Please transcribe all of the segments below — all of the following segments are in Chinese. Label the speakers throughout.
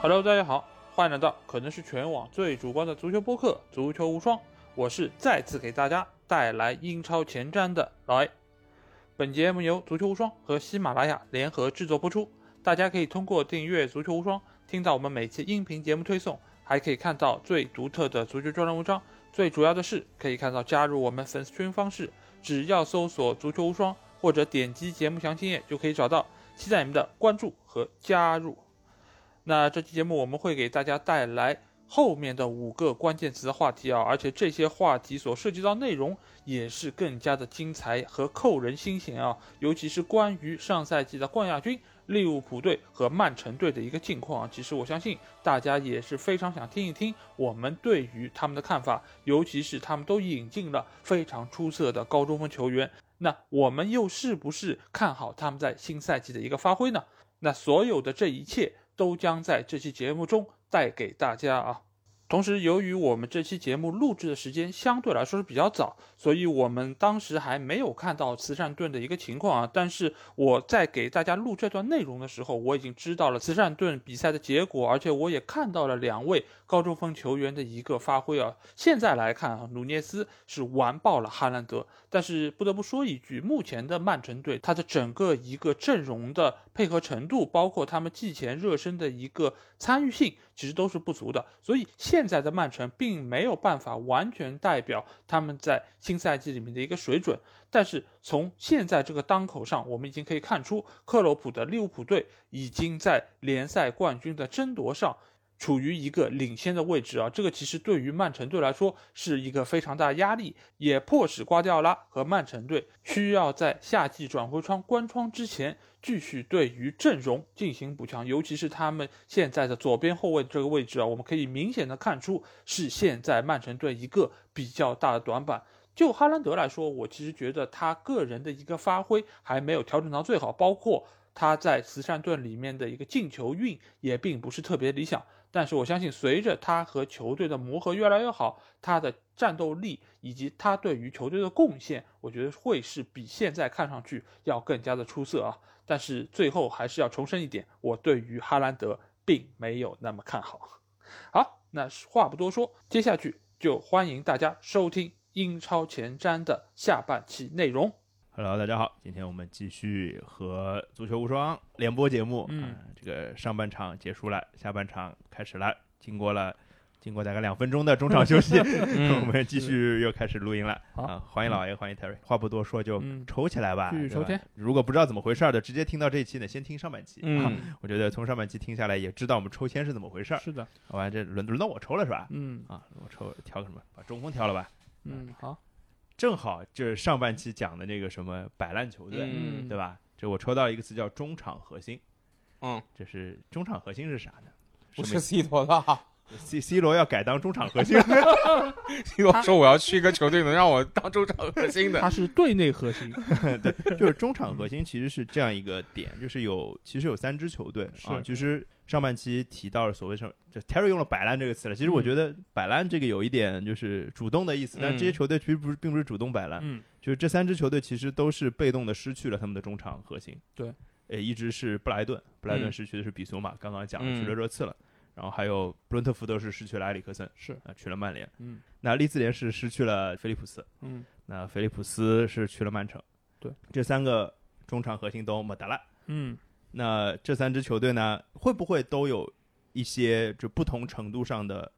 Speaker 1: Hello，大家好，欢迎来到可能是全网最主观的足球播客《足球无双》，我是再次给大家带来英超前瞻的老 A。本节目由足球无双和喜马拉雅联合制作播出，大家可以通过订阅足球无双听到我们每期音频节目推送，还可以看到最独特的足球专栏文章。最主要的是，可以看到加入我们粉丝群方式，只要搜索“足球无双”或者点击节目详情页就可以找到。期待你们的关注和加入。那这期节目我们会给大家带来后面的五个关键词的话题啊，而且这些话题所涉及到内容也是更加的精彩和扣人心弦啊，尤其是关于上赛季的冠亚军利物浦队和曼城队的一个近况啊，其实我相信大家也是非常想听一听我们对于他们的看法，尤其是他们都引进了非常出色的高中锋球员，那我们又是不是看好他们在新赛季的一个发挥呢？那所有的这一切都将在这期节目中带给大家啊。同时，由于我们这期节目录制的时间相对来说是比较早，所以我们当时还没有看到慈善盾的一个情况啊。但是我在给大家录这段内容的时候，我已经知道了慈善盾比赛的结果，而且我也看到了两位高中锋球员的一个发挥啊。现在来看啊，努涅斯是完爆了哈兰德，但是不得不说一句，目前的曼城队他的整个一个阵容的配合程度，包括他们季前热身的一个参与性，其实都是不足的。所以现在的曼城并没有办法完全代表他们在新赛季里面的一个水准。但是从现在这个当口上，我们已经可以看出，克洛普的利物浦队已经在联赛冠军的争夺上。处于一个领先的位置啊，这个其实对于曼城队来说是一个非常大的压力，也迫使瓜迪奥拉和曼城队需要在夏季转会窗关窗之前继续对于阵容进行补强，尤其是他们现在的左边后卫这个位置啊，我们可以明显的看出是现在曼城队一个比较大的短板。就哈兰德来说，我其实觉得他个人的一个发挥还没有调整到最好，包括。他在慈善盾里面的一个进球运也并不是特别理想，但是我相信随着他和球队的磨合越来越好，他的战斗力以及他对于球队的贡献，我觉得会是比现在看上去要更加的出色啊。但是最后还是要重申一点，我对于哈兰德并没有那么看好。好，那话不多说，接下去就欢迎大家收听英超前瞻的下半期内容。
Speaker 2: Hello，大家好，今天我们继续和足球无双联播节目，
Speaker 1: 嗯
Speaker 2: 呃这个上半场结束了，下半场开始了，经过了经过大概两分钟的中场休息，
Speaker 3: 嗯
Speaker 2: 我 们继续又开始录音了，
Speaker 1: 嗯好
Speaker 2: 啊，欢迎老爷，欢迎 Terry，话不多说就
Speaker 1: 嗯
Speaker 2: 抽起来吧，
Speaker 1: 继续
Speaker 2: 对
Speaker 1: 抽
Speaker 2: 吧
Speaker 1: 签
Speaker 2: 如果不知道怎么回事儿的，直接听到这一期呢，先听上半期，啊
Speaker 1: 嗯，
Speaker 2: 我觉得从上半期听下来也知道我们抽签是怎么回事儿，
Speaker 1: 是啊的，
Speaker 2: 好吧，这轮轮到我抽了是吧？
Speaker 1: 嗯
Speaker 2: 啊，我抽挑个什么？把中锋挑了吧，
Speaker 1: 嗯，好，
Speaker 2: 正好就是上半期讲的那个什么摆烂球队，
Speaker 3: 嗯
Speaker 2: 对吧？这我抽到一个词叫中场核心，
Speaker 3: 嗯，
Speaker 2: 这是中场核心是啥呢？
Speaker 3: 不
Speaker 2: 什么
Speaker 3: 是 C 罗的
Speaker 2: C C 罗要改当中场核 心，
Speaker 3: ，C 罗说我要去一个球队能让我当中场核心的，
Speaker 1: 他是队内核心，
Speaker 2: 就是中场核心其实是这样一个点，就是有其实有三支球队啊，
Speaker 1: 是
Speaker 2: 其实上半期提到了所谓上，就 Terry 用了摆烂这个词了，其实我觉得摆烂这个有一点就是主动的意思，但
Speaker 3: 嗯
Speaker 2: 这些球队其实不是并不是主动摆烂，
Speaker 1: 嗯
Speaker 2: 就是这三支球队其实都是被动的失去了他们的中场核心。
Speaker 1: 对，
Speaker 2: 呃，一支是布莱顿，布莱顿
Speaker 3: 嗯
Speaker 2: 失去的是比苏马，刚刚讲了
Speaker 3: 嗯
Speaker 2: 去了热刺了，然后还有布伦特福德是失去了埃里克森，
Speaker 1: 是
Speaker 2: 啊、去了曼联。
Speaker 1: 嗯
Speaker 2: 那利兹联是失去了菲利普斯，
Speaker 1: 嗯。
Speaker 2: 那菲利普斯是去了曼城。
Speaker 1: 对，
Speaker 2: 这三个中场核心都没得了。
Speaker 1: 嗯
Speaker 2: 那这三支球队呢，会不会都有一些就不同程度上的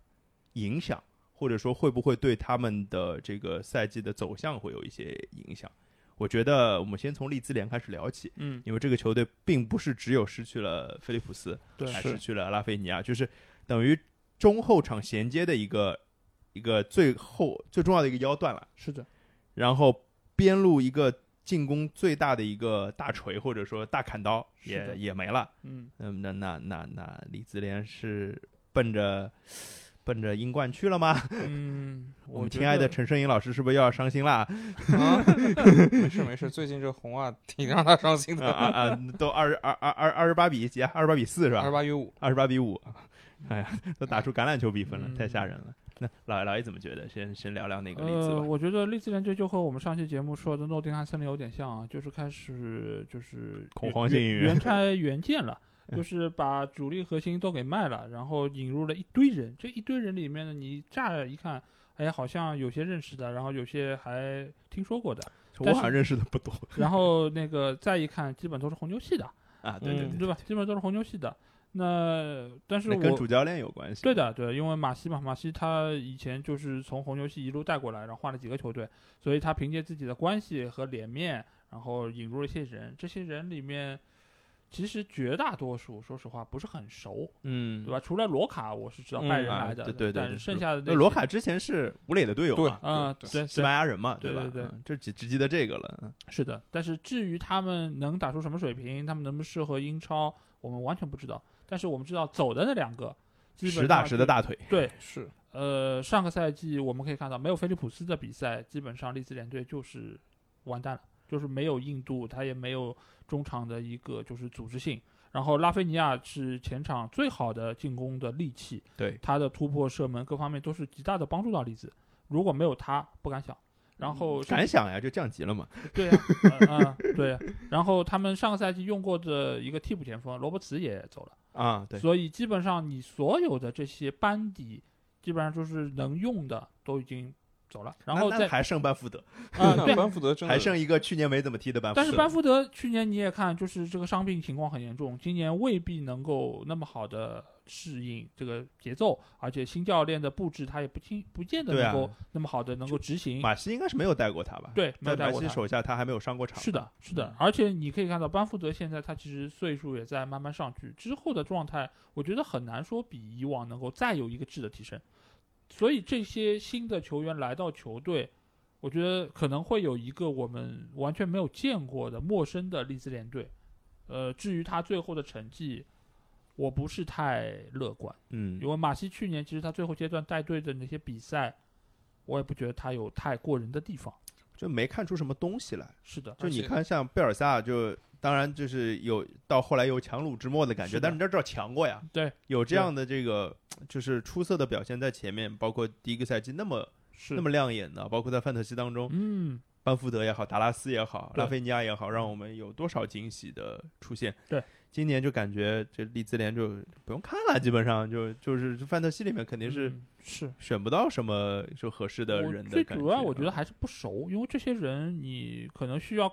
Speaker 2: 影响，或者说会不会对他们的这个赛季的走向会有一些影响？我觉得我们先从利兹联开始聊起，
Speaker 1: 嗯，
Speaker 2: 因为这个球队并不是只有失去了菲利普斯，
Speaker 1: 对，
Speaker 2: 还失去了拉菲尼亚，就是等于中后场衔接的一个一个最后最重要的一个腰断了。
Speaker 1: 是的，
Speaker 2: 然后边路一个进攻最大的一个大锤或者说大砍刀
Speaker 1: 是的
Speaker 2: 也也没了。
Speaker 1: 嗯
Speaker 2: 嗯，那那那那李自联是奔着奔着英冠去了吗？
Speaker 1: 嗯，
Speaker 2: 我
Speaker 1: 我
Speaker 2: 们
Speaker 1: 觉
Speaker 2: 亲爱的
Speaker 1: 得
Speaker 2: 陈胜英老师是不是又要伤心了？
Speaker 3: 啊， 没事没事，最近这红啊挺让他伤心
Speaker 2: 啊啊
Speaker 3: 的，
Speaker 2: 啊！都二二二二二十八比几啊？二十八比四是
Speaker 3: 二十
Speaker 2: 吧？
Speaker 3: 八比五，
Speaker 2: 二十八比五。哎呀，都打出橄榄球比分了，
Speaker 1: 嗯
Speaker 2: 太吓人了。那老老爷怎么觉得？先先聊聊那个例子
Speaker 1: 呃，
Speaker 2: 吧。
Speaker 1: 我觉得利兹联队就和我们上期节目说的诺丁汉森林有点像啊，就是开始就是
Speaker 2: 恐
Speaker 1: 原
Speaker 2: 慌性
Speaker 1: 原原拆原建了。就是把主力核心都给卖了，然后引入了一堆人。这一堆人里面呢，你乍一看，哎，好像有些认识的，然后有些还听说 过的，
Speaker 2: 我
Speaker 1: 但是
Speaker 2: 好像认识的不多
Speaker 1: 然后那个再一看，基本都是红牛系的，
Speaker 2: 啊，对对
Speaker 3: 嗯
Speaker 2: 对，
Speaker 1: 对吧？基本都是红牛系的。那但是
Speaker 2: 那跟
Speaker 1: 我
Speaker 2: 主教练有关系，
Speaker 1: 对的，对，因为马西嘛，马西他以前就是从红牛系一路带过来，然后换了几个球队，所以他凭借自己的关系和脸面，然后引入了一些人。这些人里面，其实绝大多数说实话不是很熟，
Speaker 2: 嗯，
Speaker 1: 对吧？除了罗卡，我是知道
Speaker 3: 嗯
Speaker 1: 拜仁
Speaker 2: 啊
Speaker 1: 来的，
Speaker 2: 对对对
Speaker 1: 但
Speaker 2: 对
Speaker 1: 是剩下的
Speaker 2: 那罗，卡之前是吴磊的队友
Speaker 3: 对
Speaker 2: 嘛，
Speaker 1: 啊，
Speaker 3: 对
Speaker 1: 对，
Speaker 2: 西
Speaker 1: 对
Speaker 2: 班牙人嘛，
Speaker 1: 对
Speaker 2: 吧？
Speaker 1: 对对
Speaker 2: 嗯这只只记得这个了，嗯
Speaker 1: 是的。但是至于他们能打出什么水平，他们能不能适合英超，我们完全不知道。但是我们知道走的那两个，基本
Speaker 2: 实打
Speaker 1: 上
Speaker 2: 实
Speaker 1: 就
Speaker 2: 的大腿，
Speaker 1: 对，
Speaker 3: 是
Speaker 1: 呃，上个赛季我们可以看到，没有菲利普斯的比赛，基本上利兹联队就是完蛋了，就是没有硬度，他也没有中场的一个就是组织性。然后拉菲尼亚是前场最好的进攻的利器，
Speaker 2: 对，
Speaker 1: 他的突破、射门各方面都是极大的帮助到利兹。如果没有他，不敢想。然后
Speaker 2: 敢嗯想呀，就降级了嘛，
Speaker 1: 对呀、啊，嗯、嗯对、啊。然后他们上个赛季用过的一个替补前锋罗伯茨也走了。
Speaker 2: 啊，对，
Speaker 1: 所以基本上你所有的这些班底，基本上就是能用的都已经走了，然后
Speaker 2: 那那
Speaker 1: 再
Speaker 2: 还剩班福德，
Speaker 1: 啊、对。
Speaker 3: 班福德真的
Speaker 2: 还剩一个去年没怎么踢的班福德，
Speaker 1: 但是班福德去年你也看，就是这个伤病情况很严重，今年未必能够那么好的适应这个节奏，而且新教练的布置他也不清，不见得
Speaker 2: 对啊
Speaker 1: 能够那么好的能够执行。
Speaker 2: 马西应该是没有带过他吧？，
Speaker 1: 对，没
Speaker 2: 在
Speaker 1: 有带
Speaker 2: 马
Speaker 1: 过
Speaker 2: 西
Speaker 1: 他。
Speaker 2: 手下他还没有上过场，
Speaker 1: 是的，是
Speaker 2: 嗯
Speaker 1: 的，而且你可以看到班福德现在他其实岁数也在慢慢上去，之后的状态，我觉得很难说比以往能够再有一个质的提升。所以这些新的球员来到球队，我觉得可能会有一个我们完全没有见过的陌生的利兹联队。呃，至于他最后的成绩，我不是太乐观，
Speaker 2: 嗯
Speaker 1: 因，为马西去年其实他最后阶段带队的那些比赛，我也不觉得他有太过人的地方。
Speaker 2: 就没看出什么东西来。
Speaker 1: 是的，
Speaker 2: 就
Speaker 3: 而
Speaker 2: 你
Speaker 3: 且
Speaker 2: 看，像贝尔萨就。当然，就是有到后来有强弩之末的感觉，
Speaker 1: 是的
Speaker 2: 但是你知道强过呀，
Speaker 1: 对，
Speaker 2: 有这样的这个就是出色的表现在前面，包括第一个赛季那么
Speaker 1: 是
Speaker 2: 那么亮眼的，包括在范特西当中，
Speaker 1: 嗯。
Speaker 2: 班福德也好，达拉斯也好，
Speaker 1: 对
Speaker 2: 拉菲尼亚也好，让我们有多少惊喜的出现？
Speaker 1: 对，
Speaker 2: 今年就感觉这利兹联就不用看了，基本上就就是范特西里面肯定是
Speaker 1: 嗯是
Speaker 2: 选不到什么就合适的
Speaker 1: 我
Speaker 2: 人的
Speaker 1: 最
Speaker 2: 感
Speaker 1: 主要我
Speaker 2: 觉啊
Speaker 1: 觉得还是不熟，因为这些人你可能需要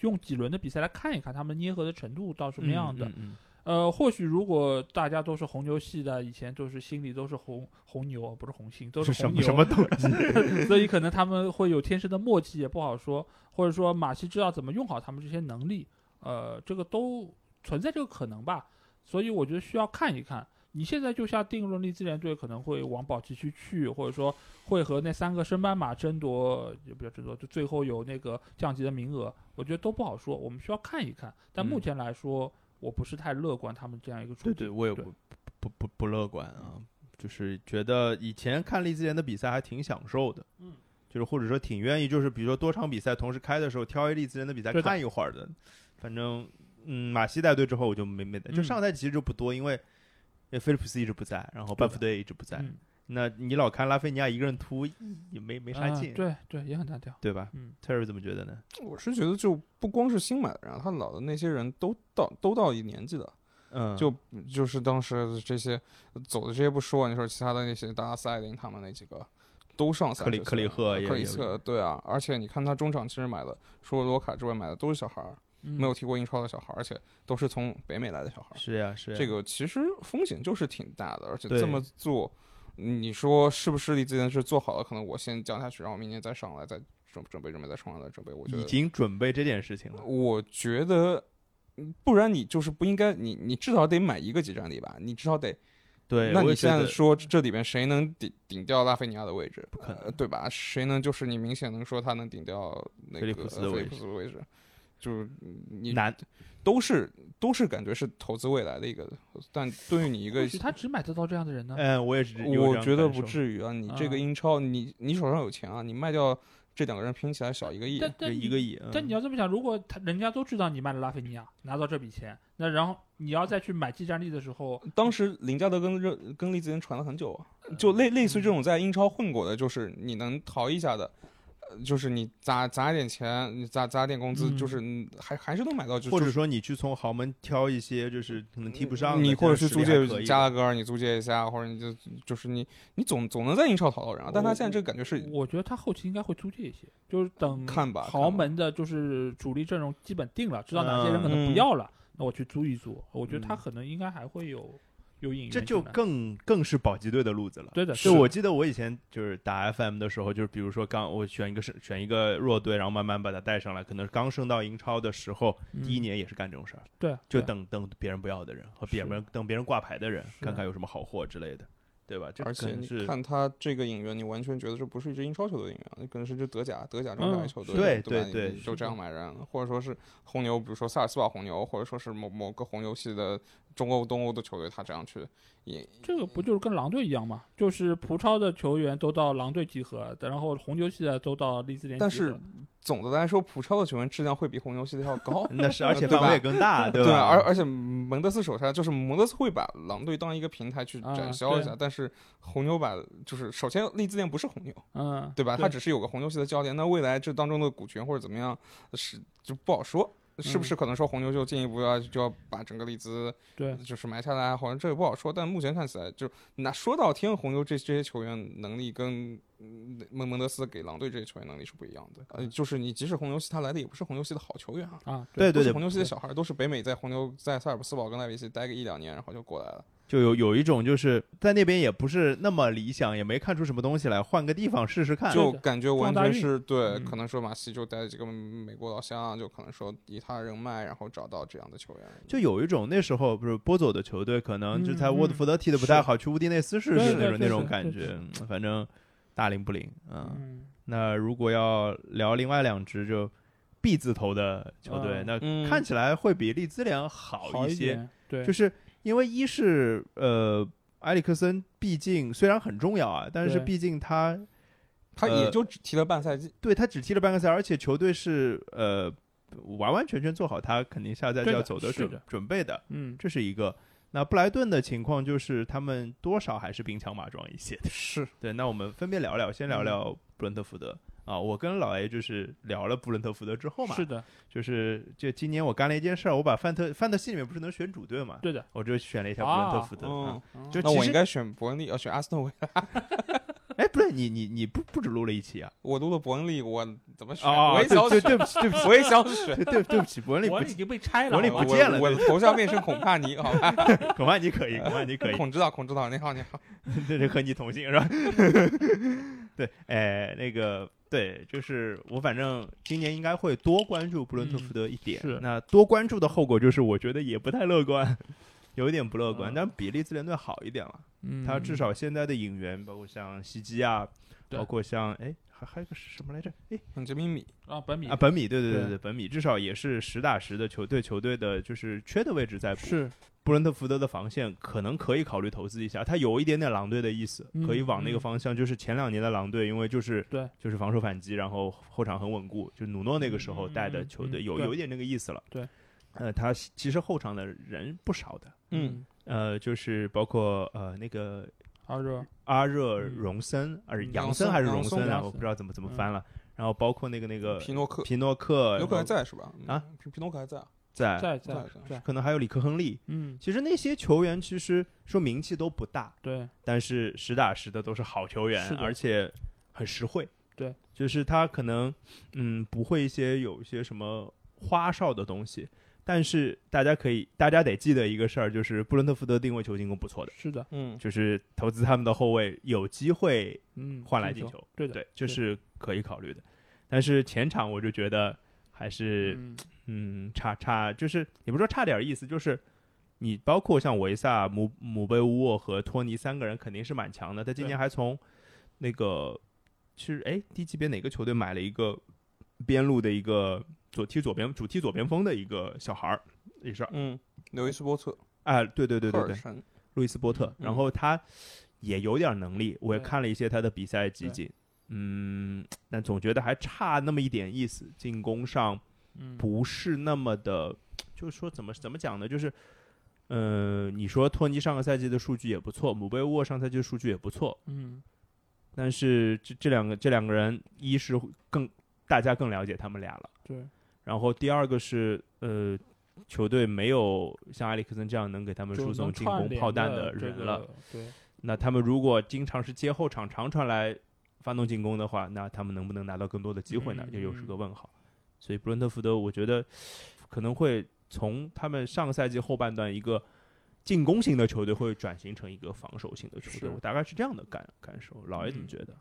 Speaker 1: 用几轮的比赛来看一看他们捏合的程度到什么样的。
Speaker 2: 嗯嗯
Speaker 1: 呃，或许如果大家都是红牛系的，以前都是心里都是红红牛，啊不是红心，都
Speaker 2: 嗯是什
Speaker 1: 红
Speaker 2: 么
Speaker 1: 牛，
Speaker 2: 什么东 西？
Speaker 1: 所以可能他们会有天生的默契，也不好说，或者说马西知道怎么用好他们这些能力，呃，这个都存在这个可能吧。所以我觉得需要看一看。你现在就下定论，利兹联队可能会往保级区去，或者说会和那三个升班马争夺，也不叫争夺，就最后有那个降级的名额，我觉得都不好说。我们需要看一看。但目
Speaker 2: 嗯
Speaker 1: 前来说，我不是太乐观他们这样一个处
Speaker 2: 对
Speaker 1: 境。
Speaker 2: 对，我也
Speaker 1: 对
Speaker 2: 不不不不乐观啊，就是觉得以前看利兹联的比赛还挺享受的，
Speaker 1: 嗯，
Speaker 2: 就是或者说挺愿意，就是比如说多场比赛同时开的时候，挑一利兹联的比赛
Speaker 1: 对的
Speaker 2: 看一会儿的。反正，嗯，马西带队之后我就没没带，就
Speaker 1: 嗯
Speaker 2: 上个赛季其实就不多，因为因为菲利普斯一直不在，然
Speaker 1: 对
Speaker 2: 后
Speaker 1: 的
Speaker 2: 班福德也一直不在，
Speaker 1: 嗯，
Speaker 2: 那你老看拉菲尼亚一个人突也没没啥
Speaker 1: 啊
Speaker 2: 劲，
Speaker 1: 对对，也很单调。
Speaker 2: 对吧
Speaker 1: 嗯，
Speaker 2: ？Terry 怎么觉得呢？
Speaker 3: 我是觉得就不光是新买的，然后他老的那些人都到都到一年纪了，
Speaker 2: 嗯，
Speaker 3: 就就是当时这些走的这些不说，啊你说其他的那些达拉斯、艾林他们那几个都上三
Speaker 2: 克里
Speaker 3: 十
Speaker 2: 克里
Speaker 3: 岁
Speaker 2: 赫
Speaker 3: 了
Speaker 2: 也
Speaker 3: 克里
Speaker 2: 也
Speaker 3: 克对啊，而且你看他中场其实买的，除了罗卡之外买的都是小孩儿，
Speaker 1: 嗯、
Speaker 3: 没有踢过英超的小孩儿，而且都是从北美来的小孩儿。
Speaker 2: 是呀是呀，
Speaker 3: 这个其实风险就是挺大的，而且
Speaker 2: 对
Speaker 3: 这么做，嗯你说是不是离这件事做好了？可能我先降下去，然后明年再上来，再准准备准备再上来准备。我觉
Speaker 2: 已
Speaker 3: 得
Speaker 2: 经准备这件事情了，
Speaker 3: 我觉得，嗯不然你就是不应该，你你至少得买一个集战力吧，你至少得。
Speaker 2: 对，
Speaker 3: 那
Speaker 2: 我也
Speaker 3: 你
Speaker 2: 觉
Speaker 3: 现在
Speaker 2: 得
Speaker 3: 说这里边谁能顶顶掉拉菲尼亚的位置？不
Speaker 2: 可能
Speaker 3: 对吧？谁能就是你明显能说他能顶掉
Speaker 2: 菲
Speaker 3: 那个
Speaker 2: 利普斯的
Speaker 3: 菲
Speaker 2: 位
Speaker 3: 利普
Speaker 2: 置
Speaker 3: 斯的位置？就是你
Speaker 2: 难
Speaker 3: 都是都是感觉是投资未来的一个，但对于你一
Speaker 1: 或
Speaker 3: 个
Speaker 1: 许他只买得到这样的人呢。
Speaker 2: 嗯，我也是，
Speaker 3: 我觉得不
Speaker 2: 至。
Speaker 3: 至于啊！你这
Speaker 1: 啊
Speaker 3: 个
Speaker 2: 嗯
Speaker 3: 英超，你你手上有钱啊，你卖掉这两个人拼起来小一个亿，
Speaker 1: 但但
Speaker 2: 对，
Speaker 1: 你
Speaker 2: 一个亿。嗯
Speaker 1: 但你要这么想，如果他人家都知道你卖了拉菲尼亚，拿到这笔钱，那然后你要再去买技战力的时候，
Speaker 3: 当时林加德跟热跟利
Speaker 2: 嗯
Speaker 3: 兹联传了很久啊，就类类似这种在英超混过的，就是你能逃一下的，就是你砸砸点钱，你砸砸点工资，
Speaker 2: 嗯
Speaker 3: 就是嗯还还是能买到，就
Speaker 2: 或者
Speaker 3: 就是
Speaker 2: 说你去从豪门挑一些就是可能踢不上的，
Speaker 3: 你或者去租
Speaker 2: 但是实力还可
Speaker 3: 借
Speaker 2: 以
Speaker 3: 加拉
Speaker 2: 的
Speaker 3: 格尔，你租借一下，或者你就就是你你总总能在英超讨到人啊。但他现在这个感觉是
Speaker 1: 我觉得他后期应该会租借一些，就是等
Speaker 3: 看吧看
Speaker 1: 豪
Speaker 3: 吧
Speaker 1: 门的就是主力阵容基本定了，知道哪些人可
Speaker 3: 嗯
Speaker 1: 能不要了，那我去租一租。我觉得他
Speaker 3: 嗯
Speaker 1: 可能应该还会有有引援
Speaker 2: 这
Speaker 1: 进
Speaker 2: 就
Speaker 1: 来
Speaker 2: 更更是保级队的路子了。
Speaker 1: 对的，
Speaker 2: 就是我记得我以前就是打 FM 的时候，就是比如说刚我选一个是选一个弱队，然后慢慢把它带上来，可能刚升到英超的时候，第一
Speaker 1: 嗯
Speaker 2: 年也是干这种事儿，
Speaker 1: 对，对
Speaker 2: 就
Speaker 1: 啊
Speaker 2: 等等别人不要的人和别
Speaker 1: 是
Speaker 2: 人等别人挂牌的人，
Speaker 1: 是
Speaker 2: 看看有什么好货之类的，对吧？这
Speaker 3: 而且
Speaker 2: 可能
Speaker 3: 你
Speaker 2: 是
Speaker 3: 看他这个引援，你完全觉得这不是一支英超球队的引援，那可能是支德甲、德甲中甲
Speaker 1: 嗯
Speaker 3: 一球队，
Speaker 2: 对
Speaker 3: 对吧
Speaker 2: 对
Speaker 3: 你
Speaker 2: 对
Speaker 3: 你就这样买人，或者说是红牛，比如说萨尔斯堡红牛，或者说是某某个红牛系的中欧、东欧的球队，他这样去引，
Speaker 1: 这个不就是跟狼队一样嘛？就是葡超的球员都到狼队集合，然后红牛系的都到利兹联集合。
Speaker 3: 但是总的来说，葡超的球员质量会比红牛系的要
Speaker 2: 。
Speaker 3: 高
Speaker 2: 那是，而且
Speaker 3: 对
Speaker 2: 范围
Speaker 3: 吧
Speaker 2: 也更大， 对
Speaker 3: 对啊，
Speaker 2: 吧？
Speaker 3: 而而且蒙德斯手下就是蒙德斯会把狼队当一个平台去
Speaker 1: 啊
Speaker 3: 展销一
Speaker 1: 对
Speaker 3: 下，但是红牛把就是首先利兹联不是红牛，
Speaker 1: 嗯，
Speaker 3: 对吧？
Speaker 1: 对
Speaker 3: 他只是有个红牛系的教练，那未来这当中的股权或者怎么样是就不好说，是
Speaker 2: 嗯
Speaker 3: 不是可能说红牛就进一步要就要把整个利兹
Speaker 1: 对，
Speaker 3: 就是埋下来，好像这也不好说。但目前看起来，就那说到天红牛这这些球员能力跟嗯蒙蒙德斯给狼队这些球员能力是不一样的，呃，就是你即使红牛系他来的也不是红牛系的好球员啊。
Speaker 1: 啊，
Speaker 2: 对
Speaker 3: 都
Speaker 2: 对
Speaker 3: 是
Speaker 2: 对
Speaker 3: 红，牛系的小孩，都是北美在红牛在萨尔斯堡跟莱维锡待个一两年，然后就过来了。
Speaker 2: 就有有一种就是在那边也不是那么理想，也没看出什么东西来，换个地方试 试看。
Speaker 3: 就
Speaker 1: 对的
Speaker 3: 感觉完
Speaker 1: 放大
Speaker 3: 全
Speaker 1: 运
Speaker 3: 是对，
Speaker 1: 嗯
Speaker 3: 可能说马西就带这个美国老乡，就可能说以他的人脉，然后找到这样的球员。
Speaker 2: 就有一种那时候不是波佐的球队，可能就
Speaker 1: 嗯
Speaker 2: 在沃特福德踢的不太好，去乌迪内斯试试
Speaker 1: 对对
Speaker 2: 那种
Speaker 1: 对
Speaker 2: 那种
Speaker 1: 对
Speaker 2: 感
Speaker 1: 对
Speaker 2: 觉，嗯反正大灵不灵啊。
Speaker 1: 嗯，
Speaker 2: 那如果要聊另外两支就 B 字头的球队，
Speaker 1: 嗯
Speaker 2: 那
Speaker 3: 嗯
Speaker 2: 看起来会比利兹联好
Speaker 1: 好
Speaker 2: 一
Speaker 1: 一
Speaker 2: 些，
Speaker 1: 点，对，
Speaker 2: 就是因为一是呃埃里克森，毕竟虽然很重要啊，但是
Speaker 1: 对
Speaker 2: 毕竟他
Speaker 3: 他
Speaker 2: 呃
Speaker 3: 也就只踢了半 赛季，
Speaker 2: 对他只踢了半个赛，而且球队是呃完完全全做好他肯定下赛季
Speaker 1: 对的
Speaker 2: 要走的
Speaker 1: 是
Speaker 2: 准
Speaker 1: 的
Speaker 2: 准备的，
Speaker 1: 嗯，
Speaker 2: 这是一个。那布莱顿的情况就是他们多少还是兵强马壮一些的。
Speaker 3: 是
Speaker 2: 对，那我们分别聊聊，先聊
Speaker 1: 嗯
Speaker 2: 聊布伦特福德、啊。我跟老 A 就是聊了布伦特福德之后嘛，
Speaker 1: 是的，
Speaker 2: 就是就今年我干了一件事儿，我把范特范特西里面不是能选主队嘛，
Speaker 1: 对的。
Speaker 2: 我就选了一下布伦特福德。
Speaker 3: 嗯
Speaker 2: 啊，就
Speaker 3: 那
Speaker 2: 其
Speaker 3: 我应
Speaker 2: 实
Speaker 3: 该选伯恩利，要哦选阿斯顿维拉。
Speaker 2: 哎，不是你你你不不止录了一期啊？
Speaker 3: 我录了伯恩利，我怎么选？
Speaker 2: 啊，
Speaker 3: 我
Speaker 2: 啊
Speaker 3: 也
Speaker 2: 对
Speaker 3: 想
Speaker 2: 对
Speaker 3: 选，
Speaker 2: 对不起对不起
Speaker 3: 我也想选。 啊
Speaker 2: 对对对不起，伯恩利
Speaker 1: 我
Speaker 2: 不
Speaker 1: 已
Speaker 2: 起，
Speaker 1: 经被拆了，
Speaker 2: 我也
Speaker 1: 好
Speaker 2: 不
Speaker 1: 吧
Speaker 2: 见了
Speaker 3: 我我的头像 变成孔帕尼，好吧？
Speaker 2: 恐怕你可以，恐怕你可以。
Speaker 3: 孔指导，孔指导，你好，你好。
Speaker 2: 这是和你同姓是吧？ 对，哎，那个对，就是我反正今年应该会多关注布伦特福德一点。
Speaker 1: 嗯是
Speaker 2: 那多关注的后果就是，我觉得也不太乐观，有一点不乐观。
Speaker 1: 嗯
Speaker 2: 但比利兹联队好一点了，
Speaker 1: 嗯，
Speaker 2: 他至少现在的引援，包括像西基啊，
Speaker 1: 对
Speaker 2: 包括像哎。还还有个是什么来着？哎
Speaker 3: 嗯，杰米米，
Speaker 1: 啊，本米
Speaker 2: 啊，本米，对对对
Speaker 1: 对
Speaker 2: 对，本米至少也是实打实的球队球队的，就是缺的位置在补。
Speaker 1: 是
Speaker 2: 布伦特福德的防线可能可以考虑投资一下，他有一点点狼队的意思，
Speaker 1: 嗯
Speaker 2: 可以往那个方向。就是前两年的狼队，因为就是
Speaker 1: 对
Speaker 2: 就是防守反击，然后后场很稳固，就努诺那个时候带的球
Speaker 1: 嗯
Speaker 2: 队
Speaker 1: 嗯嗯
Speaker 2: 有
Speaker 1: 对
Speaker 2: 有一点那个意思了。
Speaker 1: 对，
Speaker 2: 呃，他其实后场的人不少的，
Speaker 3: 嗯，
Speaker 2: 呃，就是包括呃那个
Speaker 1: 阿热，
Speaker 2: 阿热
Speaker 1: 嗯
Speaker 2: 荣森，呃
Speaker 1: 嗯
Speaker 2: 杨森还是
Speaker 3: 杨
Speaker 2: 荣
Speaker 3: 森
Speaker 2: 森
Speaker 1: 杨
Speaker 2: 啊，
Speaker 1: 森嗯
Speaker 2: 我不知道怎么怎么翻了。然后包括那个那个
Speaker 3: 皮诺克，
Speaker 2: 皮诺克，
Speaker 3: 皮诺克还
Speaker 2: 然后
Speaker 3: 在是吧？嗯
Speaker 2: 呃啊，
Speaker 3: 皮皮诺克还在啊，
Speaker 2: 在，
Speaker 1: 在在
Speaker 3: 在
Speaker 1: 在，
Speaker 2: 可能还有里克亨利。
Speaker 1: 嗯，
Speaker 2: 其实那些球员其实说名气都不大，
Speaker 1: 对，
Speaker 2: 但是实打实的都是好球员
Speaker 1: 是，的
Speaker 2: 而且很实惠。
Speaker 1: 对，
Speaker 2: 就是他可能嗯不会一些有一些什么花哨的东西，但是大家可以大家得记得一个事儿，就是布伦特福德定位球进攻不错的，
Speaker 1: 是的，
Speaker 3: 嗯，
Speaker 2: 就是投资他们的后卫有机会
Speaker 1: 嗯，
Speaker 2: 换来进
Speaker 1: 球，
Speaker 2: 球，
Speaker 1: 对的，
Speaker 2: 对，这是可以考虑的。但是前场我就觉得还是
Speaker 1: 嗯，
Speaker 2: 嗯，差差就是也不是说差点儿意思，就是你包括像维萨、姆姆贝乌沃和托尼三个人肯定是蛮强的。他今
Speaker 1: 对
Speaker 2: 年还从那个是哎低级别哪个球队买了一个边路的一个左踢左边主踢左边锋的一个小孩儿，也是
Speaker 3: 嗯，纽伊斯波特，
Speaker 2: 啊，对对对
Speaker 3: 赫
Speaker 2: 对对，
Speaker 3: 尔臣，
Speaker 2: 路易斯波特。
Speaker 3: 嗯
Speaker 2: 然后他也有点能力，我也
Speaker 1: 对
Speaker 2: 看了一些他的比赛集
Speaker 1: 对
Speaker 2: 锦，嗯，但总觉得还差那么一点意思，进攻上。
Speaker 1: 嗯，
Speaker 2: 不是那么的，就是说怎么怎么讲呢？就是，呃，你说托尼上个赛季的数据也不错，姆贝沃上赛季的数据也不错，
Speaker 1: 嗯，
Speaker 2: 但是这这两个这两个人，一是更大家更了解他们俩了，
Speaker 1: 对，
Speaker 2: 然后第二个是呃，球队没有像埃里克森这样能给他们输
Speaker 1: 就
Speaker 2: 送
Speaker 1: 能
Speaker 2: 进
Speaker 1: 串
Speaker 2: 攻
Speaker 1: 联
Speaker 2: 炮弹
Speaker 1: 的这
Speaker 2: 人
Speaker 1: 个
Speaker 2: 了。，
Speaker 1: 对，
Speaker 2: 那他们如果经常是接后场长传来发动进攻的话，那他们能不能拿到更多的机会呢？
Speaker 1: 嗯
Speaker 2: 这又是个问号。所以布伦特福德，我觉得可能会从他们上个赛季后半段一个进攻型的球队，会转型成一个防守型的球队。
Speaker 1: 是
Speaker 2: 我大概是这样的感感受。老爷怎么觉得？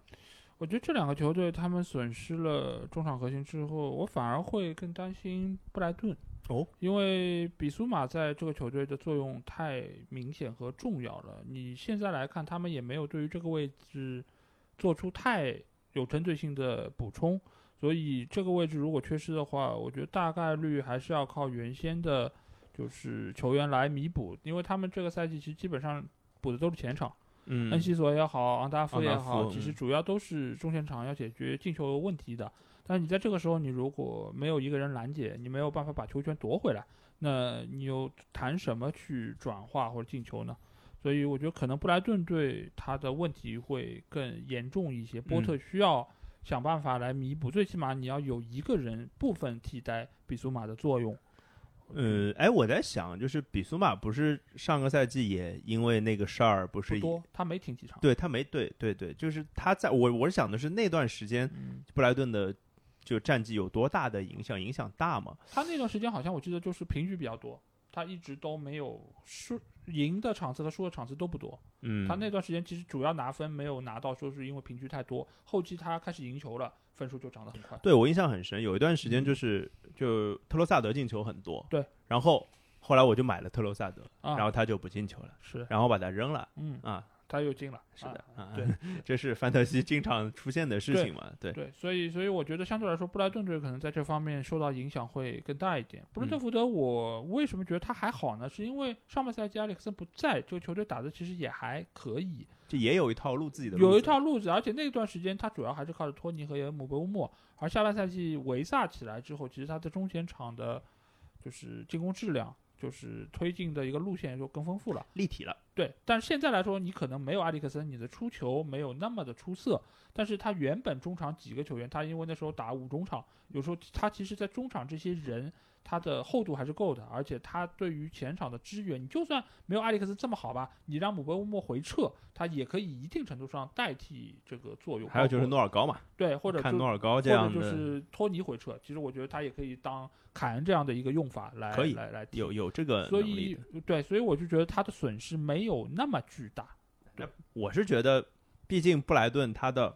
Speaker 1: 我觉得这两个球队他们损失了中场核心之后，我反而会更担心布莱顿。
Speaker 2: 哦，
Speaker 1: 因为比苏马在这个球队的作用太明显和重要了。你现在来看，他们也没有对于这个位置做出太有针对性的补充，所以这个位置如果缺失的话，我觉得大概率还是要靠原先的，就是球员来弥补，因为他们这个赛季其实基本上补的都是前场。
Speaker 2: 嗯
Speaker 1: 恩西索也好，昂达夫
Speaker 2: 昂达
Speaker 1: 也
Speaker 2: 夫
Speaker 1: 好，其
Speaker 2: 嗯
Speaker 1: 实主要都是中前场要解决进球问题的。但是你在这个时候，你如果没有一个人拦截，你没有办法把球权夺回来，那你又谈什么去转化或者进球呢？所以我觉得可能布莱顿队他的问题会更严重一些，
Speaker 2: 嗯
Speaker 1: 波特需要想办法来弥补，最起码你要有一个人部分替代比苏马的作用。
Speaker 2: 呃，哎，我在想，就是比苏马不是上个赛季也因为那个事儿，不
Speaker 1: 不
Speaker 2: 是
Speaker 1: 多，他没挺几场。
Speaker 2: 对他没对对对，就是他在我我是想的是那段时间
Speaker 1: 嗯，
Speaker 2: 布莱顿的就战绩有多大的影响？影响大吗？
Speaker 1: 他那段时间好像我记得就是平局比较多，他一直都没有输赢的场次和输的场次都不多。
Speaker 2: 嗯
Speaker 1: 他那段时间其实主要拿分没有拿到，说是因为平局太多。后期他开始赢球了，分数就涨得很快。
Speaker 2: 对我印象很深，有一段时间就是就特罗萨德进球很多，
Speaker 1: 嗯对，
Speaker 2: 然后后来我就买了特罗萨德，
Speaker 1: 啊，
Speaker 2: 然后他就不进球了，
Speaker 1: 是，
Speaker 2: 然后把他扔了
Speaker 1: 嗯，
Speaker 2: 啊，
Speaker 1: 他又进了，
Speaker 2: 是
Speaker 1: 啊
Speaker 2: 的，啊
Speaker 1: 对，
Speaker 2: 这是范特西经常出现的事情嘛，对，
Speaker 1: 对，所以所以我觉得相对来说，布莱顿队可能在这方面受到影响会更大一点。布
Speaker 2: 嗯
Speaker 1: 伦特福德，我为什么觉得他还好呢？是因为上半赛季埃里克森不在，这个球队打的其实也还可以。
Speaker 2: 这也有一套路自己的路子，
Speaker 1: 有一套路子，而且那段时间他主要还是靠着托尼和姆贝乌莫，而下半赛季维萨起来之后，其实他在中前场的，就是进攻质量，就是推进的一个路线就更丰富了。
Speaker 2: 立体了，
Speaker 1: 对，但是现在来说，你可能没有埃里克森，你的出球没有那么的出色，但是他原本中场几个球员，他因为那时候打五中场，有时候他其实，在中场这些人，他的厚度还是够的，而且他对于前场的支援，你就算没有埃里克森这么好吧，你让姆贝乌莫回撤，他也可以一定程度上代替这个作用。
Speaker 2: 还有就是
Speaker 1: 包括
Speaker 2: 诺尔高嘛，
Speaker 1: 对，或者
Speaker 2: 看
Speaker 1: 就
Speaker 2: 诺尔高
Speaker 1: 或
Speaker 2: 这样
Speaker 1: 者
Speaker 2: 的，
Speaker 1: 就是托尼回撤，其实我觉得他也可以当凯恩这样的一个用法来
Speaker 2: 可以
Speaker 1: 来来替
Speaker 2: 有有这个
Speaker 1: 所
Speaker 2: 能力
Speaker 1: 以
Speaker 2: 的，
Speaker 1: 对，所以我就觉得他的损失没有那么巨大。
Speaker 2: 我是觉得，毕竟布莱顿他的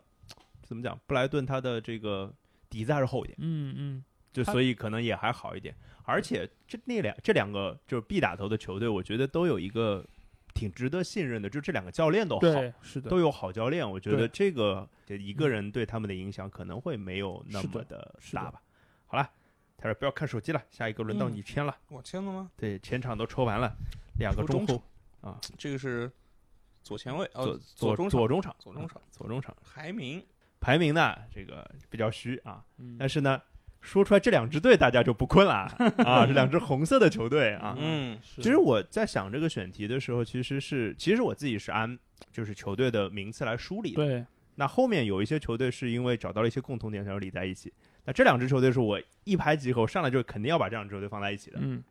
Speaker 2: 怎么讲，布莱顿他的这个底子还是厚一点。
Speaker 1: 嗯嗯，
Speaker 2: 就
Speaker 1: 他
Speaker 2: 所以可能也还好一点。而且这那两这两个就是 B 打头的球队，我觉得都有一个挺值得信任的，就这两个教练都好，
Speaker 1: 对，是的，
Speaker 2: 都有好教练。我觉得
Speaker 1: 对嗯
Speaker 2: 这个这一个人对他们的影响可能会没有那
Speaker 1: 是的
Speaker 2: 么的
Speaker 1: 是的
Speaker 2: 大吧。好了，泰瑞不要看手机了，下一个轮到
Speaker 3: 嗯
Speaker 2: 你签了。
Speaker 3: 我签了吗？
Speaker 2: 对，前场都抽完了，两个
Speaker 3: 抽中
Speaker 2: 中后
Speaker 3: 这个是左前卫，
Speaker 2: 左
Speaker 3: 哦，左中
Speaker 2: 左中场
Speaker 3: 左中场
Speaker 2: 嗯左中场
Speaker 3: 排名
Speaker 2: 排名呢这个比较虚啊，
Speaker 1: 嗯
Speaker 2: 但是呢，说出来这两支队大家就不困了啊啊，这两支红色的球队啊。
Speaker 3: 嗯，
Speaker 1: 是
Speaker 2: 其实我在想这个选题的时候，其实是其实我自己是按就是球队的名次来梳理的。
Speaker 1: 对
Speaker 2: 那后面有一些球队是因为找到了一些共同点，才后理在一起。那这两支球队是我一拍即合，上来就肯定要把这两支球队放在一起的。
Speaker 1: 嗯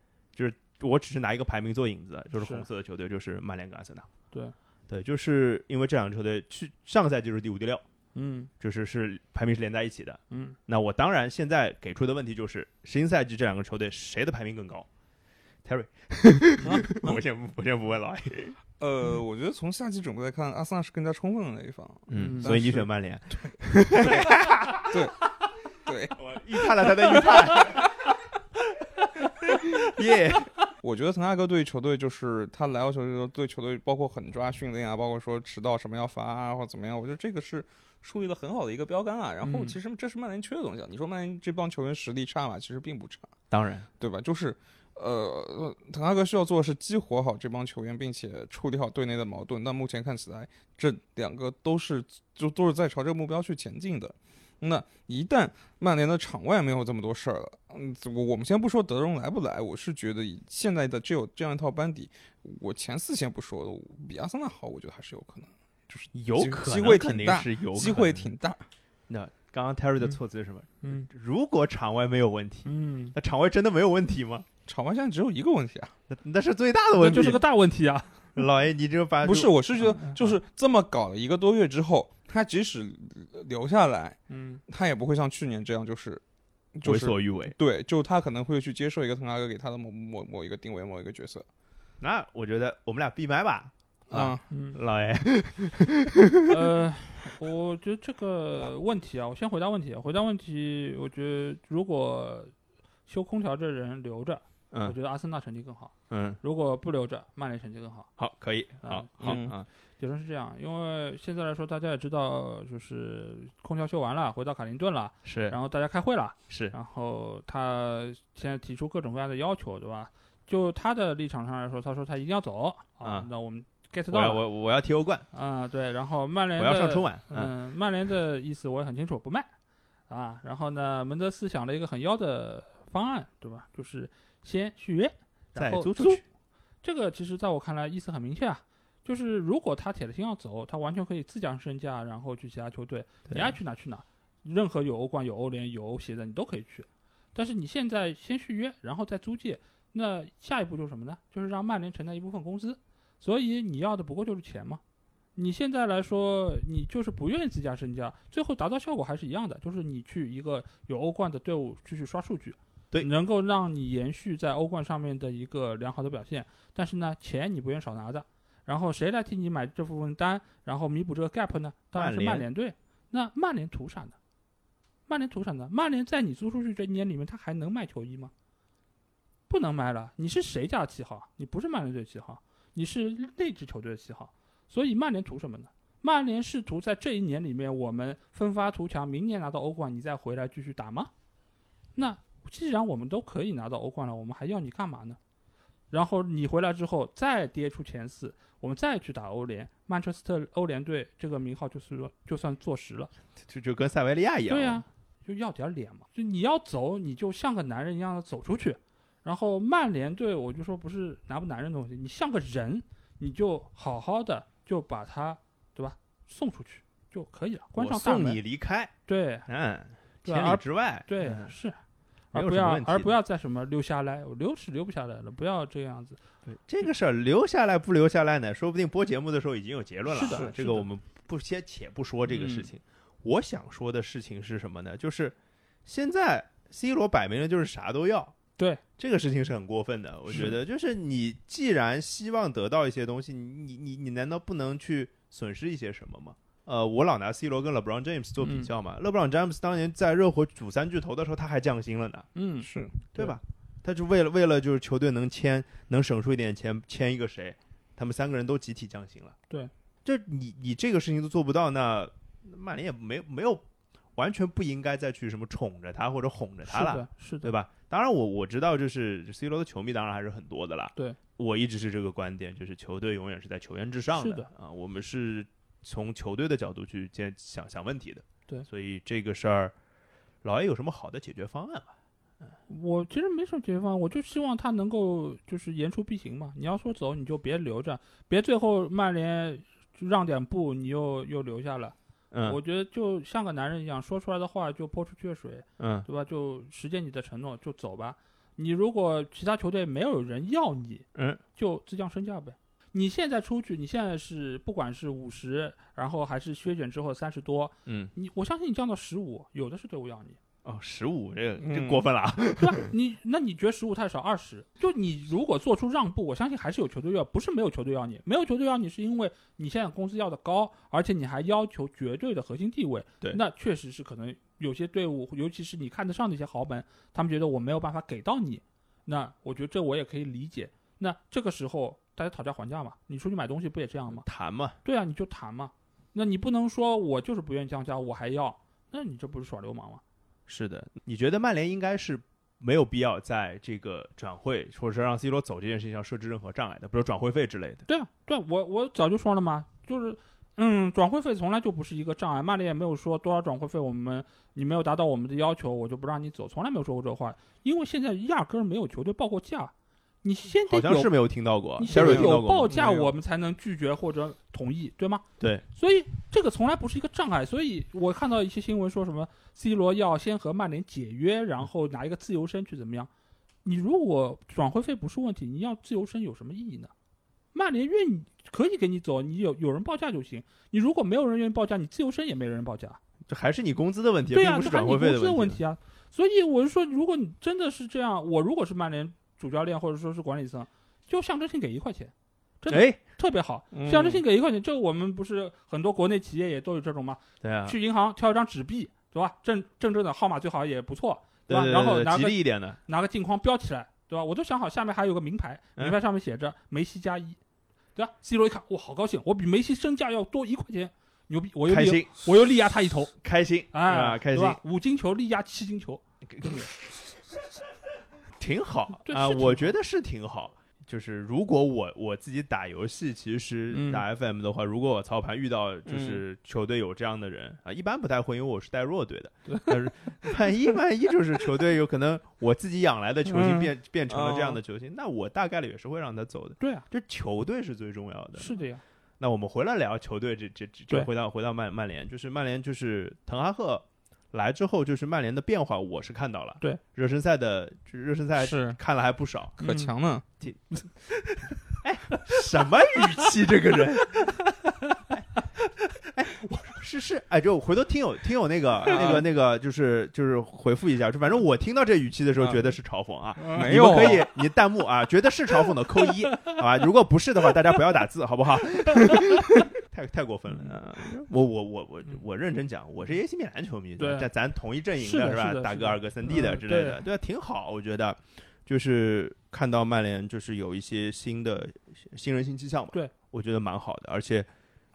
Speaker 2: 我只是拿一个排名做引子，就是
Speaker 1: 是
Speaker 2: 红色的球队就是曼联跟阿森纳。
Speaker 1: 对
Speaker 2: 对，就是因为这两支球队去上个赛季就是第五第六，
Speaker 1: 嗯
Speaker 2: 就是是排名是连在一起的。
Speaker 1: 嗯
Speaker 2: 那我当然现在给出的问题就是，新赛季这两个球队谁的排名更高？Terry，、我
Speaker 1: 啊
Speaker 2: 先不我先不问老 A，
Speaker 3: 呃，我觉得从夏季准备来看，阿森纳是更加充分的那一方。
Speaker 1: 嗯
Speaker 2: 所以你
Speaker 3: 但是
Speaker 2: 选曼联，
Speaker 3: 对，
Speaker 2: 我预判了他的预 判，耶、
Speaker 3: 我觉得滕哈格对球队就是他来到球队的时候对球队包括狠抓训练啊，包括说迟到什么要罚啊，或怎么样，我觉得这个是树立了很好的一个标杆啊。然后
Speaker 1: 嗯
Speaker 3: 其实这是曼联缺的东西啊。你说曼联这帮球员实力差嘛？其实并不差，
Speaker 2: 当然，
Speaker 3: 对吧？就是。呃，滕哈格需要做的是激活好这帮球员，并且处理好队内的矛盾。但目前看起来，这两个都是就都是在朝这个目标去前进的。那一旦曼联的场外没有这么多事儿了，嗯，我我们先不说德容来不来，我是觉得以现在的只有这样一套班底，我前四先不说，比阿森纳好，我觉得还是有可能。就是
Speaker 2: 有
Speaker 3: 机
Speaker 2: 可
Speaker 3: 机
Speaker 2: 能
Speaker 3: 会
Speaker 2: 肯
Speaker 3: 挺
Speaker 2: 定
Speaker 3: 大
Speaker 2: 是有
Speaker 3: 机
Speaker 2: 可
Speaker 3: 会
Speaker 2: 能
Speaker 3: 挺大。
Speaker 2: 那刚刚 Terry 的措辞是什么？
Speaker 1: 嗯
Speaker 2: 如果场外没有问题，
Speaker 1: 嗯，
Speaker 2: 那场外真的没有问题吗？
Speaker 3: 场外现在只有一个问题啊，
Speaker 2: 那那是最大的
Speaker 1: 那
Speaker 2: 问题。
Speaker 1: 就是个大问题啊。
Speaker 2: 老爷，你这把
Speaker 3: 不是，我是
Speaker 2: 嗯
Speaker 3: 觉得就是这么搞了一个多月之后，他即使留下来，
Speaker 1: 嗯
Speaker 3: 他也不会像去年这样就是就
Speaker 2: 为
Speaker 3: 是
Speaker 2: 所欲为。
Speaker 3: 对，就他可能会去接受一个滕哈格给他的某某某一个定位某一个角色
Speaker 2: 那我觉得我们俩闭麦吧，
Speaker 3: 啊
Speaker 2: 啊，
Speaker 1: 嗯，
Speaker 2: 老爷。
Speaker 1: 呃，我觉得这个问题啊，我先回答问题啊。回答问题，我觉得如果修空调这人留着，我
Speaker 2: 嗯
Speaker 1: 觉得阿森纳成绩更好；
Speaker 2: 嗯，
Speaker 1: 如果不留着，曼联成绩更好。
Speaker 2: 好，可以，好
Speaker 1: 啊，
Speaker 2: 好
Speaker 3: 嗯
Speaker 2: 啊，
Speaker 1: 结论是这样，因为现在来说，大家也知道，就是空调修完了，回到卡林顿了，
Speaker 2: 是
Speaker 1: 然后大家开会了。
Speaker 2: 是，
Speaker 1: 然后他现在提出各种各样的要求，对吧？就他的立场上来说，他说他一定要走
Speaker 2: 啊
Speaker 1: 那我们 get
Speaker 2: 我要
Speaker 1: 到了
Speaker 2: 我我要踢欧冠，
Speaker 1: 啊，对。然后曼
Speaker 2: 我
Speaker 1: 联
Speaker 2: 要上春
Speaker 1: 的
Speaker 2: 晚，嗯，
Speaker 1: 嗯，曼联的意思我也很清楚，不卖啊。然后呢，门德斯想了一个很妖的方案，对吧？就是先续约，
Speaker 2: 再
Speaker 1: 然后
Speaker 2: 租
Speaker 1: 租
Speaker 2: 出去，
Speaker 1: 这个其实在我看来意思很明确啊，就是如果他铁了心要走，他完全可以自降身价，然后去其他球队，你爱去哪去哪，任何有欧冠、有欧联、有欧协的你都可以去。但是你现在先续约，然后再租借，那下一步就是什么呢？就是让曼联承担一部分工资。所以你要的不过就是钱嘛。你现在来说，你就是不愿意自降身价，最后达到效果还是一样的，就是你去一个有欧冠的队伍继续刷数据，
Speaker 2: 对
Speaker 1: 能够让你延续在欧冠上面的一个良好的表现。但是呢，钱你不愿少拿的，然后谁来替你买这部分单，然后弥补这个 gap 呢？当然是
Speaker 2: 曼
Speaker 1: 曼联队。那曼联图啥呢？曼联图啥呢？曼联在你租出去这一年里面，他还能卖球衣吗？不能卖了。你是谁家的七号？啊你不是曼联队的七号，你是那支球队的七号。所以曼联图什么呢？曼联试图在这一年里面，我们奋发图强，明年拿到欧冠，你再回来继续打吗？那既然我们都可以拿到欧冠了，我们还要你干嘛呢？然后你回来之后再跌出前四，我们再去打欧联，曼彻斯特欧联队这个名号就是说就算坐实了。
Speaker 2: 就就跟塞维利亚一样，
Speaker 1: 对啊呀、，就要点脸嘛。就你要走，你就像个男人一样的走出去。然后曼联队，我就说不是拿不男人的东西，你像个人，你就好好的就把他，对吧？送出去就可以了，关
Speaker 2: 我
Speaker 1: 上大
Speaker 2: 送你
Speaker 1: 门。
Speaker 2: 离开，
Speaker 1: 对
Speaker 2: 嗯，
Speaker 1: 对
Speaker 2: 千里
Speaker 1: 而
Speaker 2: 之外，
Speaker 1: 对、
Speaker 2: 嗯
Speaker 1: 是，而
Speaker 2: 没有
Speaker 1: 不
Speaker 2: 什么
Speaker 1: 要
Speaker 2: 问题
Speaker 1: 而不
Speaker 2: 的
Speaker 1: 要再什么留下来，我留是留不下来了，不要这样子。
Speaker 2: 对这个事儿留下来不留下来呢？说不定播节目的时嗯候已经有结论了啊。
Speaker 1: 是的是的
Speaker 2: 这个我们不先且不说这个事情。我想说的事情是什么呢？就是现在 C 罗摆明了就是啥都要。
Speaker 1: 对
Speaker 2: 这个事情是很过分的，我觉得就是你既然希望得到一些东西，你你你你难道不能去损失一些什么吗？呃，我老拿 C 罗跟 LeBron James 做比较嘛、勒 l e b r o n James 当年在热火主三巨头的时候，他还降薪了呢。
Speaker 1: 嗯，
Speaker 3: 是
Speaker 2: 对吧？他就为了为了就是球队能签能省出一点钱，签一个谁，他们三个人都集体降薪了。
Speaker 1: 对，
Speaker 2: 这你你这个事情都做不到，那曼联也没没有完全不应该再去什么宠着他或者哄着
Speaker 1: 是
Speaker 2: 他了，
Speaker 1: 的，是
Speaker 2: 对
Speaker 1: 的，
Speaker 2: 吧？当然我我知道就是 C 罗的球迷当然还是很多的啦。
Speaker 1: 对，
Speaker 2: 我一直是这个观点，就是球队永远是在球员至上
Speaker 1: 是的
Speaker 2: 啊，我们是从球队的角度去见想想问题的。
Speaker 1: 对
Speaker 2: 所以这个事儿，老 A 有什么好的解决方案吗？
Speaker 1: 我其实没什么解决方案，我就希望他能够就是言出必行嘛。你要说走，你就别留着，别最后曼联让点步，你又又留下了。
Speaker 2: 嗯
Speaker 1: 我觉得就像个男人一样，说出来的话就泼出去的水，
Speaker 2: 嗯，
Speaker 1: 对吧？就实践你的承诺，就走吧。你如果其他球队没有人要你，
Speaker 2: 嗯，
Speaker 1: 就自降身价呗。你现在出去，你现在是不管是五十，然后还是削减之后三十多，
Speaker 2: 嗯，
Speaker 1: 你我相信你降到十五，有的是队伍要你。
Speaker 2: 哦，十五这个
Speaker 3: 嗯
Speaker 2: 这过分了啊！
Speaker 1: 对吧？你那你觉得十五太少，二十？就你如果做出让步，我相信还是有球队要，不是没有球队要你，没有球队要你是因为你现在工资要的高，而且你还要求绝对的核心地位。
Speaker 2: 对
Speaker 1: 那确实是可能有些队伍，尤其是你看得上的一些豪门，他们觉得我没有办法给到你，那我觉得这我也可以理解。那这个时候大家讨价还价嘛，你出去买东西不也这样吗？
Speaker 2: 谈嘛，
Speaker 1: 对啊，你就谈嘛。那你不能说我就是不愿意降价，我还要，那你这不是耍流氓吗？
Speaker 2: 是的。你觉得曼联应该是没有必要在这个转会或者是让 C 罗走这件事情上设置任何障碍的，比如转会费之类的。
Speaker 1: 对啊，对啊我我早就说了嘛，就是嗯，转会费从来就不是一个障碍，曼联也没有说多少转会费，我们你没有达到我们的要求，我就不让你走，从来没有说过这话，因为现在压根儿没有球队报过价。你先得
Speaker 2: 好像
Speaker 1: 有
Speaker 2: 是啊没有听到过
Speaker 1: 你，
Speaker 2: 小
Speaker 1: 先
Speaker 2: 蕊
Speaker 1: 得
Speaker 2: 听到
Speaker 1: 有
Speaker 2: 过
Speaker 1: 报
Speaker 2: 吗？
Speaker 1: 价，
Speaker 3: 没有
Speaker 1: 我们才能拒绝或者同意，对吗？
Speaker 2: 对，
Speaker 1: 所以这个从来不是一个障碍。所以我看到一些新闻说什么 C 罗要先和曼联解约，然后拿一个自由身去怎么样？你如果转会费不是问题，你要自由身有什么意义呢？曼联愿意可以给你走，你有有人报价就行。你如果没有人愿意报价，你自由身也没人报价。
Speaker 2: 这还是你工资的问题，
Speaker 1: 对
Speaker 2: 并
Speaker 1: 啊，
Speaker 2: 不
Speaker 1: 这
Speaker 2: 是
Speaker 1: 还
Speaker 2: 转
Speaker 1: 是
Speaker 2: 会
Speaker 1: 你
Speaker 2: 费
Speaker 1: 公司的
Speaker 2: 问
Speaker 1: 问。题啊。所以我是说，如果你真的是这样，我如果是曼联主教练或者说是管理层，就象征性给一块钱，真的
Speaker 2: 哎，
Speaker 1: 特别好。
Speaker 3: 嗯
Speaker 1: 象征性给一块钱，这我们不是很多国内企业也都有这种吗？
Speaker 2: 对啊，
Speaker 1: 去银行挑一张纸币，对吧？正正正的号码最好也不错，
Speaker 2: 对
Speaker 1: 吧？
Speaker 2: 对
Speaker 1: 然后
Speaker 2: 对对
Speaker 1: 拿
Speaker 2: 吉
Speaker 1: 个
Speaker 2: 利一点的，
Speaker 1: 拿个镜框标起来，对吧？我都想好下面还有个名牌，
Speaker 2: 嗯
Speaker 1: 名牌上面写着梅西加一，对吧？C 罗一看，哇，好高兴，我比梅西身价要多一块钱，牛逼！我又
Speaker 2: 开
Speaker 1: 力
Speaker 2: 心
Speaker 1: 我又力压他一 头，
Speaker 2: 开心
Speaker 1: 哎，
Speaker 2: 啊，开
Speaker 1: 对
Speaker 2: 心
Speaker 1: 吧？五金球力压七金球，
Speaker 2: 挺好
Speaker 1: 对
Speaker 2: 啊，
Speaker 1: 是挺
Speaker 2: 我
Speaker 1: 好
Speaker 2: 觉得是挺好。就是如果我我自己打游戏，其实
Speaker 1: 嗯
Speaker 2: 打 FM 的话，如果我操盘遇到就是球队有这样的人啊，一般不太会，因为我是带弱队的。但是万一万一就是球队有可能我自己养来的球星
Speaker 3: 嗯
Speaker 2: 变变成了这样
Speaker 3: 哦
Speaker 2: 的球星，那我大概率也是会让他走的。
Speaker 1: 对啊，
Speaker 2: 这球队是最重要的。
Speaker 1: 是的呀，
Speaker 2: 那我们回来聊球队这这这，就
Speaker 1: 对
Speaker 2: 回到回到曼曼联，就是曼联就是滕哈赫来之后，就是曼联的变化我是看到了。
Speaker 1: 对，
Speaker 2: 热身赛的就是热身赛
Speaker 3: 是
Speaker 2: 看了还不少。
Speaker 3: 可强呢，
Speaker 2: 什么语气这个 人？哎，我是是哎，就回头听友听友那个 那个那个，就是就是回复一下，就反正我听到这语气的时候，
Speaker 3: 啊
Speaker 2: 觉得是嘲讽啊。
Speaker 3: 没
Speaker 2: 你
Speaker 3: 有
Speaker 2: 们可以，你弹幕啊，觉得是嘲讽的扣 一，好吧？如果不是的话，大家不要打字，好 不好？太太过分了。呃我我我我我认真讲，我是 AC 米兰球迷，
Speaker 1: 对
Speaker 2: 咱咱同一阵营
Speaker 1: 是的
Speaker 2: 是吧
Speaker 1: 是？的
Speaker 2: 大
Speaker 1: 是
Speaker 2: 哥、
Speaker 1: 的
Speaker 2: 二哥、三弟的
Speaker 1: 嗯
Speaker 2: 之类
Speaker 1: 对
Speaker 2: 的，对啊，挺好，我觉得。就是看到曼联就是有一些新的新人新气象吧，
Speaker 1: 对，
Speaker 2: 我觉得蛮好的，而且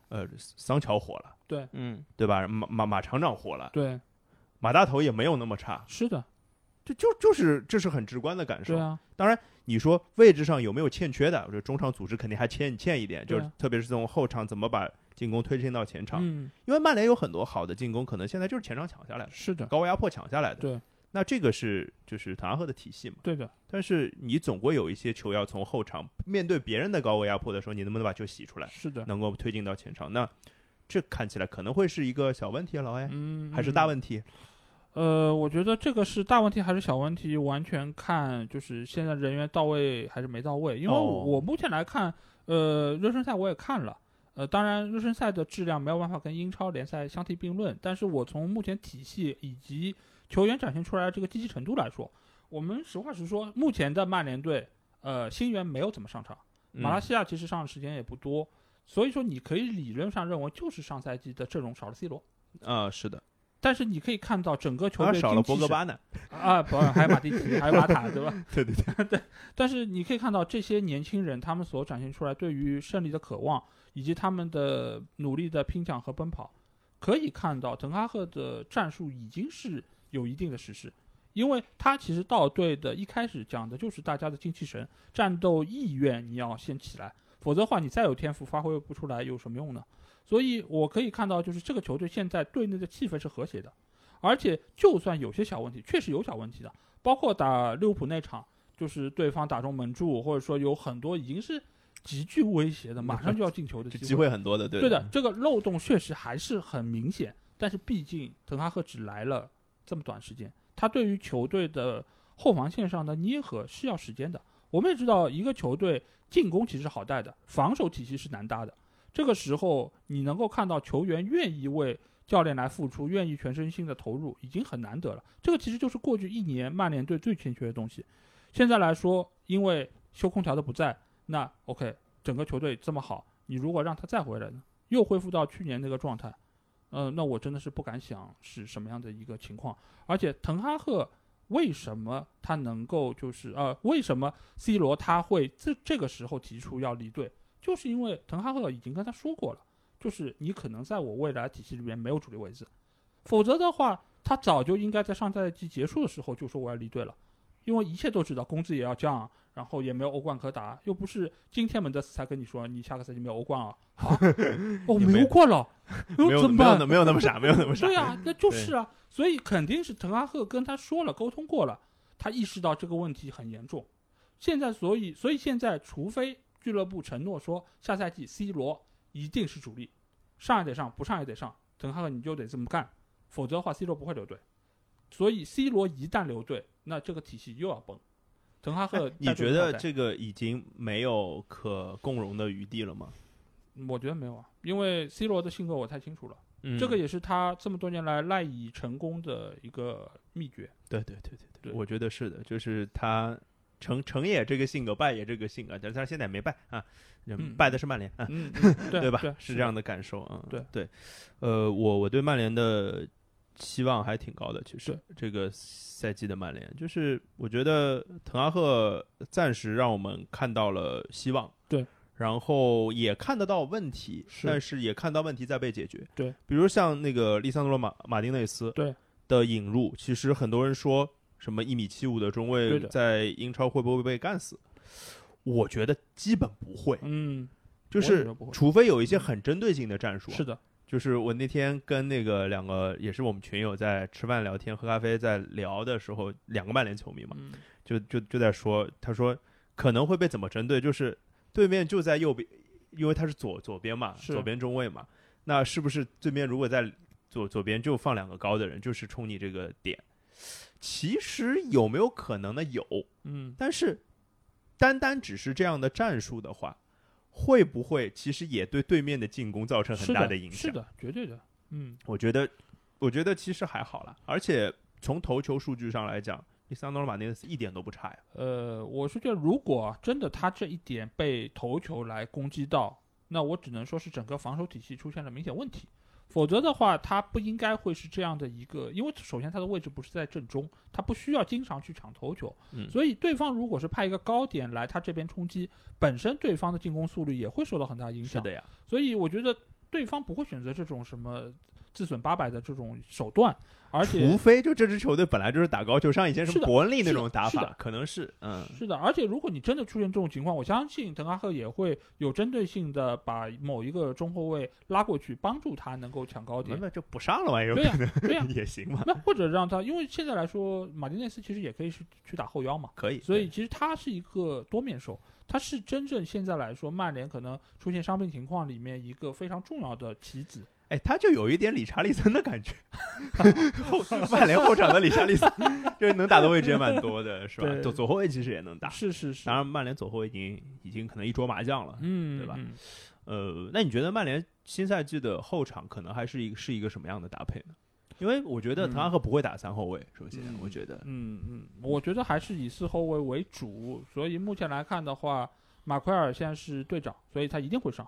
Speaker 2: 呃，桑乔火了，
Speaker 3: 嗯，
Speaker 2: 对吧？马马马厂长火了，
Speaker 1: 对，
Speaker 2: 马大头也没有那么差，
Speaker 1: 是的，
Speaker 2: 这就就是这是很直观的感受
Speaker 1: 对。啊，
Speaker 2: 你说位置上有没有欠缺的？我觉得中场组织肯定还欠欠一点，
Speaker 1: 对
Speaker 2: 就
Speaker 1: 啊
Speaker 2: 是特别是从后场怎么把进攻推进到前场，
Speaker 1: 嗯，
Speaker 2: 因为曼联有很多好的进攻，可能现在就是前场抢下来的，
Speaker 1: 是的，
Speaker 2: 高压迫抢下来的。
Speaker 1: 对，
Speaker 2: 那这个是就是滕哈赫的体系嘛？
Speaker 1: 对的，
Speaker 2: 但是你总归有一些球要从后场面对别人的高压迫的时候，你能不能把球洗出来，
Speaker 1: 是的，
Speaker 2: 能够推进到前场？那这看起来可能会是一个小问题啊，老艾，
Speaker 1: 嗯，
Speaker 2: 还是
Speaker 1: 嗯
Speaker 2: 大问题？
Speaker 1: 呃，我觉得这个是大问题还是小问题，完全看就是现在人员到位还是没到位。因为
Speaker 2: 哦
Speaker 1: 我目前来看，呃，热身赛我也看了，呃，当然热身赛的质量没有办法跟英超联赛相提并论，但是我从目前体系以及球员展现出来的这个积极程度来说，我们实话实说，目前的曼联队，呃，新援没有怎么上场。马来
Speaker 2: 嗯
Speaker 1: 西亚其实上的时间也不多，所以说你可以理论上认为就是上赛季的阵容少了 C 罗，
Speaker 2: 啊，是的，
Speaker 1: 但是你可以看到整个球
Speaker 2: 啊
Speaker 1: 队
Speaker 2: 少了
Speaker 1: 精气
Speaker 2: 博格
Speaker 1: 神
Speaker 2: 巴呢，
Speaker 1: 啊，不，还有马蒂奇，还有马塔，对吧？
Speaker 2: 对对对，
Speaker 1: 但是你可以看到这些年轻人他们所展现出来对于胜利的渴望，以及他们的努力的拼抢和奔跑，可以看到滕哈赫的战术已经是有一定的实施，因为他其实到队的一开始讲的就是大家的精气神、战斗意愿，你要先起来，否则的话你再有天赋发挥不出来有什么用呢？所以我可以看到，就是这个球队现在队内的气氛是和谐的，而且就算有些小问题，确实有小问题的，包括打利物浦那场。就是对方打中门柱，或者说有很多已经是极具威胁的，马上就要进球的
Speaker 2: 这
Speaker 1: 机
Speaker 2: 机会很多的，嗯对
Speaker 1: 对
Speaker 2: 的
Speaker 1: 的，，这个漏洞确实还是很明显，但是毕竟滕哈赫只来了这么短时间，他对于球队的后防线上的捏合是要时间的。我们也知道，一个球队进攻其实是好带的，防守体系是难搭的。这个时候，你能够看到球员愿意为教练来付出，愿意全身心的投入，已经很难得了。这个其实就是过去一年曼联队最欠缺的东西。现在来说，因为修空调的不在，那 OK，整个球队这么好，你如果让他再回来呢，又恢复到去年那个状态，呃，那我真的是不敢想是什么样的一个情况。而且滕哈赫为什么他能够就是呃，为什么 C 罗他会这这个时候提出要离队，就是因为滕哈赫已经跟他说过了，就是你可能在我未来体系里面没有主力位置，否则的话，他早就应该在上赛季结束的时候就说我要离队了。因为一切都知道，工资也要降，啊然后也没有欧冠可打，又不是今天门德斯才跟你说你下个赛季没有欧冠啊， 啊，哦，
Speaker 2: 也
Speaker 1: 没
Speaker 2: 没
Speaker 1: 欧冠了，哎
Speaker 2: 没
Speaker 1: 呦
Speaker 2: 有
Speaker 1: 怎么
Speaker 2: 没有
Speaker 1: 办
Speaker 2: 那？没有那么傻，没有那么 傻，
Speaker 1: 对啊，那就是啊，所以肯定是滕哈赫跟他说了，沟通过了，他意识到这个问题很严重，现在所以所以现在，除非俱乐部承诺说下赛季 C 罗一定是主力，上也得上，不上也得上，滕哈赫你就得这么干，否则的话 C 罗不会留队。所以 C 罗一旦留队，那这个体系又要崩。滕哈赫带
Speaker 2: 哎你
Speaker 1: 队
Speaker 2: 觉
Speaker 1: 淘
Speaker 2: 得
Speaker 1: 汰
Speaker 2: 这个已经没有可共容的余地了吗？
Speaker 1: 我觉得没有啊，因为 C 罗的性格我太清楚了，
Speaker 2: 嗯
Speaker 1: 这个也是他这么多年来赖以成功的一个秘诀。
Speaker 2: 对对对对
Speaker 1: 对
Speaker 2: 我觉得是的，就是他成成也这个性格，败也这个性格，但是他现在没败啊，
Speaker 1: 嗯
Speaker 2: 败的是曼联 啊，
Speaker 1: 嗯，嗯对
Speaker 2: 对吧？
Speaker 1: 对，
Speaker 2: 是这样的感受啊。
Speaker 1: 对
Speaker 2: 对，呃，我我对曼联的期望还挺高的，其实
Speaker 1: 对
Speaker 2: 这个赛季的曼联，就是我觉得滕哈赫暂时让我们看到了希望，
Speaker 1: 对，
Speaker 2: 然后也看得到问题，
Speaker 1: 是
Speaker 2: 但是也看到问题在被解决，
Speaker 1: 对，
Speaker 2: 比如像那个利桑德罗马马丁内斯，
Speaker 1: 对
Speaker 2: 的引入，其实很多人说什么一米七五的中
Speaker 1: 对
Speaker 2: 卫
Speaker 1: 的
Speaker 2: 在英超会不会被干死？我觉得基本不会，
Speaker 1: 嗯，
Speaker 2: 就
Speaker 1: 我也觉
Speaker 2: 是
Speaker 1: 得不会
Speaker 2: 除非有一些很针对性的战术啊，
Speaker 1: 是的，
Speaker 2: 就是我那天跟那个两个也是我们群友在吃饭聊天喝咖啡在聊的时候，两个曼联球迷嘛，
Speaker 1: 嗯，
Speaker 2: 就就就在说，他说可能会被怎么针对，就是对面就在右边，因为他是左左边嘛，
Speaker 1: 是
Speaker 2: 左边中卫嘛，那是不是对面如果在左左边就放两个高的人，就是冲你这个点？其实有没有可能呢？有，
Speaker 1: 嗯，
Speaker 2: 但是单单只是这样的战术的话，会不会其实也对对面的进攻造成
Speaker 1: 是
Speaker 2: 很大影响
Speaker 1: 是？的，绝对的，嗯，
Speaker 2: 我觉得，我觉得其实还好啦。而且从头球数据上来讲，利桑德罗马内斯一点都不差呀。
Speaker 1: 呃，我是觉得如果啊真的他这一点被头球来攻击到，那我只能说是整个防守体系出现了明显问题。否则的话，他不应该会是这样的一个，因为首先他的位置不是在正中，他不需要经常去抢头球，
Speaker 2: 嗯
Speaker 1: 所以对方如果是派一个高点来他这边冲击，本身对方的进攻速率也会受到很大影响。
Speaker 2: 嗯呀，
Speaker 1: 所以我觉得对方不会选择这种什么自损八百的这种手段，而且
Speaker 2: 除非就这支球队本来就是打高球，像以前什
Speaker 1: 是的
Speaker 2: 么伯恩利那
Speaker 1: 是的
Speaker 2: 种打
Speaker 1: 是
Speaker 2: 法
Speaker 1: 的，
Speaker 2: 可能是嗯，
Speaker 1: 是的，而且如果你真的出现这种情况，我相信滕哈赫也会有针对性的把某一个中后卫拉过去，帮助他能够抢高
Speaker 2: 那
Speaker 1: 点。
Speaker 2: 那就不上了嘛，有
Speaker 1: 对呀、对呀、
Speaker 2: 也行嘛，
Speaker 1: 那或者让他，因为现在来说，马丁内斯其实也可以是去打后腰嘛，
Speaker 2: 可以。
Speaker 1: 所以其实他是一个多面手，他是真正现在来说曼联可能出现伤病情况里面一个非常重要的棋子。
Speaker 2: 哎，他就有一点理查利森的感觉， 后曼联后场的理查利森，就是能打的位置也蛮多的，是吧？
Speaker 1: 对
Speaker 2: 左左后卫其实也能打，
Speaker 1: 是是是
Speaker 2: 当，然曼联左后卫已经已经可能一桌麻将了，
Speaker 1: 嗯，
Speaker 2: 对吧
Speaker 1: 嗯
Speaker 2: 呃，那你觉得曼联新赛季的后场可能还是一个是一个什么样的搭配呢？因为我觉得滕哈赫不会打三后卫，首先、
Speaker 1: 嗯
Speaker 2: 我觉得，
Speaker 1: 嗯，嗯，我觉得还是以四后卫为主，所以目前来看的话，马奎尔现在是队长，所以他一定会上。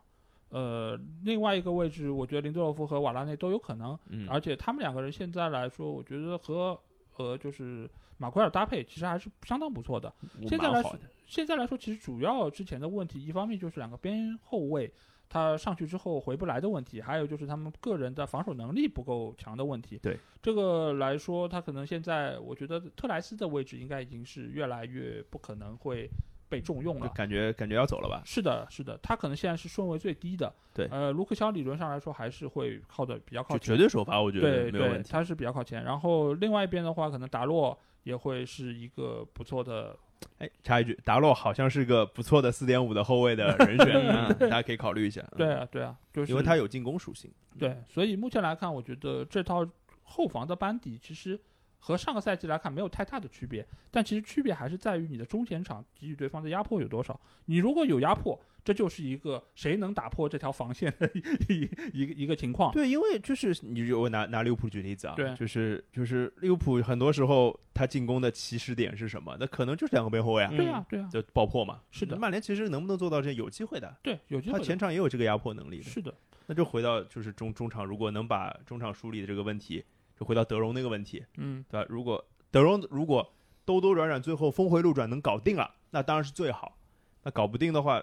Speaker 1: 呃，另外一个位置，我觉得林多洛夫和瓦拉内都有可能，
Speaker 2: 嗯，
Speaker 1: 而且他们两个人现在来说，我觉得和呃就是马奎尔搭配其实还是相当不错的。
Speaker 2: 我
Speaker 1: 现在
Speaker 2: 蛮
Speaker 1: 来
Speaker 2: 好
Speaker 1: 说
Speaker 2: 的，
Speaker 1: 现在来说，其实主要之前的问题，一方面就是两个边后卫他上去之后回不来的问题，还有就是他们个人的防守能力不够强的问题。
Speaker 2: 对
Speaker 1: 这个来说，他可能现在我觉得特莱斯的位置应该已经是越来越不可能会被重用
Speaker 2: 就
Speaker 1: 了。
Speaker 2: 感觉感觉要走了吧？
Speaker 1: 是的，是的，他可能现在是顺位最低的。
Speaker 2: 对
Speaker 1: 呃，卢克肖理论上来说还是会靠的比较靠
Speaker 2: 就
Speaker 1: 前，
Speaker 2: 绝对首发，我觉得
Speaker 1: 对
Speaker 2: 没有问
Speaker 1: 对，
Speaker 2: 题。
Speaker 1: 他是比较靠前。然后另外一边的话，可能达洛也会是一个不错的
Speaker 2: 哎，插一句，达洛好像是个不错的四点五的后卫的人 选，嗯大家可以考虑一下。嗯
Speaker 1: 对，啊，对啊，就是
Speaker 2: 因为他有进攻属性。
Speaker 1: 对，所以目前来看，我觉得这套后防的班底其实和上个赛季来看没有太大的区别，但其实区别还是在于你的中前场给予对方的压迫有多少。你如果有压迫，这就是一个谁能打破这条防线的 一一个一个情况。
Speaker 2: 对，因为就是你就我拿拿利物浦举例子啊，
Speaker 1: 对
Speaker 2: 就是就是利物浦很多时候他进攻的起始点是什么？那可能就是两个边后卫
Speaker 3: 嗯
Speaker 2: 啊，
Speaker 1: 对啊，对啊，
Speaker 2: 就爆破嘛。
Speaker 1: 是的
Speaker 2: 曼联其实能不能做到这有机会的，
Speaker 1: 对，有机
Speaker 2: 他
Speaker 1: 会
Speaker 2: 前
Speaker 1: 的。
Speaker 2: 场也有这个压迫能力的。
Speaker 1: 是的，
Speaker 2: 那就回到就是中中场，如果能把中场梳理的这个问题，就回到德容那个问题，
Speaker 1: 嗯，
Speaker 2: 对吧？如果德容如果兜兜转转，最后峰回路转能搞定了，那当然是最好。那搞不定的话，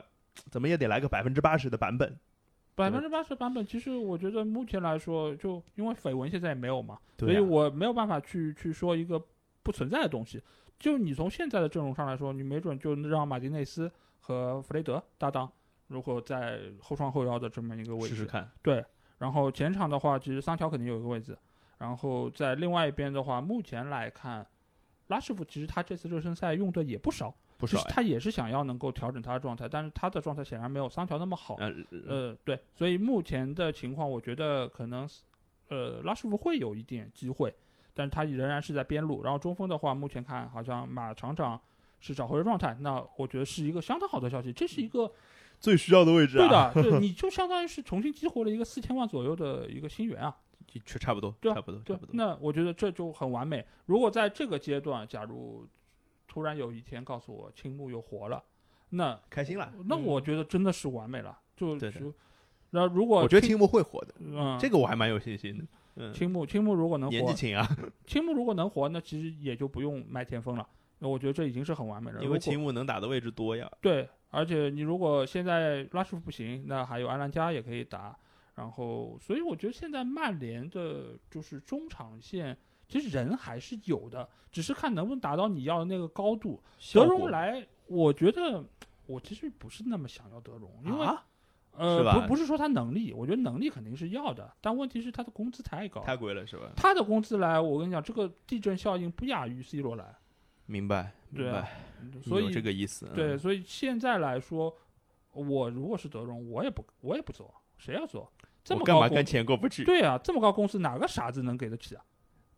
Speaker 2: 怎么也得来个百分之八十的版本。
Speaker 1: 百分之八十版本，其实我觉得目前来说，就因为绯闻现在也没有嘛，
Speaker 2: 对
Speaker 1: 所以
Speaker 2: 啊
Speaker 1: 我没有办法去去说一个不存在的东西。就你从现在的阵容上来说，你没准就让马丁内斯和弗雷德搭档，如果在后双后腰的这么一个位置，
Speaker 2: 试试看，
Speaker 1: 对。然后前场的话，其实桑乔肯定有一个位置，然后在另外一边的话，目前来看，拉什福其实他这次热身赛用的也不少，
Speaker 2: 不
Speaker 1: 就
Speaker 2: 少
Speaker 1: 是
Speaker 2: 哎。
Speaker 1: 他也是想要能够调整他的状态，但是他的状态显然没有桑乔那么好。
Speaker 2: 呃呃，
Speaker 1: 呃，对，所以目前的情况，我觉得可能是，呃，拉什福会有一点机会，但是他仍然是在边路。然后中锋的话，目前看好像马厂长是找回了状态，那我觉得是一个相当好的消息。这是一个
Speaker 2: 最需要的位置
Speaker 1: 对
Speaker 2: 啊，
Speaker 1: 的， 对，你就相当于是重新激活了一个四千万左右的一个新援啊。
Speaker 2: 对的，差不多，
Speaker 1: 对啊
Speaker 2: 差不多，差
Speaker 1: 对
Speaker 2: 不，多。
Speaker 1: 那我觉得这就很完美。如果在这个阶段，假如突然有一天告诉我青木又活了，那
Speaker 2: 开心了，
Speaker 1: 那
Speaker 3: 嗯
Speaker 1: 我觉得真的是完美了。就
Speaker 2: 对的
Speaker 1: 就，那如果
Speaker 2: 我觉得
Speaker 1: 青
Speaker 2: 青木会火的，
Speaker 1: 嗯，
Speaker 2: 这个我还蛮有信心的。嗯，
Speaker 1: 青木青木如果能
Speaker 2: 年纪
Speaker 1: 活，
Speaker 2: 轻啊，
Speaker 1: 青木如果能活，那其实也就不用卖前锋了。那我觉得这已经是很完美了。
Speaker 2: 因
Speaker 1: 如果
Speaker 2: 为青木能打的位置多呀。
Speaker 1: 对，而且你如果现在拉什福不行，那还有安兰加也可以打。然后，所以我觉得现在曼联的就是中场线，其实人还是有的，只是看能不能达到你要的那个高度。
Speaker 2: 效
Speaker 1: 德
Speaker 2: 果
Speaker 1: 容来，我觉得我其实不是那么想要德容，因为、
Speaker 2: 啊是
Speaker 1: 呃，
Speaker 2: 吧
Speaker 1: 不不是说他能力，我觉得能力肯定是要的，但问题是他的工资太高，
Speaker 2: 太贵了是吧？
Speaker 1: 他的工资来，我跟你讲，这个地震效应不亚于 C 罗来，
Speaker 2: 明白，明
Speaker 1: 对啊
Speaker 2: 白，
Speaker 1: 所
Speaker 2: 有
Speaker 1: 以
Speaker 2: 这个意思。
Speaker 1: 对，
Speaker 2: 嗯，
Speaker 1: 所以现在来说，我如果是德容，我也不我也不做，谁要做？这
Speaker 2: 我
Speaker 1: 么
Speaker 2: 干
Speaker 1: 高
Speaker 2: 嘛
Speaker 1: 工
Speaker 2: 跟钱过不去？
Speaker 1: 对啊，这么高工资哪个傻子能给得起啊？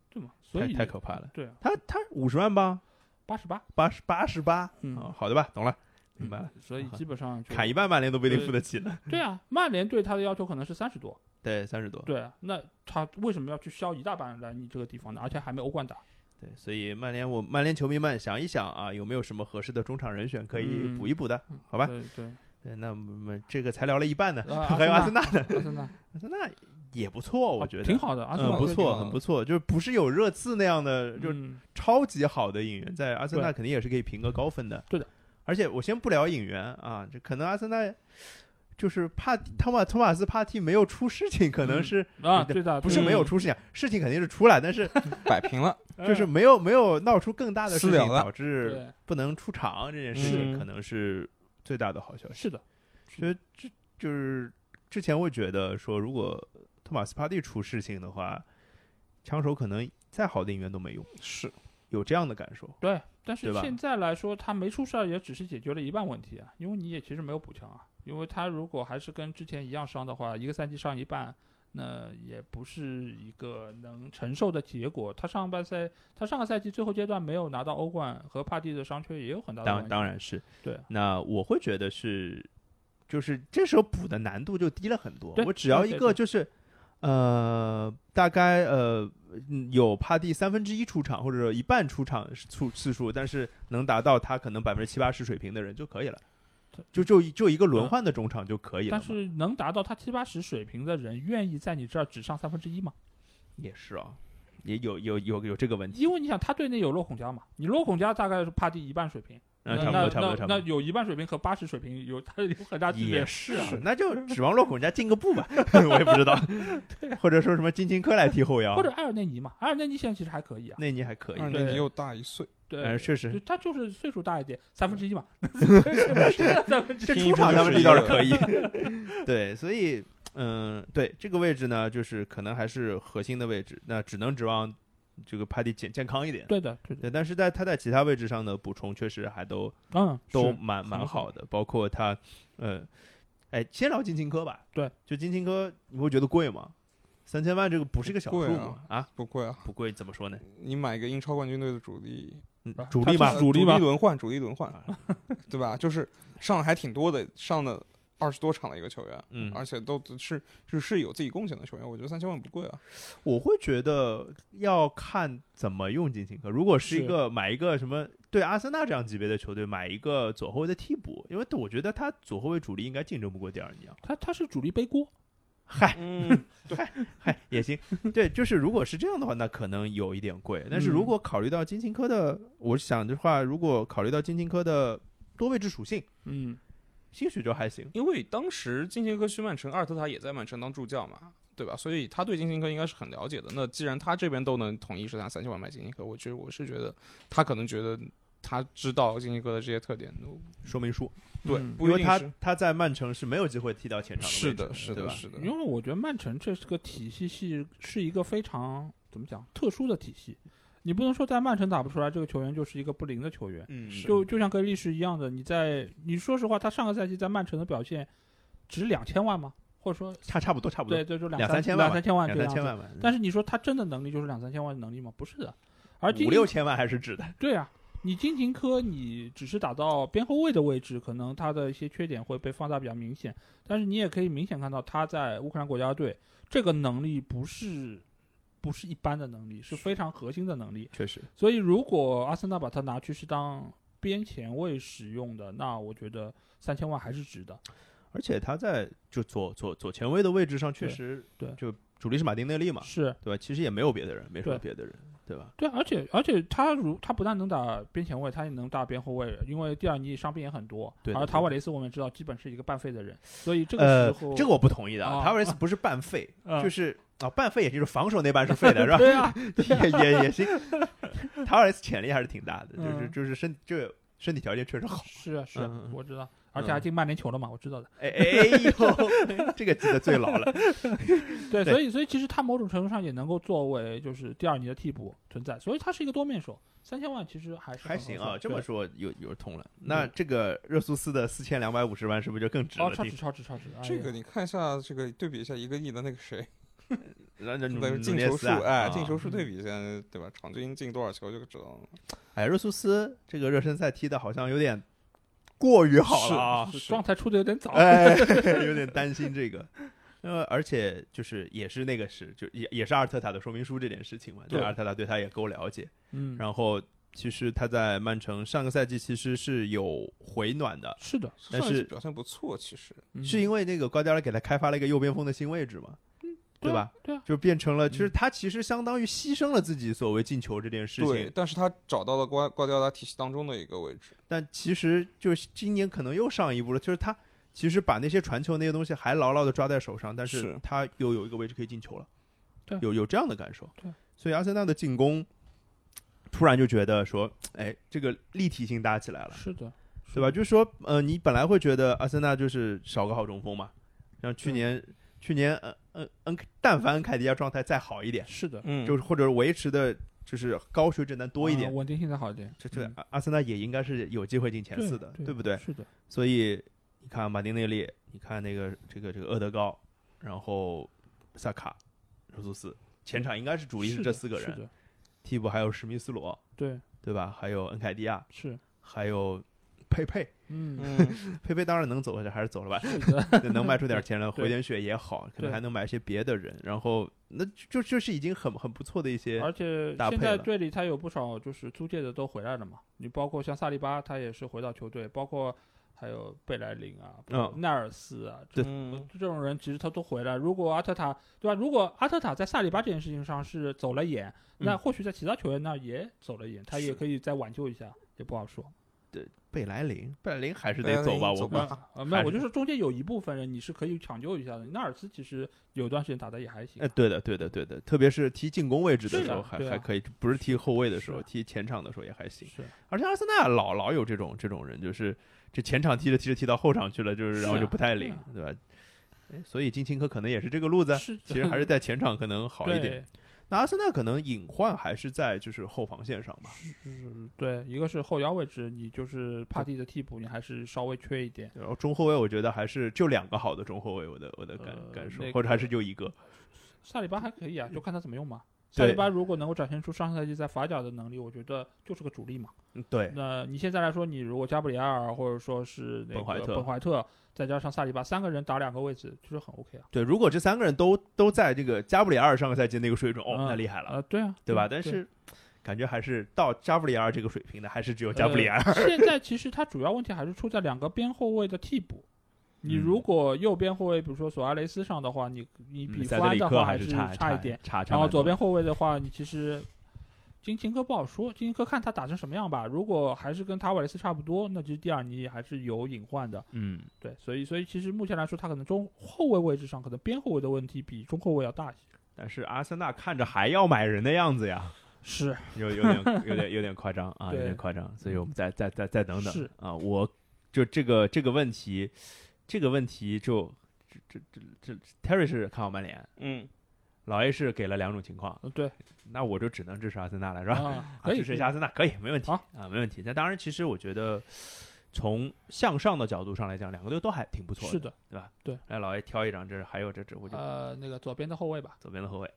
Speaker 1: 对吗？所
Speaker 2: 太
Speaker 1: 以
Speaker 2: 太可怕了。
Speaker 1: 对啊，
Speaker 2: 他他五十万吧，
Speaker 1: 八十八，
Speaker 2: 八十八十八，
Speaker 1: 嗯
Speaker 2: 哦好的吧，懂了，明白了，
Speaker 1: 所以基本上就
Speaker 2: 砍一半曼联都不一定付得起呢。
Speaker 1: 对啊，曼联对他的要求可能是三十多，
Speaker 2: 对，三十多。
Speaker 1: 对啊，那他为什么要去削一大半来你这个地方呢？而且还没欧冠打，
Speaker 2: 对，所以曼联，我曼联球迷们想一想啊，有没有什么合适的中场人选可以
Speaker 1: 嗯
Speaker 2: 补一补的？好吧，
Speaker 1: 对对，
Speaker 2: 对，那我们这个才聊了一半呢，
Speaker 1: 呃
Speaker 2: 还有阿
Speaker 1: 阿森
Speaker 2: 森纳呢，
Speaker 1: 阿森纳啊
Speaker 2: 阿森纳也不错， 我觉得
Speaker 1: 挺，好的，阿森
Speaker 2: 嗯，
Speaker 1: 纳
Speaker 2: 不
Speaker 3: 这个地
Speaker 2: 错，
Speaker 3: 方
Speaker 2: 很不错，就是不是有热刺那样的，就是
Speaker 1: 嗯
Speaker 2: 超级好的引援，在阿森纳
Speaker 1: 对嗯
Speaker 2: 肯定也是可以评个高分的。
Speaker 1: 对的，
Speaker 2: 而且我先不聊引援啊，这可能阿森纳就是帕汤马托马斯帕蒂没有出事情，可能
Speaker 1: 嗯
Speaker 2: 是、
Speaker 1: 啊，
Speaker 2: 对
Speaker 1: 对的，
Speaker 2: 不是
Speaker 1: 对
Speaker 2: 没有出事情啊，事情肯定是出来，但是
Speaker 3: 嗯摆平了，
Speaker 1: 的
Speaker 2: 就是没有没有闹出更大的事
Speaker 3: 私
Speaker 2: 情，
Speaker 3: 了了
Speaker 2: 导致
Speaker 1: 嗯哎对，
Speaker 2: 不能出场这件事情，
Speaker 3: 嗯
Speaker 2: 可能是最大的好消息。
Speaker 1: 是的，
Speaker 2: 觉得这就是之前会觉得说，如果托马斯帕蒂出事情的话，枪手可能再好的引援都没用，
Speaker 3: 是
Speaker 2: 有这样的感受。
Speaker 1: 对，但是
Speaker 2: 对吧
Speaker 1: 现在来说，他没出事儿，也只是解决了一半问题啊，因为你也其实没有补强啊，因为他如果还是跟之前一样伤的话，一个赛季上一半，那也不是一个能承受的结果。他上半赛，他上个赛季最后阶段没有拿到欧冠，和帕蒂的伤缺也有很大的关
Speaker 2: 当
Speaker 1: 系。
Speaker 2: 当然是
Speaker 1: 对啊。
Speaker 2: 那我会觉得是，就是这时候补的难度就低了很多
Speaker 1: 对。
Speaker 2: 我只要
Speaker 1: 对
Speaker 2: 一
Speaker 1: 对
Speaker 2: 个
Speaker 1: 对
Speaker 2: 就是，呃，大概呃嗯有帕蒂三分之一出场或者说一半出场次次数，但是能达到他可能百分之七八十水平的人就可以了
Speaker 1: 对。
Speaker 2: 就就就一个轮
Speaker 1: 嗯
Speaker 2: 换的中场就可以了嘛。
Speaker 1: 但是能达到他七八十水平的人，愿意在你这儿只上三分之一吗？
Speaker 2: 也是啊，也有有有有这个问题。
Speaker 1: 因为你想，他队内有洛孔加嘛，你洛孔加大概是帕蒂一半水平，那
Speaker 2: 嗯，差不
Speaker 1: 那
Speaker 2: 多，差不多，差
Speaker 1: 那
Speaker 2: 不
Speaker 1: 那有一半水平和八十水平有他有很大
Speaker 2: 多。
Speaker 1: 区别
Speaker 2: 也。是啊，那就指望洛孔人家进个步吧， 我也不 知道，或者说什么金琴科来踢后腰，
Speaker 1: 啊或者埃尔内尼嘛，埃尔内尼现在其实还可以啊，
Speaker 2: 内尼还可以，
Speaker 3: 二
Speaker 1: 对
Speaker 3: 年你又大一岁，
Speaker 1: 对，
Speaker 2: 嗯，确实
Speaker 1: 就，他就是岁数大一点，三分之 一嘛，三分之
Speaker 2: 这
Speaker 1: 一，
Speaker 2: 出场他们
Speaker 3: 是
Speaker 2: 力
Speaker 3: 一
Speaker 2: 倒
Speaker 3: 个
Speaker 2: 是可以， 对，所以嗯，对这个位置呢，就是可能还是核心的位置，那只能指望这个帕蒂健健康一点。
Speaker 1: 对的，对的，
Speaker 2: 对，但是在他在其他位置上的补充确实还都
Speaker 1: 嗯，
Speaker 2: 都
Speaker 1: 是
Speaker 2: 蛮
Speaker 1: 很
Speaker 2: 蛮好
Speaker 1: 好
Speaker 2: 的，包括他，呃，哎，先聊金琴科吧。
Speaker 1: 对，
Speaker 2: 就金琴科，你会觉得贵吗？三千万这个不是一个小
Speaker 3: 不
Speaker 2: 数
Speaker 3: 贵
Speaker 2: 目
Speaker 3: 啊
Speaker 2: 啊，
Speaker 3: 不贵啊。
Speaker 2: 不贵怎么说呢？
Speaker 3: 你买一个英超冠军队的主力，
Speaker 2: 嗯
Speaker 1: 啊
Speaker 2: 主
Speaker 1: 他
Speaker 2: 力
Speaker 1: 吧
Speaker 2: 嘛
Speaker 3: 呃，
Speaker 1: 主力吧
Speaker 3: 轮换，主力轮换
Speaker 2: 啊，
Speaker 3: 对吧？就是上的还挺多的，上了二十多场的一个球员，
Speaker 2: 嗯
Speaker 3: 而且都是是是有自己贡献的球员，我觉得三千万不贵啊。
Speaker 2: 我会觉得要看怎么用金琴科。如果是一
Speaker 1: 是
Speaker 2: 个买一个什么对阿森纳这样级别的球队买一个左后卫的替补，因为我觉得他左后卫主力应该竞争不过第二尼奥。
Speaker 1: 他他是主力背锅，
Speaker 2: 嗨
Speaker 3: 嗯，
Speaker 2: 嗨，也行。对，就是如果是这样的话，那可能有一点贵。但是
Speaker 1: 嗯
Speaker 2: 如果考虑到金琴科的，我想的话，如果考虑到金琴科的多位置属性，
Speaker 1: 嗯，
Speaker 2: 兴许就还行。
Speaker 3: 因为当时金琴科去曼城，阿尔特塔也在曼城当助教嘛，对吧？所以他对金琴科应该是很了解的。那既然他这边都能统一是拿三千万买金琴科，我觉得我是觉得他可能觉得他知道金琴科的这些特点，嗯
Speaker 2: 说明书，
Speaker 3: 对，
Speaker 1: 嗯
Speaker 3: 不
Speaker 2: 因
Speaker 3: 一
Speaker 2: 为
Speaker 3: 定
Speaker 2: 他
Speaker 3: 是
Speaker 2: 他在曼城是没有机会踢到前场
Speaker 3: 是
Speaker 2: 的位
Speaker 3: 的，
Speaker 2: 置
Speaker 3: 是
Speaker 2: 对
Speaker 3: 的，
Speaker 2: 吧？
Speaker 3: 是的，
Speaker 1: 因为我觉得曼城这是个体系系是一个非常怎么讲特殊的体系，你不能说在曼城打不出来，这个球员就是一个不灵的球员。
Speaker 2: 嗯
Speaker 3: 是
Speaker 1: 就就像格里利什一样的，你在你说实话，他上个赛季在曼城的表现值两千万吗？或者说，
Speaker 2: 差差不多差不多
Speaker 1: 对，对，就
Speaker 2: 两
Speaker 1: 两
Speaker 2: 三
Speaker 1: 三
Speaker 2: 千万
Speaker 1: 两
Speaker 2: 吧
Speaker 1: 三千万这
Speaker 2: 两
Speaker 1: 个样
Speaker 2: 三千
Speaker 1: 子。
Speaker 2: 万吧，
Speaker 1: 但是你说他真的能力就是两三千万的能力吗？不是的。而金
Speaker 2: 嗯五六千万还是指 的，
Speaker 1: 对啊，你金琴科你只是打到边后卫的位置，可能他的一些缺点会被放大比较明显，但是你也可以明显看到他在乌克兰国家队这个能力不是不是一般的能力，是非常核心的能力。
Speaker 2: 确实，
Speaker 1: 所以如果阿森纳把他拿去是当边前卫使用的，那我觉得三千万还是值的。
Speaker 2: 而且他在就左左左前卫的位置上确
Speaker 1: 对
Speaker 2: 实
Speaker 1: 对
Speaker 2: 就主力是马丁内利嘛，
Speaker 1: 是
Speaker 2: 对吧？其实也没有别的人，没什
Speaker 1: 对
Speaker 2: 么别的人，对吧？
Speaker 1: 对，而且而且他如他不但能打边前卫，他也能打边后卫，因为蒂尔尼伤病也很多，
Speaker 2: 对的
Speaker 1: 而
Speaker 2: 对
Speaker 1: 塔
Speaker 2: 的
Speaker 1: 瓦雷斯我们也知道基本是一个半废的人，所以这
Speaker 2: 呃
Speaker 1: 个时候、，
Speaker 2: 这个我不同意的啊，
Speaker 1: 啊
Speaker 2: 塔 瓦雷斯不是半废，
Speaker 1: 嗯
Speaker 2: 就是啊半废，也就是防守那半是废 的，是吧？
Speaker 1: 对啊，
Speaker 2: 也也也行，塔瓦雷斯潜力还是挺大的，就是
Speaker 1: 嗯
Speaker 2: 就是身就身体条件确实好。
Speaker 1: 是啊是啊
Speaker 2: 嗯嗯嗯
Speaker 1: 我知道，而且还进曼联球了嘛，我知道的。
Speaker 2: 哎哎呦， 这个记得最牢了。
Speaker 1: 对，
Speaker 2: 对
Speaker 1: 所以所以其实他某种程度上也能够作为就是第二尼的替补存在，所以他是一个多面手，三千万其实还是
Speaker 2: 还
Speaker 1: 很合
Speaker 2: 行
Speaker 1: 算
Speaker 2: 啊，这么
Speaker 1: 对嗯
Speaker 2: 说有有通了。那这个热苏斯的四千两百五十万是不是就更值
Speaker 1: 哦，
Speaker 2: 了？
Speaker 1: 超值超值超值，哎
Speaker 3: 这
Speaker 1: 呀
Speaker 3: 个你看一下，这个对比一下一个亿的那个谁，
Speaker 2: 那那
Speaker 3: 那个
Speaker 2: 努
Speaker 3: 进
Speaker 2: 涅
Speaker 3: 球
Speaker 2: 斯
Speaker 3: 数，
Speaker 2: 啊
Speaker 3: 哎，
Speaker 2: 啊
Speaker 3: 进球数对比一下，对吧？场均进多少球就知道了。
Speaker 2: 哎，热苏斯这个热身赛踢的好像有点过于好了啊，
Speaker 1: 是状态出的有点早，
Speaker 2: 哎，有点担心这个。呃，而且就是也是那个是，就也也是阿尔特塔的说明书这件事情嘛，就
Speaker 1: 对
Speaker 2: 阿尔特塔对他也够了解。
Speaker 1: 嗯，
Speaker 2: 然后其实他在曼城上个赛季其实是有回暖的，
Speaker 1: 是的，
Speaker 2: 但
Speaker 3: 上一季
Speaker 2: 是
Speaker 3: 表现不错，其实
Speaker 1: 嗯
Speaker 2: 是因为那个瓜迪奥拉给他开发了一个右边锋的新位置嘛，对吧？
Speaker 1: 对啊，
Speaker 2: 就变成了，就是
Speaker 1: 嗯
Speaker 2: 他其实相当于牺牲了自己所谓进球这件事
Speaker 3: 对，
Speaker 2: 情，
Speaker 3: 但是他找到了瓜瓜迪奥拉体系当中的一个位置，
Speaker 2: 但其实就是今年可能又上一步了，就是他其实把那些传球那些东西还牢牢的抓在手上，但是
Speaker 3: 是
Speaker 2: 他又有一个位置可以进球了，
Speaker 1: 对
Speaker 2: 有有这样的感受，
Speaker 1: 对，
Speaker 2: 所以阿森纳的进攻突然就觉得说，哎，这个立体性搭起来了，
Speaker 1: 是的，
Speaker 2: 对吧？就是说，呃，你本来会觉得阿森纳就是少个好中锋嘛，像去年去年呃呃恩，但凡恩凯迪亚状态再好一点，
Speaker 1: 是的，
Speaker 3: 嗯
Speaker 2: 就是 或者维持的就是高水准但多一点
Speaker 1: 啊，稳定性再好一点，
Speaker 2: 这这
Speaker 1: 嗯
Speaker 2: 阿阿森纳也应该是有机会进前四的，
Speaker 1: 对
Speaker 2: 对不对？
Speaker 1: 是的，
Speaker 2: 所以你看马丁内利，你看那个这个这个厄德高，然后萨卡、热苏斯，前场应该是主力
Speaker 1: 是
Speaker 2: 这
Speaker 1: 的
Speaker 2: 四个
Speaker 1: 是
Speaker 2: 人，
Speaker 1: 的，
Speaker 2: 替补还有史密斯罗，
Speaker 1: 对，
Speaker 2: 对吧？还有恩凯迪亚，
Speaker 1: 是，
Speaker 2: 还有佩佩，
Speaker 1: 嗯，
Speaker 3: 嗯，
Speaker 2: 佩佩当然能走，还是走 了吧，
Speaker 1: 是的，
Speaker 2: 能卖出点钱来，
Speaker 1: 对
Speaker 2: 回点血也好，可
Speaker 1: 对
Speaker 2: 能还能买一些别的人，然后那就就是已经很很不错的一些，
Speaker 1: 而且
Speaker 2: 搭
Speaker 1: 现
Speaker 2: 配
Speaker 1: 在
Speaker 2: 了
Speaker 1: 队里他有不少就是租借的都回来了嘛，你包括像萨利巴，他也是回到球队，包括还有贝莱林啊、
Speaker 2: 嗯
Speaker 1: 奈尔斯啊，
Speaker 2: 对
Speaker 3: 嗯
Speaker 1: 这种人其实他都回来。如果阿特塔对吧？如果阿特塔在萨利巴这件事情上是走了眼，那
Speaker 2: 嗯
Speaker 1: 或许在其他球员那儿也走了眼，他
Speaker 2: 是
Speaker 1: 也可以再挽救一下，也不好 说。
Speaker 2: 贝莱林，贝莱林还是
Speaker 3: 贝
Speaker 2: 得
Speaker 3: 莱
Speaker 2: 走吧，
Speaker 3: 林走
Speaker 2: 我
Speaker 1: 那
Speaker 2: 估
Speaker 3: 吧
Speaker 2: 计
Speaker 1: 呃，没
Speaker 2: 还
Speaker 1: 有，我
Speaker 2: 是
Speaker 1: 就说中间有一部分人你是可以抢救一下的。纳尔斯其实有段时间打的也还行
Speaker 2: 哎，，对的，对的，对的，特别是踢进攻位置的
Speaker 1: 是
Speaker 2: 时候
Speaker 1: 的
Speaker 2: 还
Speaker 1: 对啊
Speaker 2: 还可以，不是踢后卫的时候，
Speaker 1: 是啊
Speaker 2: 踢前场的时候也还行。
Speaker 1: 是
Speaker 2: 而且阿森纳老老有这种这种人，就是这前场踢着踢着踢到后场去了，就是
Speaker 1: 是
Speaker 2: 然后就
Speaker 1: 啊
Speaker 2: 不太
Speaker 1: 对
Speaker 2: 灵
Speaker 1: 啊，
Speaker 2: 对吧？哎所以金琴科可能也是这个路子，
Speaker 1: 是的，
Speaker 2: 其实 还是在前场可能好一点。
Speaker 1: 对。
Speaker 2: 那阿森纳可能隐患还是在就是后防线上吧，
Speaker 1: 就是嗯对，一个是后腰位置，你就是帕蒂的替补，你还是稍微缺一点。
Speaker 2: 然后中后卫我觉得还是就两个好的中后卫，我的我的感
Speaker 1: 呃
Speaker 2: 感受
Speaker 1: 那，
Speaker 2: 或者还
Speaker 1: 个
Speaker 2: 是就一个。
Speaker 1: 萨里巴还可以啊，就看他怎么用嘛。
Speaker 2: 嗯对
Speaker 1: 萨里巴如果能够展现出上赛季在法甲的能力，我觉得就是个主力嘛。
Speaker 2: 嗯对，
Speaker 1: 那你现在来说，你如果加布里埃尔或者说是那
Speaker 2: 本
Speaker 1: 个
Speaker 2: 怀特
Speaker 1: 本怀特，再加上萨里巴，三个人打两个位置，就是很 OK 啊。
Speaker 2: 对，如果这三个人都都在这个加布里埃尔上个赛季那个水准，哦，
Speaker 1: 嗯
Speaker 2: 那厉害了
Speaker 1: 啊、。对啊，
Speaker 2: 对吧？但是感觉还是到加布里埃尔这个水平的，还是只有
Speaker 1: 呃
Speaker 2: 加布里埃尔。
Speaker 1: 现在其实他主要问题还是出在两个边后卫的替补。你
Speaker 2: 嗯
Speaker 1: 如果右边后卫，比如说索阿雷斯上的话，你你比弗
Speaker 2: 塞德
Speaker 1: 安
Speaker 2: 里
Speaker 1: 的
Speaker 2: 克
Speaker 1: 话还
Speaker 2: 是
Speaker 1: 差
Speaker 2: 差
Speaker 1: 一点，，
Speaker 2: 差差。
Speaker 1: 然后左边后卫的话，你其实金琴科不好说，金琴科看他打成什么样吧。如果还是跟塔瓦雷斯差不多，那其实蒂尔尼还是有隐患的。
Speaker 2: 嗯，
Speaker 1: 对，所以所以其实目前来说，他可能中后卫位置上，可能边后卫的问题比中后卫要大一些。
Speaker 2: 但是阿森纳看着还要买人的样子呀，
Speaker 1: 是，
Speaker 2: 有有点有点有点夸张啊，有
Speaker 1: 对嗯
Speaker 2: 点夸张。所以我们再再再再等等
Speaker 1: 是
Speaker 2: 啊，我就这个这个问题，这个问题就这这这这 Terry 是看好曼联，
Speaker 3: 嗯，
Speaker 2: 老 A 是给了两种情况，
Speaker 1: 呃对，
Speaker 2: 那我就只能支持阿森纳了，是吧？
Speaker 1: 啊，
Speaker 2: 啊
Speaker 1: 可以
Speaker 2: 支持一下阿森纳可以，没问题
Speaker 1: 好
Speaker 2: 啊，没问题。那当然，其实我觉得从向上的角度上来讲，两个队都还挺不错
Speaker 1: 是
Speaker 2: 的，
Speaker 1: 的，
Speaker 2: 对吧？
Speaker 1: 对，
Speaker 2: 来老 A 挑一张，这是还有这只，我就
Speaker 1: 呃，那个左边的后卫吧，
Speaker 2: 左边的后卫，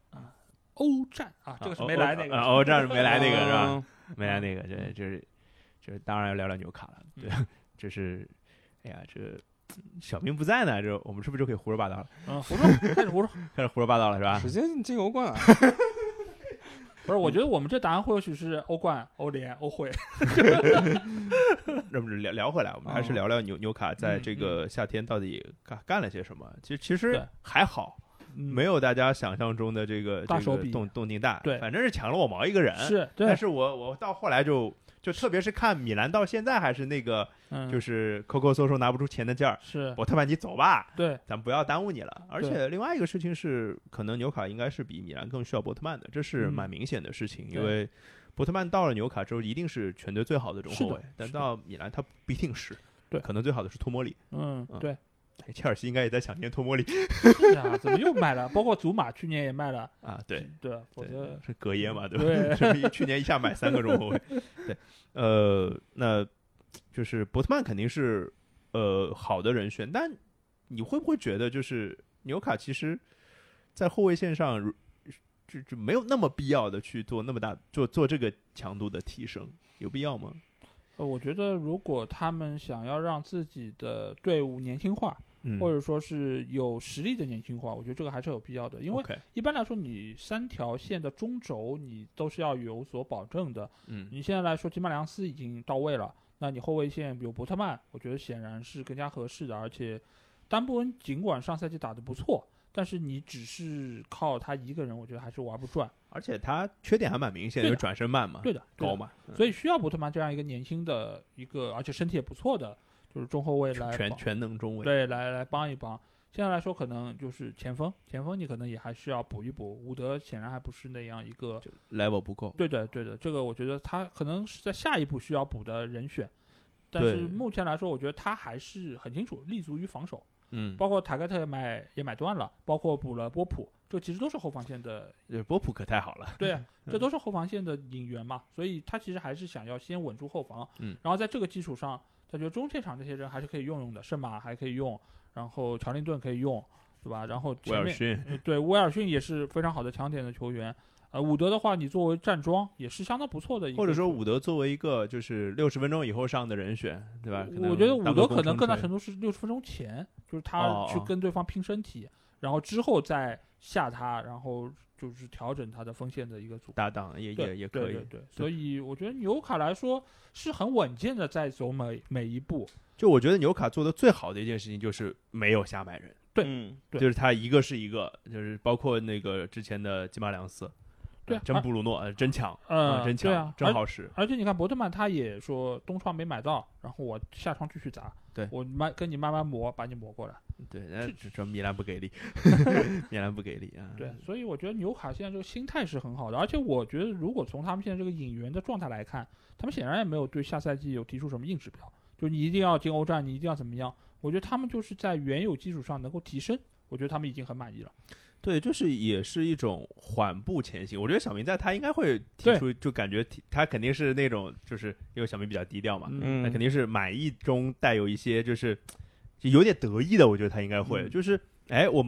Speaker 1: 欧战啊，这个是没哦嗯来那
Speaker 2: 啊
Speaker 1: 个，
Speaker 2: 欧欧战是没来那
Speaker 3: 哦
Speaker 2: 个是吧？
Speaker 3: 吧？
Speaker 2: 没来那个，这这是这当然要聊聊纽卡
Speaker 1: 嗯
Speaker 2: 了，对，这是哎呀这。小明不在呢，这我们是不是就可以胡说八道了？
Speaker 1: 嗯，胡说，开始胡说。
Speaker 2: 开始胡说八道了是吧？
Speaker 3: 直接进欧冠啊，
Speaker 1: 不是，我觉得我们这答案或许是欧冠、欧联、欧会。
Speaker 2: 那么聊聊回来，我们还是
Speaker 1: 哦嗯
Speaker 2: 聊聊纽纽卡在这个夏天到底干干了些什么。其实其实
Speaker 1: 对
Speaker 2: 还好，没
Speaker 1: 有
Speaker 2: 有大家想象中的这个
Speaker 1: 嗯大
Speaker 2: 这个
Speaker 1: 手笔
Speaker 2: 动动静大，
Speaker 1: 对
Speaker 2: 反正是抢了我毛一个人。，
Speaker 1: 是，
Speaker 2: 但
Speaker 1: 对，
Speaker 2: 是我我到后来就就特别是看米兰到现在还是那个
Speaker 1: 嗯，
Speaker 2: 就是是抠抠搜搜拿不出钱的劲儿，
Speaker 1: 是，
Speaker 2: 伯特曼你走吧，
Speaker 1: 对，
Speaker 2: 咱不要耽误你了。而且另外一个事情是，可能纽卡应该是比米兰更需要伯特曼的，这是
Speaker 1: 嗯
Speaker 2: 蛮明显的事情，因
Speaker 1: 对
Speaker 2: 为。伯特曼到了纽卡之后，一定是全队最好的中后
Speaker 1: 是的
Speaker 2: 卫，但
Speaker 1: 是的
Speaker 2: 到米兰他不一定是，
Speaker 1: 对
Speaker 2: 可能最好的是托莫里，
Speaker 1: 嗯
Speaker 2: 嗯，
Speaker 1: 对，
Speaker 2: 哎切尔西应该也在想念托 莫里
Speaker 1: 是啊，怎么又卖了？包括祖马去年也卖了，
Speaker 2: 啊，对，
Speaker 1: 对，我
Speaker 2: 对
Speaker 1: 觉得，
Speaker 2: 是隔夜嘛，对吧？
Speaker 1: 对
Speaker 2: 这 是去年一下买三个中后卫，对，呃，那就是伯特曼肯定是呃好的人选，但你会不会觉得就是纽卡其实，在后卫线上如就就没有那么必要的去做那么大做做这个强度的提升，有必要吗？
Speaker 1: 呃我觉得如果他们想要让自己的队伍年轻化，
Speaker 2: 嗯
Speaker 1: 或者说是有实力的年轻化，我觉得这个还是有必要的，因为
Speaker 2: OK，
Speaker 1: 一般来说，你三条线的中轴你都是要有所保证的。
Speaker 2: 嗯
Speaker 1: 你现在来说，吉马良斯已经到位了，那你后卫线有伯特曼，我觉得显然是更加合适的。而且，丹布恩尽管上赛季打得不错，但是你只是靠他一个人，我觉得还是玩不转。
Speaker 2: 而且他缺点还蛮明显，
Speaker 1: 对的
Speaker 2: 因为转身慢嘛，
Speaker 1: 对的，对
Speaker 2: 啊高
Speaker 1: 的
Speaker 2: 嘛，嗯
Speaker 1: 所以需要伯特曼这样一个年轻的一个，而且身体也不错的，就是中后卫
Speaker 2: 全
Speaker 1: 来
Speaker 2: 全
Speaker 1: 帮
Speaker 2: 全能中卫，
Speaker 1: 对来来帮一帮。现在来说，可能就是前锋，前锋你可能也还是要补一补。伍德显然还不是那样一个
Speaker 2: level 不够，
Speaker 1: 对的，对的，这个我觉得他可能是在下一步需要补的人选，但
Speaker 2: 对
Speaker 1: 是目前来说，我觉得他还是很清楚立足于防守，
Speaker 2: 嗯，
Speaker 1: 包括塔克特也买也买断了，包括补了波普，这其实都是后防线 的，
Speaker 2: 呃波普可太好了。
Speaker 1: 对啊，
Speaker 2: 嗯
Speaker 1: 这都是后防线的引援嘛，所以他其实还是想要先稳住后防，
Speaker 2: 嗯，
Speaker 1: 然后在这个基础上，他觉得中前场这些人还是可以用用的，圣马还可以用，然后乔林顿可以用，对吧？然后
Speaker 2: 威
Speaker 1: 前
Speaker 2: 尔
Speaker 1: 面
Speaker 2: 逊，
Speaker 1: 呃对，威尔逊也是非常好的强点的球员。呃，伍德的话，你作为站桩也是相当不错的一个，
Speaker 2: 或者说伍德作为一个就是六十分钟以后上的人选，对吧？可能
Speaker 1: 我觉得伍
Speaker 2: 当个
Speaker 1: 德
Speaker 2: 攻
Speaker 1: 可能
Speaker 2: 城
Speaker 1: 更大
Speaker 2: 锤
Speaker 1: 程度是六十分钟前，就是
Speaker 2: 哦
Speaker 1: 他去
Speaker 2: 哦
Speaker 1: 跟对方拼身体，然后之后再下他，然后就是调整他的锋线的一个组合。
Speaker 2: 搭档也
Speaker 1: 对
Speaker 2: 也也可
Speaker 1: 对
Speaker 2: 以
Speaker 1: 对。对，所以我觉得纽卡来说是很稳健的在走每每一步。
Speaker 2: 就我觉得纽卡做的最好的一件事情就是没有瞎买人，
Speaker 1: 对
Speaker 3: 嗯，
Speaker 1: 对
Speaker 2: 就是他一个是一个，就是包括那个之前的基马良斯，
Speaker 1: 对
Speaker 2: 啊
Speaker 1: 啊
Speaker 2: 真
Speaker 1: 而
Speaker 2: 布鲁诺呃真强
Speaker 1: 呃
Speaker 2: 啊真
Speaker 1: 对
Speaker 2: 强
Speaker 1: 啊，
Speaker 2: 真
Speaker 1: 而
Speaker 2: 好使，
Speaker 1: 而且你看伯特曼他也说东窗没买到，然后我下窗继续砸，
Speaker 2: 对
Speaker 1: 我慢跟你慢慢磨，把你磨过来。
Speaker 2: 对，那这这米兰不 给力，米兰不给力啊，
Speaker 1: 对，所以我觉得纽卡现在这个心态是很好的，而且我觉得如果从他们现在这个引援的状态来看，他们显然也没有对下赛季有提出什么硬指标，就你一定要进欧战，你一定要怎么样。我觉得他们就是在原有基础上能够提升，我觉得他们已经很满意了。
Speaker 2: 对，就是也是一种缓步前行。我觉得小明在他应该会提
Speaker 1: 对
Speaker 2: 出，就感觉提他肯定是那种，就是因为小明比较低调嘛，
Speaker 1: 嗯，
Speaker 3: 嗯
Speaker 2: 那肯定是满意中带有一些就是就有点得意的，我觉得他应该会，
Speaker 1: 嗯
Speaker 2: 就是哎，我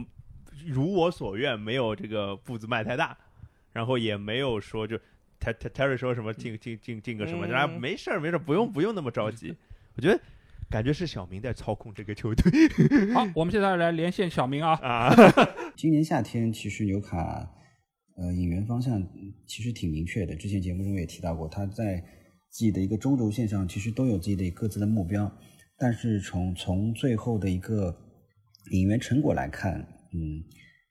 Speaker 2: 如我所愿，没有这个步子迈太大，然后也没有说就他他 Terry 说什么进进进进个什么，
Speaker 3: 嗯
Speaker 2: 然后没事儿没事儿，不用不用那么着急，我觉得。感觉是小明在操控这个球队
Speaker 1: 好，我们现在来连线小明啊，
Speaker 2: 啊！
Speaker 4: 今年夏天其实纽卡呃引援方向嗯其实挺明确的，之前节目中也提到过，他在自己的一个中轴线上其实都有自己的各自的目标，但是从从最后的一个引援成果来看，嗯，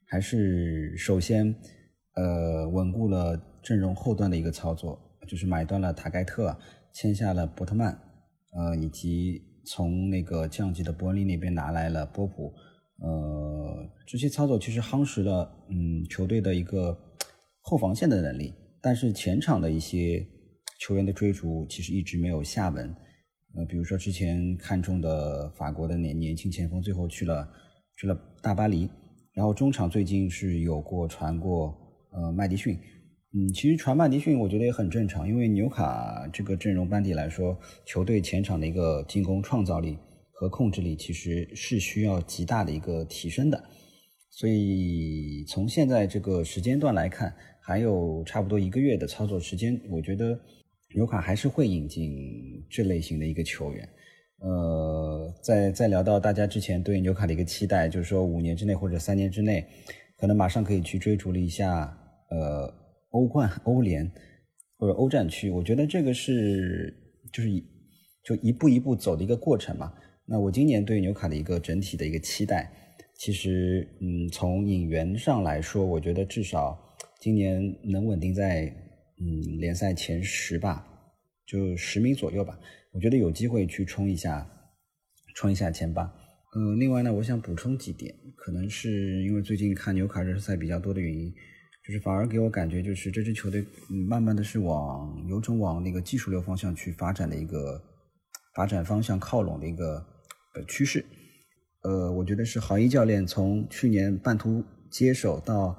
Speaker 4: 还是首先呃稳固了阵容后段的一个操作，就是买断了塔盖特，签下了伯特曼，呃，以及从那个降级的伯恩利那边拿来了波普，呃，这些操作其实夯实了嗯球队的一个后防线的能力，但是前场的一些球员的追逐其实一直没有下文。呃，比如说之前看中的法国的年年轻前锋，最后去了去了大巴黎，然后中场最近是有过传过呃麦迪逊，嗯，其实传麦迪逊我觉得也很正常，因为纽卡这个阵容班底来说，球队前场的一个进攻创造力和控制力其实是需要极大的一个提升的，所以从现在这个时间段来看，还有差不多一个月的操作时间，我觉得纽卡还是会引进这类型的一个球员。呃，在在聊到大家之前对纽卡的一个期待，就是说五年之内或者三年之内，可能马上可以去追逐了一下呃欧冠、欧联或者欧战区。我觉得这个是就是一就一步一步走的一个过程嘛。那我今年对纽卡的一个整体的一个期待，其实嗯，从引援上来说，我觉得至少今年能稳定在嗯联赛前十吧，就十名左右吧。我觉得有机会去冲一下，冲一下前八。呃，另外呢，我想补充几点，可能是因为最近看纽卡热身赛比较多的原因，就是反而给我感觉就是这支球队，嗯，慢慢的是往有种往那个技术流方向去发展的一个发展方向靠拢的一个呃趋势。呃，我觉得是郝一教练从去年半途接手到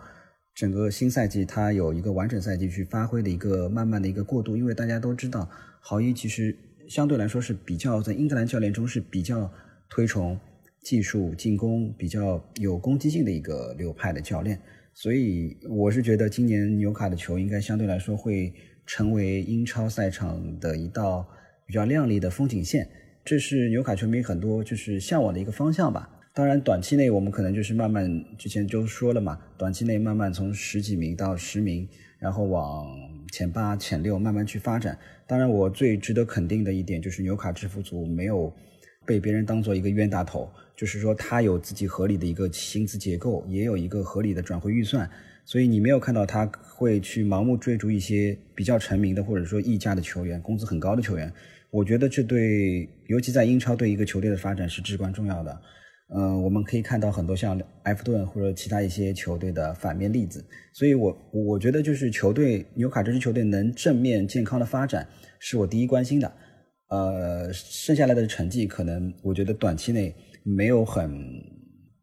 Speaker 4: 整个新赛季，他有一个完整赛季去发挥的一个慢慢的一个过渡，因为大家都知道郝一其实。相对来说是比较在英格兰教练中是比较推崇技术进攻、比较有攻击性的一个流派的教练，所以我是觉得今年纽卡的球应该相对来说会成为英超赛场的一道比较亮丽的风景线，这是纽卡球迷很多就是向往的一个方向吧。当然，短期内我们可能就是慢慢，之前就说了嘛，短期内慢慢从十几名到十名，然后往前八、前六慢慢去发展。当然，我最值得肯定的一点就是纽卡制服组没有被别人当做一个冤大头，就是说他有自己合理的一个薪资结构，也有一个合理的转会预算，所以你没有看到他会去盲目追逐一些比较成名的或者说溢价的球员，工资很高的球员。我觉得这对，尤其在英超对一个球队的发展是至关重要的。呃，我们可以看到很多像埃弗顿或者其他一些球队的反面例子，所以我我觉得就是球队纽卡这支球队能正面健康的发展，是我第一关心的。呃，剩下来的成绩可能我觉得短期内没有很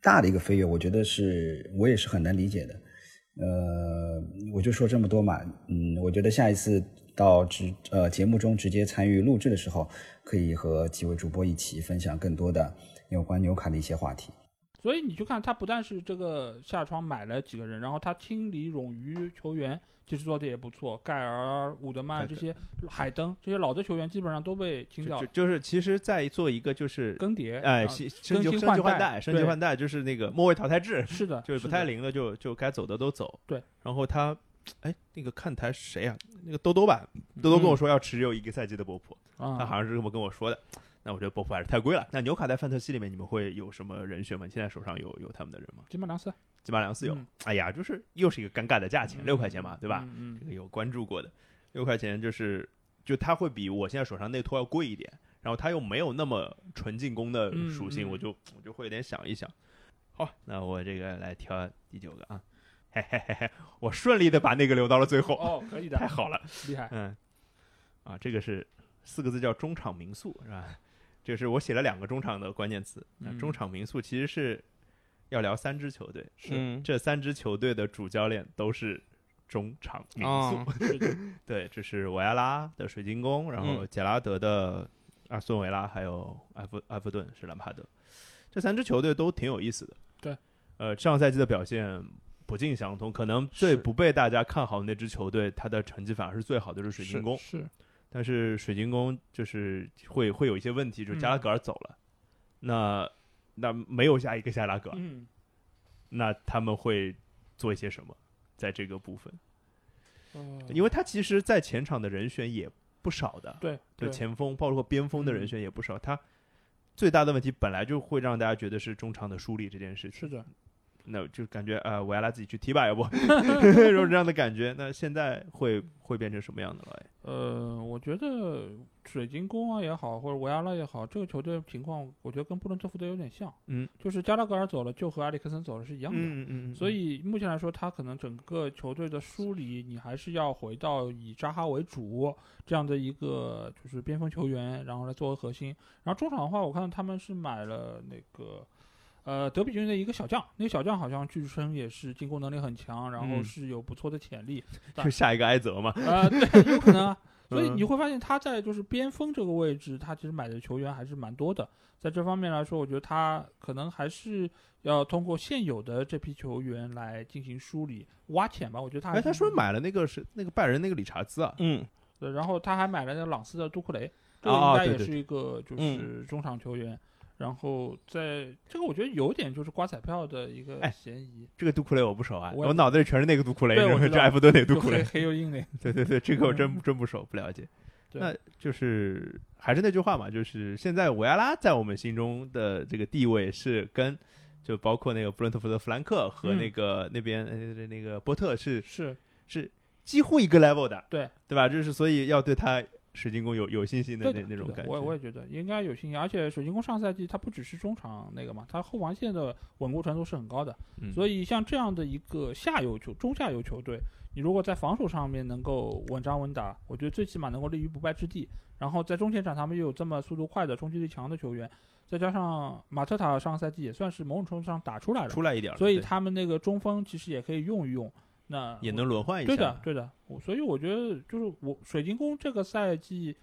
Speaker 4: 大的一个飞跃，我觉得是我也是很能理解的。呃，我就说这么多嘛，嗯，我觉得下一次到直呃节目中直接参与录制的时候，可以和几位主播一起分享更多的。有关纽卡的一些话题，
Speaker 1: 所以你就看他不但是这个下窗买了几个人，然后他清理冗余球员，其实做的也不错。盖尔、伍德曼这些、海登这些老的球员基本上都被清掉
Speaker 2: 就
Speaker 1: 了，
Speaker 2: 就是其实在做一个就是
Speaker 1: 更迭。
Speaker 2: 哎
Speaker 1: 啊
Speaker 2: 新升级
Speaker 1: 更新
Speaker 2: 升级
Speaker 1: 换
Speaker 2: 换
Speaker 1: 代
Speaker 2: 代升级
Speaker 1: 对
Speaker 2: 换代，就是那个末位淘汰制，
Speaker 1: 是的，
Speaker 2: 就是不
Speaker 1: 的
Speaker 2: 太灵的就就该走的都走。
Speaker 1: 对，
Speaker 2: 然后他哎那个看台谁啊？那个兜兜吧，
Speaker 1: 嗯
Speaker 2: 兜兜跟我说要持有一个赛季的波普，他
Speaker 1: 啊。
Speaker 2: 好像是这么跟我说的。那我觉得波普还是太贵了。那纽卡在范特西里面你们会有什么人选吗？你现在手上有有他们的人吗？
Speaker 1: 基本上是
Speaker 2: 基本上两四有
Speaker 1: 嗯。
Speaker 2: 哎呀，就是又是一个尴尬的价钱，六块钱嘛，对吧？
Speaker 1: 嗯
Speaker 2: 这个有关注过的，六块钱就是就它会比我现在手上那托要贵一点，然后它又没有那么纯进攻的属性，
Speaker 1: 嗯嗯
Speaker 2: 我就我就会有点想一想。好，那我这个来挑第九个啊，嘿嘿嘿嘿，我顺利的把那个留到了最后，
Speaker 1: 哦，可以的
Speaker 2: 太，好 了，
Speaker 1: 厉 害。
Speaker 2: 嗯，啊，这个是四个字叫中场民宿是吧？这是我写了两个中场的关键词，那
Speaker 1: 嗯
Speaker 2: 中场民宿其实是要聊三支球队，
Speaker 3: 嗯
Speaker 2: 这三支球队的主教练都是中场民
Speaker 1: 哦
Speaker 2: 宿。
Speaker 3: 啊，
Speaker 1: 是的
Speaker 2: 对，这是维埃拉的水晶宫，
Speaker 1: 嗯
Speaker 2: 然后杰拉德的阿斯顿维拉，还有埃弗埃弗顿是兰帕德，这三支球队都挺有意思的。
Speaker 1: 对，
Speaker 2: 呃，上赛季的表现不尽相同，可能最
Speaker 1: 是
Speaker 2: 不被大家看好的那支球队，它的成绩反而是最好的，就是水晶宫。
Speaker 1: 是
Speaker 2: 但是水晶宫就是会会有一些问题，就是加
Speaker 1: 嗯
Speaker 2: 拉格尔走了，那那没有下一个加拉格尔，
Speaker 1: 嗯，
Speaker 2: 那他们会做一些什么在这个部分？
Speaker 1: 哦
Speaker 2: 因为他其实，在前场的人选也不少的，
Speaker 1: 对嗯
Speaker 2: 对前锋包括边锋的人选也不少。他最大的问题本来就会让大家觉得是中场的梳理这件事情，
Speaker 1: 是的，
Speaker 2: 那就感觉呃维埃拉自己去踢 吧，要不 就是这样的感觉。那现在会会变成什么样的了？哎
Speaker 1: 呃，我觉得水晶宫啊也好，或者维埃拉也好，这个球队情况，我觉得跟布伦特福德有点像。
Speaker 2: 嗯，
Speaker 1: 就是加拉格尔走了，就和埃里克森走了是一样的。
Speaker 2: 嗯嗯
Speaker 1: 所以目前来说，他可能整个球队的梳理，你还是要回到以扎哈为主这样的一个就是边锋球员，然后来作为核心。然后中场的话，我看到他们是买了那个呃，德比军的一个小将，那个小将好像据称也是进攻能力很强，然后
Speaker 2: 嗯
Speaker 1: 是有不错的潜力，
Speaker 2: 就下一个埃泽嘛，
Speaker 1: 呃，对，有可 能啊。所以
Speaker 2: 嗯
Speaker 1: 你会发现他在就是边锋这个位置，他其实买的球员还是蛮多的。在这方面来说，我觉得他可能还是要通过现有的这批球员来进行梳理、挖潜吧。我觉得他还
Speaker 2: 哎，
Speaker 1: 是
Speaker 2: 他是不是买了那个是那个拜仁那个理查兹啊？
Speaker 3: 嗯，
Speaker 1: 对，然后他还买了那个朗斯的杜库雷，这个
Speaker 2: 啊
Speaker 1: 应该也
Speaker 2: 对对嗯
Speaker 1: 是一个就是中场球员。然后在这个我觉得有点就是刮彩票的一个
Speaker 2: 哎
Speaker 1: 嫌疑，
Speaker 2: 这个杜库雷我不熟啊，
Speaker 1: 我也
Speaker 2: 我脑袋里全是那个杜库雷，
Speaker 1: 对
Speaker 2: 你知道
Speaker 1: 我
Speaker 2: 吗
Speaker 1: 知道
Speaker 2: 这埃弗顿那个杜
Speaker 1: 就
Speaker 2: 库
Speaker 1: 黑
Speaker 2: 雷，
Speaker 1: 黑又硬 的。
Speaker 2: 对对对，这个我真真不熟，不了解。
Speaker 1: 嗯对
Speaker 2: 那就是还是那句话嘛，就是现在维埃拉在我们心中的这个地位是跟就包括那个布伦特福德弗兰克和
Speaker 1: 嗯
Speaker 2: 那个、那边呃那个波特是
Speaker 1: 是
Speaker 2: 是几乎一个 level 的，
Speaker 1: 对
Speaker 2: 对吧？就是所以要对他水晶宫有有信心的
Speaker 1: 对的
Speaker 2: 那那种
Speaker 1: 对的
Speaker 2: 感觉。
Speaker 1: 我我也觉得应该有信心。而且水晶宫上赛季他不只是中场那个嘛，他后防线的稳固程度是很高的。
Speaker 2: 嗯
Speaker 1: 所以像这样的一个下游球、中下游球队，你如果在防守上面能够稳扎稳打，我觉得最起码能够立于不败之地。然后在中前场他们又有这么速度快的、冲击力强的球员，再加上马特塔上赛季也算是某种程度上打出来了，
Speaker 2: 出来一点儿，
Speaker 1: 所以
Speaker 2: 对
Speaker 1: 他们那个中锋其实也可以用一用。那
Speaker 2: 也
Speaker 1: 我
Speaker 2: 能轮换一下。
Speaker 1: 对的，对的。我所以我觉得就是我水晶宫这个赛季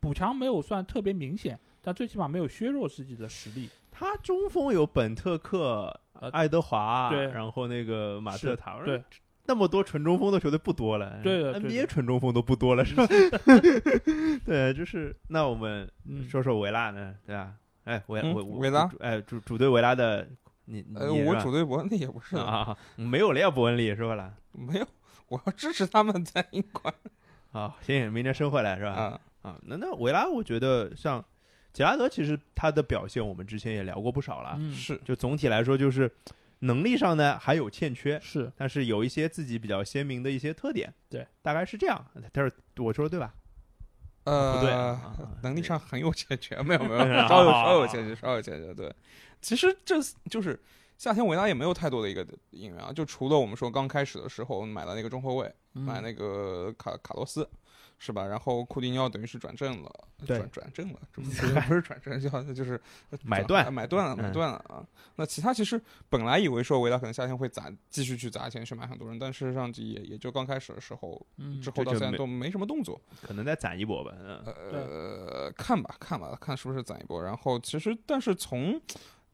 Speaker 1: 补强没有算特别明显，但最起码没有削弱自己的实力。
Speaker 2: 他中锋有本特克、
Speaker 1: 呃
Speaker 2: 爱德华，
Speaker 1: 对
Speaker 2: 然后那个马特塔，
Speaker 1: 对，
Speaker 2: 那么多纯中锋的球队不多了，
Speaker 1: 对的对的
Speaker 2: ，NBA 纯中锋都不多了，是吧？对，就是那我们
Speaker 1: 嗯，
Speaker 2: 说说维拉呢，对吧？哎，维
Speaker 3: 嗯
Speaker 2: 维
Speaker 3: 维拉，
Speaker 2: 哎主主队维拉的你，
Speaker 3: 呃，
Speaker 2: 你是
Speaker 3: 我
Speaker 2: 吧
Speaker 3: 主队伯恩利也不是的，
Speaker 2: 啊，没有了呀，伯恩利是吧啦？
Speaker 3: 没有，我要支持他们在英冠
Speaker 2: 啊，行，明天升回来是吧？
Speaker 3: 啊，
Speaker 2: 啊，那那维拉，我觉得像杰拉德，其实他的表现我们之前也聊过不少了，
Speaker 1: 嗯
Speaker 3: 是，
Speaker 2: 就总体来说就是能力上呢还有欠缺，
Speaker 1: 是
Speaker 2: 但是有一些自己比较鲜明的一些特点，
Speaker 1: 对，
Speaker 2: 大概是这样。但是我说的对吧？
Speaker 3: 呃，
Speaker 2: 不对啊啊
Speaker 3: 能力
Speaker 2: 对
Speaker 3: 上很有欠缺，没有没有
Speaker 2: 啊，
Speaker 3: 稍有稍有欠缺，稍有欠缺。对，其实这就是夏天维拉也没有太多的一个引援啊，就除了我们说刚开始的时候买了那个中后卫，
Speaker 1: 嗯
Speaker 3: 买
Speaker 2: 嗯
Speaker 3: 那个卡卡洛斯。是吧？然后库蒂尼奥等于是转正了，
Speaker 2: 对
Speaker 3: 转转正了， 转不是转正，叫就是
Speaker 2: 买
Speaker 3: 转
Speaker 2: 断
Speaker 3: 哎买断了，
Speaker 2: 嗯
Speaker 3: 买断了啊。那其他其实本来以为说维拉可能夏天会砸，继续去砸钱去买很多人，但事实上也也就刚开始的时候，
Speaker 1: 嗯
Speaker 3: 之后到
Speaker 2: 就
Speaker 3: 现在
Speaker 2: 没
Speaker 3: 都没什么动作。
Speaker 2: 可能再攒一波吧。嗯，
Speaker 3: 呃，看吧，看吧，看是不是攒一波。然后其实，但是从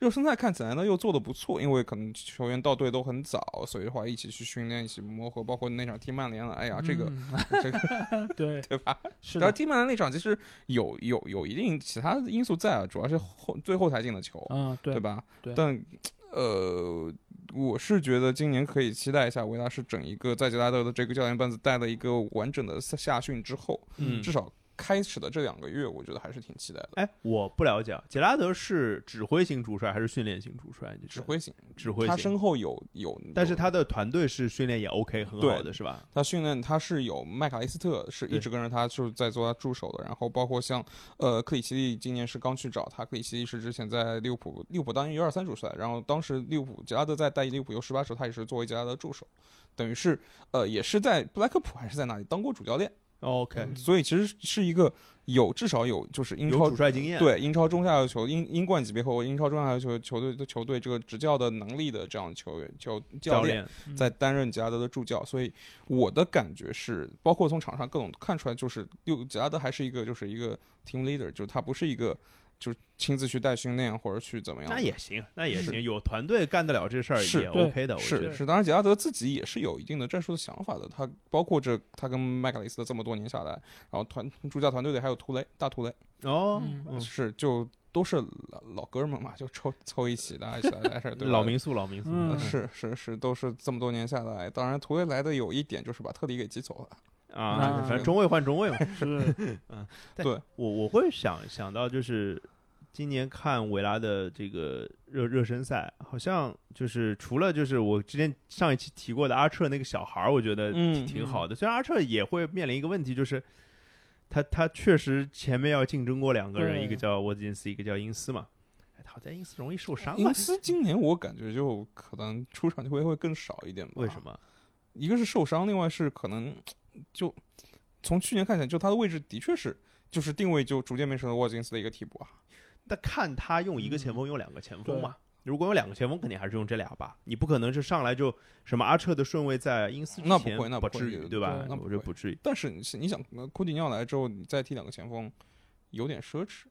Speaker 3: 热身赛看起来呢，又做的不错，因为可能球员到队都很早，所以的话一起去训练，一起磨合，包括那场踢曼联了，哎呀，这
Speaker 2: 嗯
Speaker 3: 个、这个
Speaker 1: 嗯 对
Speaker 3: 对吧？
Speaker 1: 是
Speaker 3: 然后
Speaker 1: 的，
Speaker 3: 踢曼联那场其实有有有一定其他因素在啊，主要是后最后才进的球，
Speaker 1: 嗯对
Speaker 3: 对吧？
Speaker 1: 对
Speaker 3: 但呃，我是觉得今年可以期待一下维拉是整一个在杰拉德的这个教练班子带了一个完整的夏训之后，
Speaker 2: 嗯
Speaker 3: 至少开始的这两个月，我觉得还是挺期待的。
Speaker 2: 哎，我不了解，啊，杰拉德是指挥型主帅还是训练型主帅？你觉得
Speaker 3: 指挥型，
Speaker 2: 指挥
Speaker 3: 他
Speaker 2: 型，
Speaker 3: 身后有有，
Speaker 2: 但是
Speaker 3: 有
Speaker 2: 他的团队是训练也 OK 很好
Speaker 3: 对
Speaker 2: 的是吧？
Speaker 3: 他训练他是有麦卡利斯特是一
Speaker 2: 对
Speaker 3: 直跟着他，就是在做他助手的。然后包括像呃克里奇利今年是刚去找他，克里奇利是之前在利物浦利物浦当一二三主帅，然后当时利物浦杰拉德在带利物浦 U 十八时候，他也是作为杰拉德的助手，等于是呃也是在布莱克普还是在哪里当过主教练，
Speaker 2: 哦 OK，
Speaker 3: 所以其实是一个有至少有就是英
Speaker 2: 有
Speaker 3: 超
Speaker 2: 主帅经验。，
Speaker 3: 对英超中下游球英英冠级别和英超中下游球球队的球队这个执教的能力的这样的球员球
Speaker 2: 教
Speaker 3: 教练，
Speaker 1: 嗯
Speaker 3: 在担任杰拉德的助教，所以我的感觉是，包括从场上各种看出来，就是六杰拉德还是一个就是一个 team leader，就是他不是一个就是亲自去带训练或者去怎么样的。
Speaker 2: 那也行，那也
Speaker 3: 是
Speaker 2: 行，有团队干得了这事儿
Speaker 3: 是
Speaker 2: 也
Speaker 1: 对
Speaker 2: OK 的，我觉
Speaker 3: 是
Speaker 2: 得。
Speaker 3: 是，当然杰拉德自己也是有一定的战术的想法的。他包括这他跟麦卡利斯特这么多年下来，然后团助教团队里还有图雷大图雷，
Speaker 2: 哦，
Speaker 1: 嗯
Speaker 2: 嗯
Speaker 3: 是就都是老老哥们嘛，就凑凑一起大家一起来来事儿，对吧
Speaker 2: 老民宿，老民宿。
Speaker 1: 嗯
Speaker 3: 呃是是是，都是这么多年下来，当然图雷来的有一点就是把特里给挤走了。
Speaker 2: 啊，
Speaker 1: 嗯
Speaker 2: 反正中卫换中卫嘛。
Speaker 1: 是嗯
Speaker 2: 但
Speaker 3: 对
Speaker 2: 我我会想想到就是今年看维拉的这个热热身赛，好像就是除了就是我之前上一期提过的阿彻那个小孩儿，我觉得
Speaker 3: 嗯
Speaker 2: 挺好的。虽然阿彻也会面临一个问题，就是他他确实前面要竞争过两个人，
Speaker 1: 对
Speaker 2: 一个叫沃金斯，一个叫因斯嘛。哎好在因斯容易受伤吧
Speaker 3: 因？斯今年我感觉就可能出场机会会更少一点吧。
Speaker 2: 为什？么？
Speaker 3: 一个是受伤，另外是可能就从去年看起来，就他的位置的确是就是定位就逐渐变成了沃金斯的一个替补啊。
Speaker 2: 但看他用一个前锋，用两个前锋嘛。如果有两个前锋，肯定还是用这俩吧。你不可能是上来就什么阿彻的顺位在因斯之
Speaker 3: 那不
Speaker 2: 前，
Speaker 3: 会那
Speaker 2: 不
Speaker 3: 不
Speaker 2: 至
Speaker 3: 会
Speaker 2: 于对吧
Speaker 3: 对？那不
Speaker 2: 我觉得
Speaker 3: 会
Speaker 2: 不至于。
Speaker 3: 但是你你想，呃库蒂尼奥来之后，你再踢两个前锋，有点奢侈。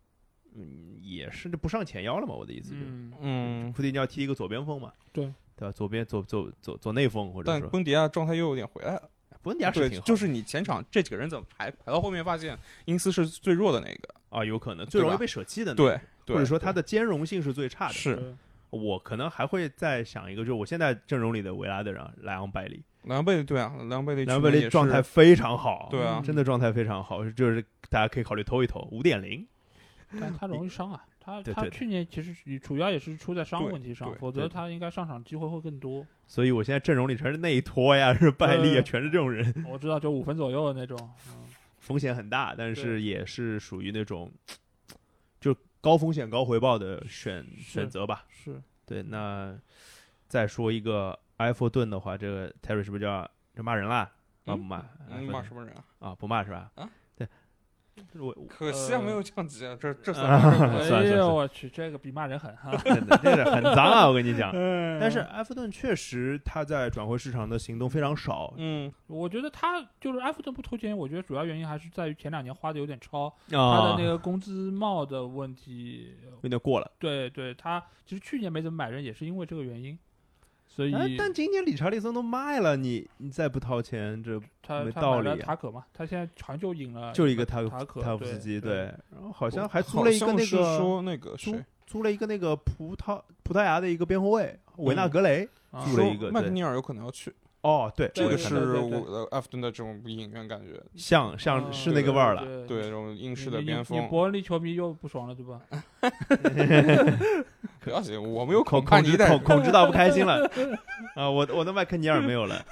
Speaker 2: 嗯，也是这不上前腰了嘛？我的意思就是，
Speaker 1: 嗯，
Speaker 3: 嗯，
Speaker 2: 库蒂尼奥踢一个左边锋嘛，
Speaker 1: 对
Speaker 2: 对吧？左边左左左左内锋，或者
Speaker 3: 但
Speaker 2: 说
Speaker 3: 昆迪亚状态又有点回来了。
Speaker 2: 布恩迪亚是
Speaker 3: 对
Speaker 2: 挺，好的，
Speaker 3: 就是你前场这几个人怎么排排到后面，发现因斯是最弱的那个。
Speaker 2: 啊，有可能最容易
Speaker 3: 对吧
Speaker 2: 被舍弃的那个，
Speaker 3: 对，
Speaker 2: 嗯
Speaker 3: 对
Speaker 2: 或者说它的兼容性是最差的。
Speaker 3: 是
Speaker 1: 对
Speaker 2: 我可能还会再想一个，就是我现在阵容里的维拉的人啊莱昂贝利，
Speaker 3: 莱昂贝利，对啊，莱昂贝利，
Speaker 2: 莱昂贝利状态，非常好，
Speaker 1: 嗯
Speaker 3: 对啊
Speaker 2: 真的状态非常好，就是大家可以考虑投一投五点零。
Speaker 1: 但他容易伤啊。他
Speaker 2: 对
Speaker 1: 他
Speaker 2: 对对
Speaker 1: 去年其实主要也是出在伤
Speaker 3: 对
Speaker 1: 问题上，
Speaker 3: 对
Speaker 1: 否
Speaker 2: 对
Speaker 1: 则
Speaker 2: 对
Speaker 1: 他应该上场机会会更 多。
Speaker 2: 所以我现在阵容里全是内托呀，是拜利啊，
Speaker 1: 呃
Speaker 2: 全是这种人，
Speaker 1: 我知道，就五分左右的那种。嗯
Speaker 2: 风险很大，但是
Speaker 1: 对
Speaker 2: 也是属于那种就高风险高回报的选
Speaker 1: 是
Speaker 2: 选择吧。
Speaker 1: 是，
Speaker 2: 对，那再说一个埃弗顿的话，这个 Terry 是不是就要就骂人啦？骂不骂？
Speaker 3: 嗯，骂什么人啊？
Speaker 2: 啊，不骂是吧？
Speaker 3: 啊，
Speaker 2: 对，我我
Speaker 3: 可惜啊，
Speaker 1: 呃
Speaker 3: 没有降级啊，这这
Speaker 2: 啊
Speaker 3: 算是
Speaker 2: 算了
Speaker 1: 哎
Speaker 2: 算了
Speaker 1: 呦我去，这个比骂人狠哈。
Speaker 2: 真的这个很脏啊，我跟你 讲。 但是埃弗顿确实他在转会市场的行动非常少
Speaker 3: 嗯，
Speaker 1: 我觉得他就是埃弗顿不投钱，我觉得主要原因还是在于前两年花的有点超，他
Speaker 2: 啊
Speaker 1: 的那，个工资帽的问题。
Speaker 2: 有点过了。
Speaker 1: 对对，他其实去年没怎么买人，也是因为这个原因。所以
Speaker 2: 哎但今年理查利森都卖了，你你再不掏钱，这
Speaker 1: 他
Speaker 2: 没
Speaker 1: 他
Speaker 2: 道
Speaker 1: 买了
Speaker 2: 理啊
Speaker 1: 塔可嘛，他现在好像就引了
Speaker 2: 就一个塔
Speaker 1: 塔
Speaker 2: 可
Speaker 1: 可
Speaker 2: 塔夫
Speaker 1: 对
Speaker 2: 斯基
Speaker 1: 对，
Speaker 2: 对，然后好像还租
Speaker 3: 好
Speaker 2: 了一个
Speaker 3: 像
Speaker 2: 那
Speaker 3: 是
Speaker 2: 个
Speaker 3: 说那个
Speaker 2: 租
Speaker 3: 谁，
Speaker 2: 租了一个那个葡萄葡萄牙的一个边后卫维
Speaker 3: 嗯
Speaker 2: 纳格雷。
Speaker 1: 啊
Speaker 2: 租了
Speaker 3: 说
Speaker 2: 一个
Speaker 3: 麦克
Speaker 2: 对
Speaker 3: 尼尔有可能要去，
Speaker 2: 哦，对，
Speaker 3: 这
Speaker 2: 我
Speaker 3: 个
Speaker 2: 看
Speaker 3: 是
Speaker 2: 到
Speaker 1: 对对对
Speaker 3: 我的埃弗顿的这种隐约感觉，
Speaker 2: 像像
Speaker 1: 嗯
Speaker 2: 是那个味儿了。
Speaker 1: 对
Speaker 3: 对这种英式
Speaker 1: 你
Speaker 3: 的
Speaker 1: 你
Speaker 3: 边
Speaker 1: 你
Speaker 3: 锋。
Speaker 1: 伯恩利球迷又不爽了，对 吧？
Speaker 3: 不要紧，我们有
Speaker 2: 孔
Speaker 3: 孔帕
Speaker 2: 孔
Speaker 3: 尼
Speaker 2: 指
Speaker 3: 的
Speaker 2: 孔孔指导不开心 了啊！我我的麦克尼尔没有了，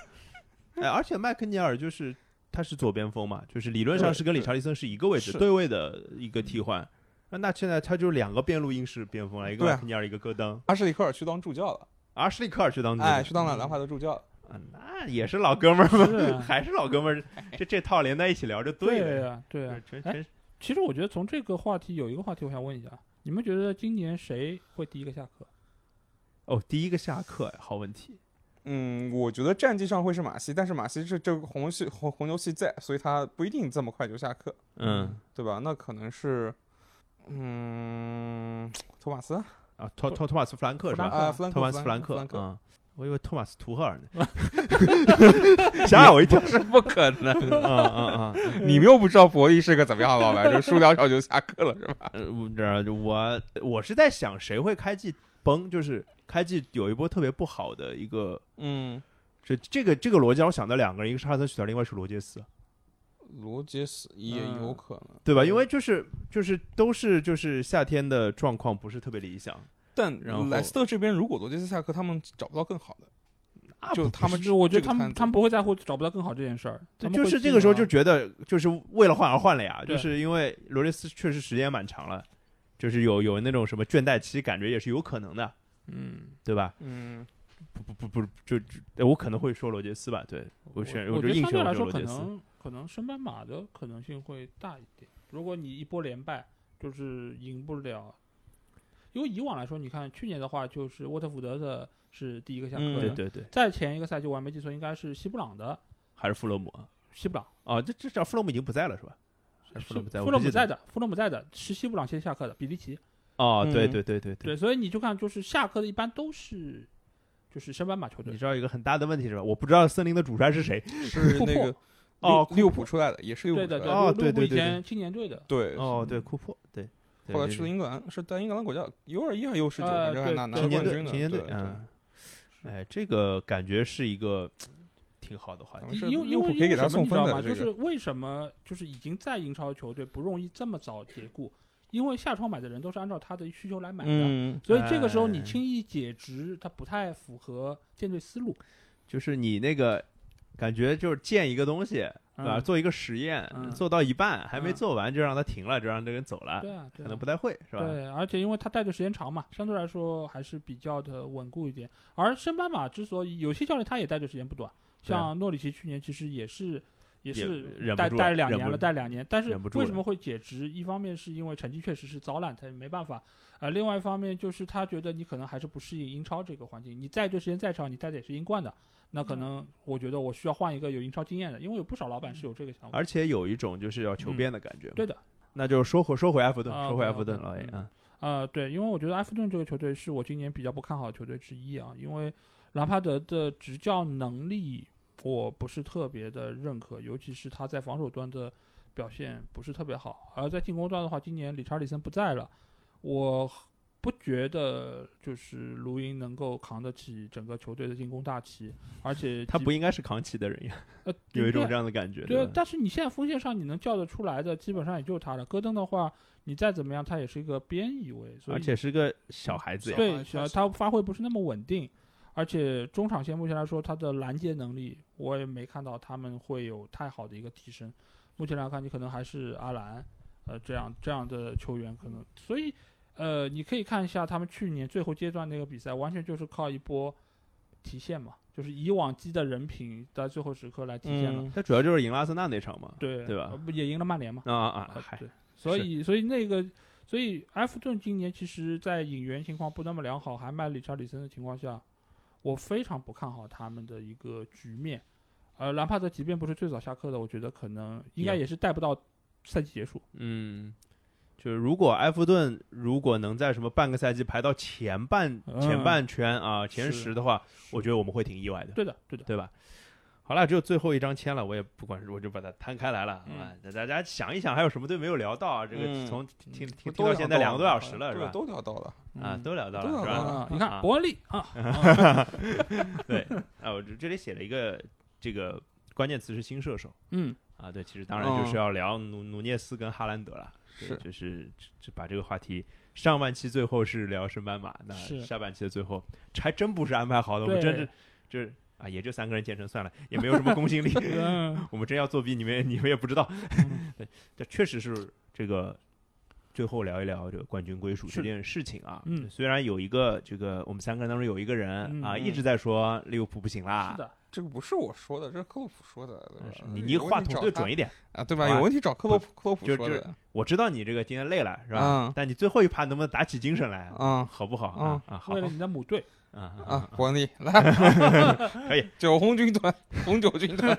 Speaker 2: 哎，而且麦克尼尔就是他是左边锋嘛，就是理论上是跟理查利森是一个位置
Speaker 3: 是
Speaker 2: 对位的一个替换。啊那现在他就是两个边路英式边锋了，一个
Speaker 3: 对啊
Speaker 2: 麦克尼尔，一个戈登，
Speaker 3: 阿什利科尔去当助教了，
Speaker 2: 阿什利科尔去当主
Speaker 3: 哎，
Speaker 2: 力
Speaker 3: 去当了兰帕德助教了。
Speaker 2: 啊，那也是老哥们儿
Speaker 1: 是
Speaker 2: 嘛，
Speaker 1: 啊
Speaker 2: 还是老哥们儿，这这套连在一起聊就对了。
Speaker 1: 呀，对呀。
Speaker 2: 全
Speaker 1: 哎
Speaker 2: 全
Speaker 1: 其实我觉得从这个话题有一个话题，我想问一下，你们觉得今年谁会第一个下课？
Speaker 2: 哦，第一个下课，好问题。
Speaker 3: 嗯，我觉得战绩上会是马西，但是马西这这个红牛系红红牛系在，所以他不一定这么快就下课，
Speaker 2: 嗯
Speaker 3: 对吧？那可能是，嗯，托马斯
Speaker 2: 啊，托托托马斯弗兰克是吧？
Speaker 3: 啊，弗兰克，
Speaker 2: 托马斯·
Speaker 3: 弗
Speaker 2: 弗兰克
Speaker 3: 弗兰克，
Speaker 2: 啊、 我以为托马斯·图赫尔呢， 吓我一跳
Speaker 3: 是不可能，
Speaker 2: 啊啊啊！
Speaker 3: 你们又不知道博弈是个怎么样的老 板，就输两场就下课了，是吧？
Speaker 2: 呃我这我我是在想谁会开季崩，就是开季有一波特别不好的一个，
Speaker 3: 嗯，
Speaker 2: 这这个这个逻辑让我想到两个人，一个是哈森许特，另外是罗杰斯，
Speaker 3: 罗杰斯也有可能，
Speaker 2: 对吧？因为就是就是都是就是夏天的状况不是特别理想，
Speaker 3: 但
Speaker 2: 然后
Speaker 3: 莱斯特这边如果罗杰斯下课，他们找不到更好的，
Speaker 2: 啊
Speaker 3: 就他们
Speaker 1: 是我觉得
Speaker 3: 这个
Speaker 1: 他
Speaker 3: 摊
Speaker 1: 们
Speaker 3: 子
Speaker 1: 他们不会在乎找不到更好这件事儿，他们
Speaker 2: 就
Speaker 1: 会
Speaker 2: 是这
Speaker 1: 进
Speaker 2: 个时候
Speaker 1: 啊
Speaker 2: 就觉得就是为了换而换了呀，就
Speaker 1: 对
Speaker 2: 是因为罗杰斯确实时间也蛮长了，就是有有那种什么倦怠期，感觉也是有可能的，
Speaker 1: 嗯，
Speaker 2: 对吧？
Speaker 3: 嗯，
Speaker 2: 不不不不，就就哎我可能会说罗杰斯吧，对我选
Speaker 1: 我
Speaker 2: 就
Speaker 1: 觉得
Speaker 2: 硬
Speaker 1: 相
Speaker 2: 选
Speaker 1: 对
Speaker 2: 我
Speaker 1: 来
Speaker 2: 就
Speaker 1: 说
Speaker 2: 罗
Speaker 1: 可
Speaker 2: 杰斯。
Speaker 1: 能可能升班马的可能性会大一点。如果你一波连败，就是赢不了。因为以往来说，你看去年的话，就是沃特福德的是第一个下课
Speaker 3: 嗯
Speaker 1: 的，
Speaker 2: 对对对，
Speaker 1: 再前一个赛季我还没记错，应该是西布朗的
Speaker 2: 还是弗洛姆啊
Speaker 1: 西布朗，
Speaker 2: 啊，这这这弗洛姆已经不在了是吧？还哎是弗洛姆在？
Speaker 1: 弗
Speaker 2: 我
Speaker 1: 洛
Speaker 2: 不
Speaker 1: 姆
Speaker 2: 记
Speaker 1: 在
Speaker 2: 得
Speaker 1: 的，弗洛姆在的是西布朗先下课的，比利奇。
Speaker 2: 哦，
Speaker 3: 嗯
Speaker 2: 对对对对
Speaker 1: 对，。所以你就看，就是下课的一般都是就是升班马球
Speaker 2: 你
Speaker 1: 队，
Speaker 2: 知道一个很大的问题是吧？我不知道森林的主帅是谁
Speaker 3: 是
Speaker 1: 库
Speaker 3: 那
Speaker 1: 珀
Speaker 3: 个
Speaker 2: 哦
Speaker 3: 利利物浦出来的，也是利物浦
Speaker 1: 对的
Speaker 3: 出来
Speaker 1: 对，
Speaker 3: 的，
Speaker 2: 哦
Speaker 1: 利物
Speaker 2: 对
Speaker 1: 浦
Speaker 2: 对
Speaker 1: 以
Speaker 2: 对对
Speaker 1: 前青年队的，
Speaker 3: 对，
Speaker 2: 哦，对库珀对，对
Speaker 3: 后来
Speaker 2: 对
Speaker 3: 去了英格兰，是在英格兰国家 U 二一还是 U 十九，
Speaker 1: 呃
Speaker 3: 反正还
Speaker 1: 对
Speaker 3: 拿拿了
Speaker 2: 青年队
Speaker 3: 冠军呢。
Speaker 2: 青年队
Speaker 3: 对，
Speaker 2: 嗯，哎，这个感觉是一个挺好的话题
Speaker 3: 咱。们是
Speaker 1: 因为
Speaker 3: 利
Speaker 1: 因
Speaker 3: 物
Speaker 1: 为
Speaker 3: 浦
Speaker 1: 因
Speaker 3: 可以
Speaker 1: 为
Speaker 3: 给他
Speaker 1: 什么
Speaker 3: 送
Speaker 1: 你知
Speaker 3: 分
Speaker 1: 道
Speaker 3: 的，
Speaker 1: 吗？
Speaker 3: 这
Speaker 1: 就
Speaker 3: 个
Speaker 1: 是为什么就是已经在英超的球队不容易这么早解雇，因为下窗买的人都是按照他的需求来买的，
Speaker 3: 嗯，
Speaker 1: 所以这个时候
Speaker 2: 哎
Speaker 1: 你轻易解职，它不太符合舰队思路。
Speaker 2: 就是你那个感觉就是建一个东西，对
Speaker 3: 啊
Speaker 2: 吧？
Speaker 1: 嗯
Speaker 2: 做一个实验，
Speaker 1: 嗯
Speaker 2: 做到一半还没
Speaker 1: 嗯
Speaker 2: 做完就让他停了，就让这个人走了，
Speaker 1: 对啊，对
Speaker 2: 可能
Speaker 1: 啊
Speaker 2: 不。太会是吧？
Speaker 1: 对，而且因为他带的时间长嘛，相对来说还是比较的稳固一点。而升班马之所以有些教练他也带的时间不短，
Speaker 2: 对啊
Speaker 1: 像诺里奇去年其实也是也
Speaker 2: 也
Speaker 1: 是
Speaker 2: 忍不
Speaker 1: 待
Speaker 2: 住
Speaker 1: 待
Speaker 2: 了
Speaker 1: 两
Speaker 2: 忍
Speaker 1: 年
Speaker 2: 不
Speaker 1: 了，
Speaker 2: 住
Speaker 1: 待两年。但是
Speaker 2: 忍不住
Speaker 1: 为
Speaker 2: 了
Speaker 1: 什么会解职？一方面是因为成绩确实是糟烂，他也没办法；呃，另外一方面就是他觉得你可能还是不适应英超这个环境。你在队时间再长，你待的也是英冠的，那
Speaker 2: 嗯
Speaker 1: 可能我觉得我需要换一个有英超经验的，因为有不少老板是有这个想法。
Speaker 2: 而且有一种就是要求
Speaker 1: 哦嗯
Speaker 2: 变的感觉。
Speaker 1: 对的，
Speaker 2: 那就说回说回埃弗顿，
Speaker 1: 啊
Speaker 2: 说回埃
Speaker 1: ，OK，OK，
Speaker 2: 弗顿老爷
Speaker 1: 嗯
Speaker 2: 啊，
Speaker 1: 呃，对，因为我觉得埃弗顿这个球队是我今年比较不看好的球队之一啊，因为兰帕德的执教能力我不是特别的认可，尤其是他在防守端的表现不是特别好，而在进攻端的话，今年理查里森不在了，我不觉得就是卢因能够扛得起整个球队的进攻大旗，而且
Speaker 2: 他
Speaker 1: 即
Speaker 2: 不应该是扛旗的人呀，
Speaker 1: 呃
Speaker 2: 有一
Speaker 1: 嗯
Speaker 2: 种
Speaker 1: 对
Speaker 2: 这样的感觉。
Speaker 1: 对，
Speaker 2: 吧
Speaker 1: 但是你现在锋线上你能叫得出来的，基本上也就他了。戈登的话，你再怎么样，他也是一个边翼位，所以
Speaker 2: 而且是个小孩子呀，
Speaker 1: 对，
Speaker 3: 小
Speaker 1: 小他发挥不是那么稳定，而且中场线目前来说，他的拦截能力我也没看到他们会有太好的一个提升。目前来看，你可能还是阿兰，呃，这样这样的球员可能，所以，呃，你可以看一下他们去年最后阶段那个比赛，完全就是靠一波提现嘛，就是以往积的人品在最后时刻来提现了。
Speaker 3: 嗯，
Speaker 2: 他主要就是赢了阿森纳那场嘛。
Speaker 1: 对
Speaker 2: 对吧
Speaker 1: 呃不也赢了曼联嘛？
Speaker 2: 啊啊，
Speaker 1: 呃
Speaker 2: 嗨，
Speaker 1: 对，所
Speaker 2: 是
Speaker 1: 以所以那个，所以埃弗顿今年其实，在引援情况不那么良好，还卖理查里森的情况下，我非常不看好他们的一个局面。呃，兰帕德即便不是最早下课的，我觉得可能应该
Speaker 2: 也
Speaker 1: 也是带不到赛季结束。
Speaker 2: 嗯，就是如果埃弗顿如果能在什么半个赛季排到前半
Speaker 1: 嗯
Speaker 2: 前半圈啊
Speaker 1: 是
Speaker 2: 前十的话，我觉得我们会挺意外的，
Speaker 1: 对的，对的，
Speaker 2: 对吧？好了，只有最后一张签了，我也不管，我就把它摊开来了，好吧？大家想一想，还有什么队没有聊到啊？这个
Speaker 3: 嗯
Speaker 2: 从
Speaker 1: 嗯
Speaker 2: 听
Speaker 3: 我
Speaker 2: 听
Speaker 3: 都
Speaker 2: 到
Speaker 3: 聊
Speaker 2: 现在
Speaker 3: 到
Speaker 2: 两个多小时了，是
Speaker 3: 对
Speaker 2: 吧？
Speaker 3: 都聊到了，
Speaker 2: 啊，
Speaker 1: 嗯
Speaker 2: 都聊到
Speaker 3: 都
Speaker 2: 了，是
Speaker 3: 聊到
Speaker 2: 吧？
Speaker 3: 了
Speaker 1: 啊，你
Speaker 2: 啊
Speaker 1: 看伯恩利啊，
Speaker 2: 对，啊，我这这里写了一个这个关键词是新射手
Speaker 1: 嗯，
Speaker 2: 啊，对，其实当然就是
Speaker 3: 嗯
Speaker 2: 要聊努努涅斯跟哈兰德了。对
Speaker 3: 是
Speaker 2: 就是这这把这个话题，上半期最后是聊升班马，那
Speaker 1: 是
Speaker 2: 下半期的最后还真不是安排好的，我们
Speaker 1: 对
Speaker 2: 真是就是啊，也就三个人建成算了，也没有什么公信力，
Speaker 1: 嗯
Speaker 2: 我们真要作弊，你们你们也不知道
Speaker 1: 嗯，
Speaker 2: 对，这确实是这个。最后聊一聊这个冠军归属这
Speaker 1: 是
Speaker 2: 件事情啊，
Speaker 1: 嗯
Speaker 2: 虽然有一个这个我们三个人当中有一个人、
Speaker 1: 嗯
Speaker 2: 啊
Speaker 1: 嗯
Speaker 2: 一直在说利物浦不行啦，
Speaker 1: 是的，呃
Speaker 3: 这个不是我说的，这是克洛普说的，对
Speaker 2: 但是
Speaker 3: 吧？
Speaker 2: 你
Speaker 3: 有
Speaker 2: 你
Speaker 3: 问
Speaker 2: 话
Speaker 3: 题
Speaker 2: 筒
Speaker 3: 找
Speaker 2: 对
Speaker 3: 他
Speaker 2: 准一点，
Speaker 3: 啊，对吧？
Speaker 2: 好吧
Speaker 3: 有问题找克洛
Speaker 2: 不
Speaker 3: 普，克洛普
Speaker 2: 就
Speaker 3: 说
Speaker 2: 就
Speaker 3: 的
Speaker 2: 我知道你这个今天累了是吧
Speaker 3: 嗯？
Speaker 2: 但你最后一盘能不能打起精神来，
Speaker 3: 啊
Speaker 2: 好不好？啊啊，好
Speaker 1: 嗯为了你的母队，
Speaker 2: 啊
Speaker 3: 啊
Speaker 2: 啊！，，
Speaker 3: 伯恩利来
Speaker 2: 可以，
Speaker 3: 九红军团，红九军团，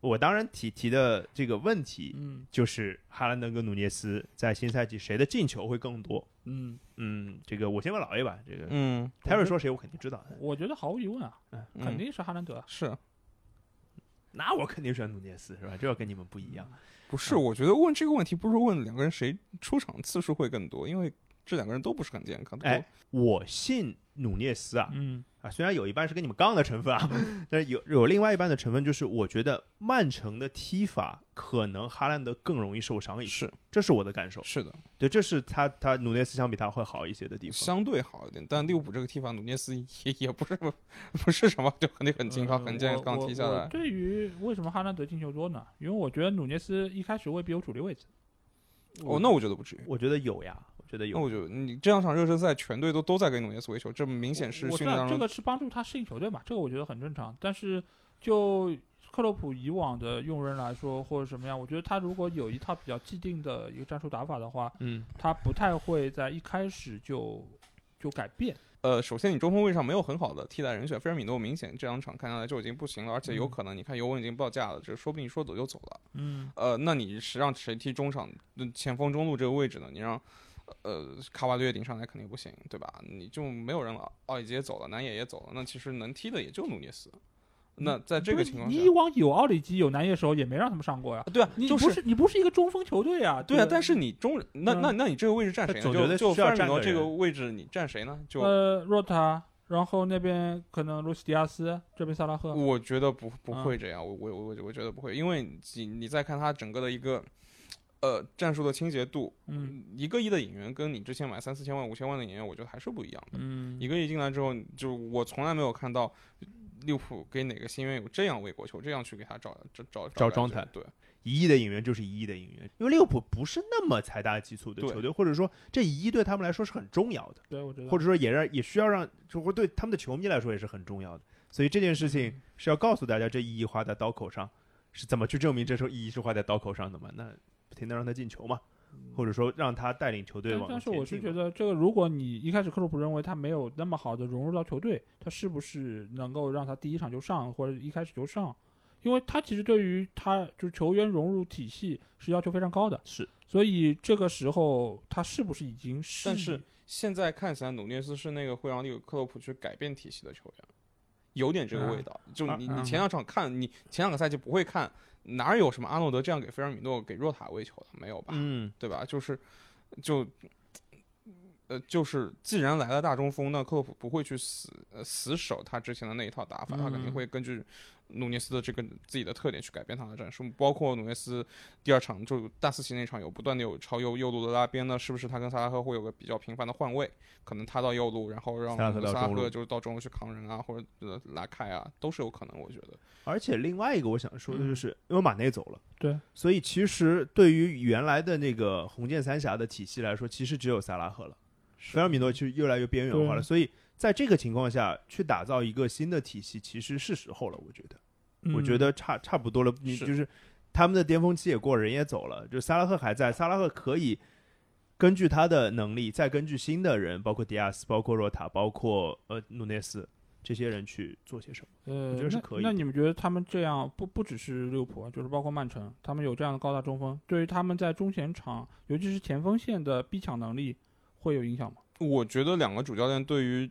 Speaker 2: 我当然提提的这个问题
Speaker 1: 嗯
Speaker 2: 就是哈兰德跟努涅斯在新赛季谁的进球会更多？
Speaker 1: 嗯，
Speaker 2: 嗯，这个我先问老爷吧。这个
Speaker 3: 嗯，
Speaker 2: 泰瑞说谁，我肯定知道。
Speaker 1: 我觉得毫无疑问啊，
Speaker 3: 嗯
Speaker 1: 肯定是哈兰德啊，
Speaker 3: 是
Speaker 2: 那我肯定选努涅斯是吧？这要跟你们不一样。
Speaker 3: 不是？
Speaker 2: 嗯
Speaker 3: 我觉得问这个问题不是问两个人谁出场次数会更多，因为这两个人都不是很健康。都
Speaker 2: 哎，我信努涅斯啊
Speaker 1: 嗯
Speaker 2: 啊，虽然有一半是跟你们杠的成分啊， 但是有有另外一半的成分就是，我觉得曼城的踢法可能哈兰德更容易受伤一些。
Speaker 3: 是
Speaker 2: 这是我的感受。
Speaker 3: 是的，
Speaker 2: 对，这是他他努涅斯相比他会好一些的地方。
Speaker 3: 相对好一点，但利物浦这个踢法，努涅斯也也不是不是什么，就肯定很健康，
Speaker 1: 呃
Speaker 3: 很健康
Speaker 1: 我
Speaker 3: 踢下
Speaker 1: 我
Speaker 3: 来。
Speaker 1: 对于为什么哈兰德进球多呢？因为我觉得努涅斯一开始未必有主力位置。
Speaker 3: 哦，那我觉得不至于。
Speaker 2: 我觉得有呀，我觉得
Speaker 3: 那
Speaker 2: 有
Speaker 3: 我。觉得你这两场热身赛，全队都都在给努涅斯维球，这明显是
Speaker 1: 我知
Speaker 3: 训练
Speaker 1: 道
Speaker 3: 当
Speaker 1: 这
Speaker 3: 中
Speaker 1: 个是帮助他适应球队嘛，这个我觉得很正常。但是就克洛普以往的用人来说，或者什么样，我觉得他如果有一套比较既定的一个战术打法的话，
Speaker 2: 嗯，
Speaker 1: 他不太会在一开始就就改变。
Speaker 3: 呃，首先你中锋位上没有很好的替代人选，菲尔米诺明显这两场看下来就已经不行了，而且有
Speaker 1: 嗯
Speaker 3: 可能你看尤文已经报价了，这说不定说走就走了。
Speaker 1: 嗯，
Speaker 3: 呃，那你是让谁踢中场、嗯前锋、中路这个位置呢？你让呃卡瓦略顶上来肯定不行，对吧？你就没有人了，奥里吉也走了，南野也走了，那其实能踢的也就努涅斯。那在这个情况
Speaker 1: 你
Speaker 3: 下
Speaker 1: 以，往有奥里吉、有南野的时候，也没让他们上过呀。
Speaker 3: 对啊，
Speaker 1: 你
Speaker 3: 就
Speaker 1: 不是你不是一个中锋球队啊？
Speaker 3: 对啊，
Speaker 1: 吧
Speaker 3: 但是你中那那那你这个位置站
Speaker 2: 嗯他
Speaker 3: 谁呢？
Speaker 2: 总觉得
Speaker 3: 就就
Speaker 2: 需
Speaker 3: 菲
Speaker 2: 要
Speaker 3: 尔米
Speaker 2: 站
Speaker 3: 诺
Speaker 2: 个
Speaker 3: 这个
Speaker 2: 人
Speaker 3: 位置你站谁呢？就
Speaker 1: 呃，若塔，然后那边可能卢西迪亚斯，这边萨拉赫。
Speaker 3: 我觉得不不
Speaker 1: 嗯
Speaker 3: 会这样，我我我我觉得不会，因为你你再看他整个的一个呃战术的倾斜度，
Speaker 1: 嗯
Speaker 3: 一个亿的引援跟你之前买三四千万、五千万的引援，我觉得还是不一样的。
Speaker 1: 嗯，
Speaker 3: 一个亿进来之后，就我从来没有看到呃利物浦给哪个新援有这样为国球，这样去给他找找找
Speaker 2: 找
Speaker 3: 来
Speaker 2: 状
Speaker 3: 着
Speaker 2: 态
Speaker 3: 对，
Speaker 2: 一亿的引援就是一亿的引援，因为利物浦不是那么财大气粗的
Speaker 3: 对
Speaker 2: 球队，或者说这一亿对他们来说是很重要的，
Speaker 1: 对，我觉得
Speaker 2: 或者说也让也需要让，就会对他们的球迷来说也是很重要的。所以这件事情是要告诉大家，这一亿花在刀口上是怎么去证明这时候意义是画在刀口上的嘛？那不停的让他进球嘛，或者说让他带领球队
Speaker 1: 但
Speaker 2: 往
Speaker 1: 但
Speaker 2: 前
Speaker 1: 是
Speaker 2: 进嘛。
Speaker 1: 我是觉得，这个如果你一开始克洛普认为他没有那么好的融入到球队，他是不是能够让他第一场就上，或者一开始就上？因为他其实对于他就是球员融入体系是要求非常高的，
Speaker 2: 是，
Speaker 1: 所以这个时候他是不是已经是？
Speaker 3: 但是现在看起来，努涅斯是那个会让利有克洛普去改变体系的球员，有点这个味道。就你
Speaker 1: 啊
Speaker 3: 你前两场看，你前两个赛季不会看，哪有什么阿诺德这样给菲尔米诺、给若塔喂球的？没有吧？
Speaker 2: 嗯，
Speaker 3: 对吧？就是就。呃，就是既然来了大中锋，那克洛普不会去死呃死守他之前的那一套打法，他肯定
Speaker 1: 嗯
Speaker 3: 会根据努涅斯的这个自己的特点去改变他的战术，包括努涅斯第二场就大四奇那场有不断的有朝右右路的拉边呢，是不是他跟萨拉赫会有个比较频繁的换位？可能他到右路，然后让
Speaker 2: 萨拉赫到
Speaker 3: 萨拉
Speaker 2: 中路
Speaker 3: 赫就是到中路去扛人啊，或者呃拉开啊，都是有可能，我觉得。
Speaker 2: 而且另外一个我想说的就
Speaker 1: 嗯
Speaker 2: 是，因为马内走了，
Speaker 1: 对，
Speaker 2: 所以其实对于原来的那个红箭三峡的体系来说，其实只有萨拉赫了，菲尔米诺就越来越边缘化了。
Speaker 1: 对
Speaker 2: 所以在这个情况下，去打造一个新的体系，其实是时候了，我觉得。我觉
Speaker 1: 嗯
Speaker 2: 得差差不多了，你
Speaker 3: 是
Speaker 2: 就是他们的巅峰期也过，人也走了，就萨拉赫还在，萨拉赫可以根据他的能力，再根据新的人，包括迪亚斯，包括若塔，包括呃努内斯这些人去做些什么。
Speaker 1: 呃，
Speaker 2: 觉得是可以
Speaker 1: 那。那
Speaker 2: 的
Speaker 1: 你们觉得他们这样不不只是利物浦，啊，就是包括曼城，他们有这样的高大中锋，对于他们在中前场，尤其是前锋线的逼抢能力会有影响吗？
Speaker 3: 我觉得两个主教练对于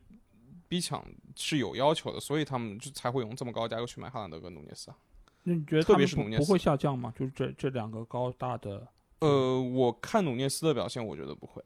Speaker 3: 逼抢是有要求的，所以他们就才会用这么高的价格去买哈兰德跟努涅斯啊。
Speaker 1: 那你觉得
Speaker 3: 特
Speaker 1: 他
Speaker 3: 别
Speaker 1: 们
Speaker 3: 是
Speaker 1: 不
Speaker 3: 努涅
Speaker 1: 不
Speaker 3: 斯
Speaker 1: 会下降吗？就是这这两个高大的，
Speaker 3: 呃，
Speaker 2: 嗯
Speaker 3: 我看努涅斯的表现，我觉得不会。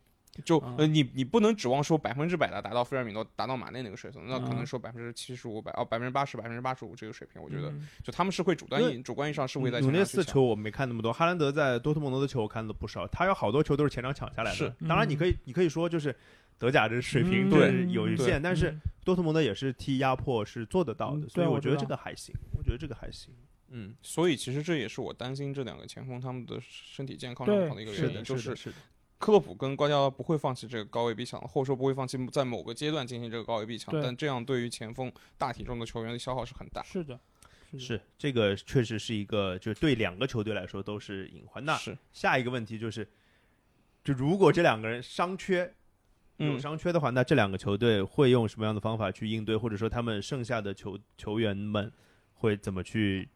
Speaker 3: 就
Speaker 1: 啊
Speaker 3: 呃，你你不能指望说百分之百的达到菲尔米诺、达到马内那个水平，那可能
Speaker 2: 嗯
Speaker 1: 啊
Speaker 3: 说百分之七十五、百哦百分之八十、百分之八十五这个水平，我觉得
Speaker 1: 嗯
Speaker 3: 就他们是会主观
Speaker 2: 因为
Speaker 3: 意主观意义上是会在
Speaker 2: 努
Speaker 3: 前
Speaker 2: 内
Speaker 3: 场
Speaker 2: 斯
Speaker 3: 去
Speaker 2: 的
Speaker 3: 抢
Speaker 2: 球我没看那么多，哈兰德在多特蒙德的球我看了不少，他有好多球都是前场抢下来的。
Speaker 3: 是
Speaker 2: 当然你可以你可以说就是德甲这水
Speaker 1: 嗯
Speaker 2: 平是
Speaker 1: 对
Speaker 2: 有一
Speaker 3: 对
Speaker 2: 限，但是
Speaker 1: 嗯
Speaker 2: 多特蒙德也是踢压迫是做得到的，
Speaker 1: 嗯
Speaker 2: 所以
Speaker 1: 对
Speaker 2: 我
Speaker 1: 我知
Speaker 2: 觉得
Speaker 1: 道
Speaker 2: 这个还行，我觉得这个还行。嗯，
Speaker 3: 所以其实这也是我担心这两个前锋他们的身体健康
Speaker 1: 对
Speaker 3: 状况的一个
Speaker 2: 是
Speaker 3: 原因，
Speaker 2: 的，
Speaker 3: 就是
Speaker 2: 的，
Speaker 3: 是
Speaker 2: 是的，
Speaker 3: 克洛普跟瓜迪奥拉不会放弃这个高位逼抢，后说不会放弃在某个阶段进行这个高位逼抢，
Speaker 1: 对
Speaker 3: 但这样对于前锋大体重的球员的消耗是很大。
Speaker 1: 是的，
Speaker 3: 嗯
Speaker 1: 的
Speaker 2: 是这个确实是一个，就对两个球队来说都是隐患。那
Speaker 3: 是，
Speaker 2: 下一个问题就是，就如果这两个人伤缺，有
Speaker 3: 嗯，
Speaker 2: 伤缺的话，那这两个球队会用什么样的方法去应对，或者说他们剩下的球球员们会怎么去，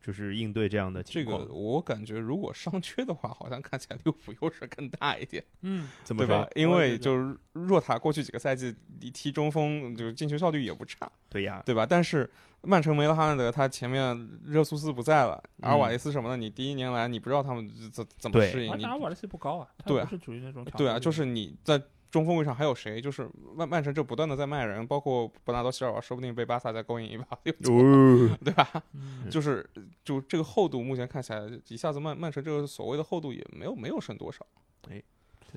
Speaker 2: 就是应对这样的
Speaker 3: 这
Speaker 2: 情
Speaker 3: 个
Speaker 2: 况？
Speaker 3: 我感觉如果伤缺的话，好像看起来利物浦优势更大一点。
Speaker 1: 嗯，
Speaker 2: 怎么
Speaker 3: 对吧
Speaker 2: 说？？
Speaker 3: 因
Speaker 1: 我也
Speaker 3: 为
Speaker 1: 觉
Speaker 3: 就是若塔过去几个赛季你踢中锋，就是进球效率也不差，
Speaker 2: 对呀，
Speaker 3: 对吧？但是曼城没了哈兰德，他前面热苏斯不在了，
Speaker 2: 嗯
Speaker 3: 阿尔瓦雷斯什么的，你第一年来你不知道他们怎怎么
Speaker 2: 对
Speaker 3: 适应，
Speaker 1: 而
Speaker 3: 你
Speaker 1: 且阿瓦雷斯不高啊，他
Speaker 3: 对啊
Speaker 1: 不是属于那种强
Speaker 3: 对啊，
Speaker 1: 攻
Speaker 3: 就
Speaker 1: 的
Speaker 3: 是
Speaker 1: 人
Speaker 3: 你在中锋位上还有谁？就是曼曼城这不断的在卖人，包括伯纳多席尔瓦，说不定被巴萨再勾引一把，
Speaker 2: 哦，
Speaker 3: 对吧？
Speaker 1: 嗯
Speaker 3: 就是就这个厚度，目前看起来一下子曼曼城这个所谓的厚度也没有没有剩多少。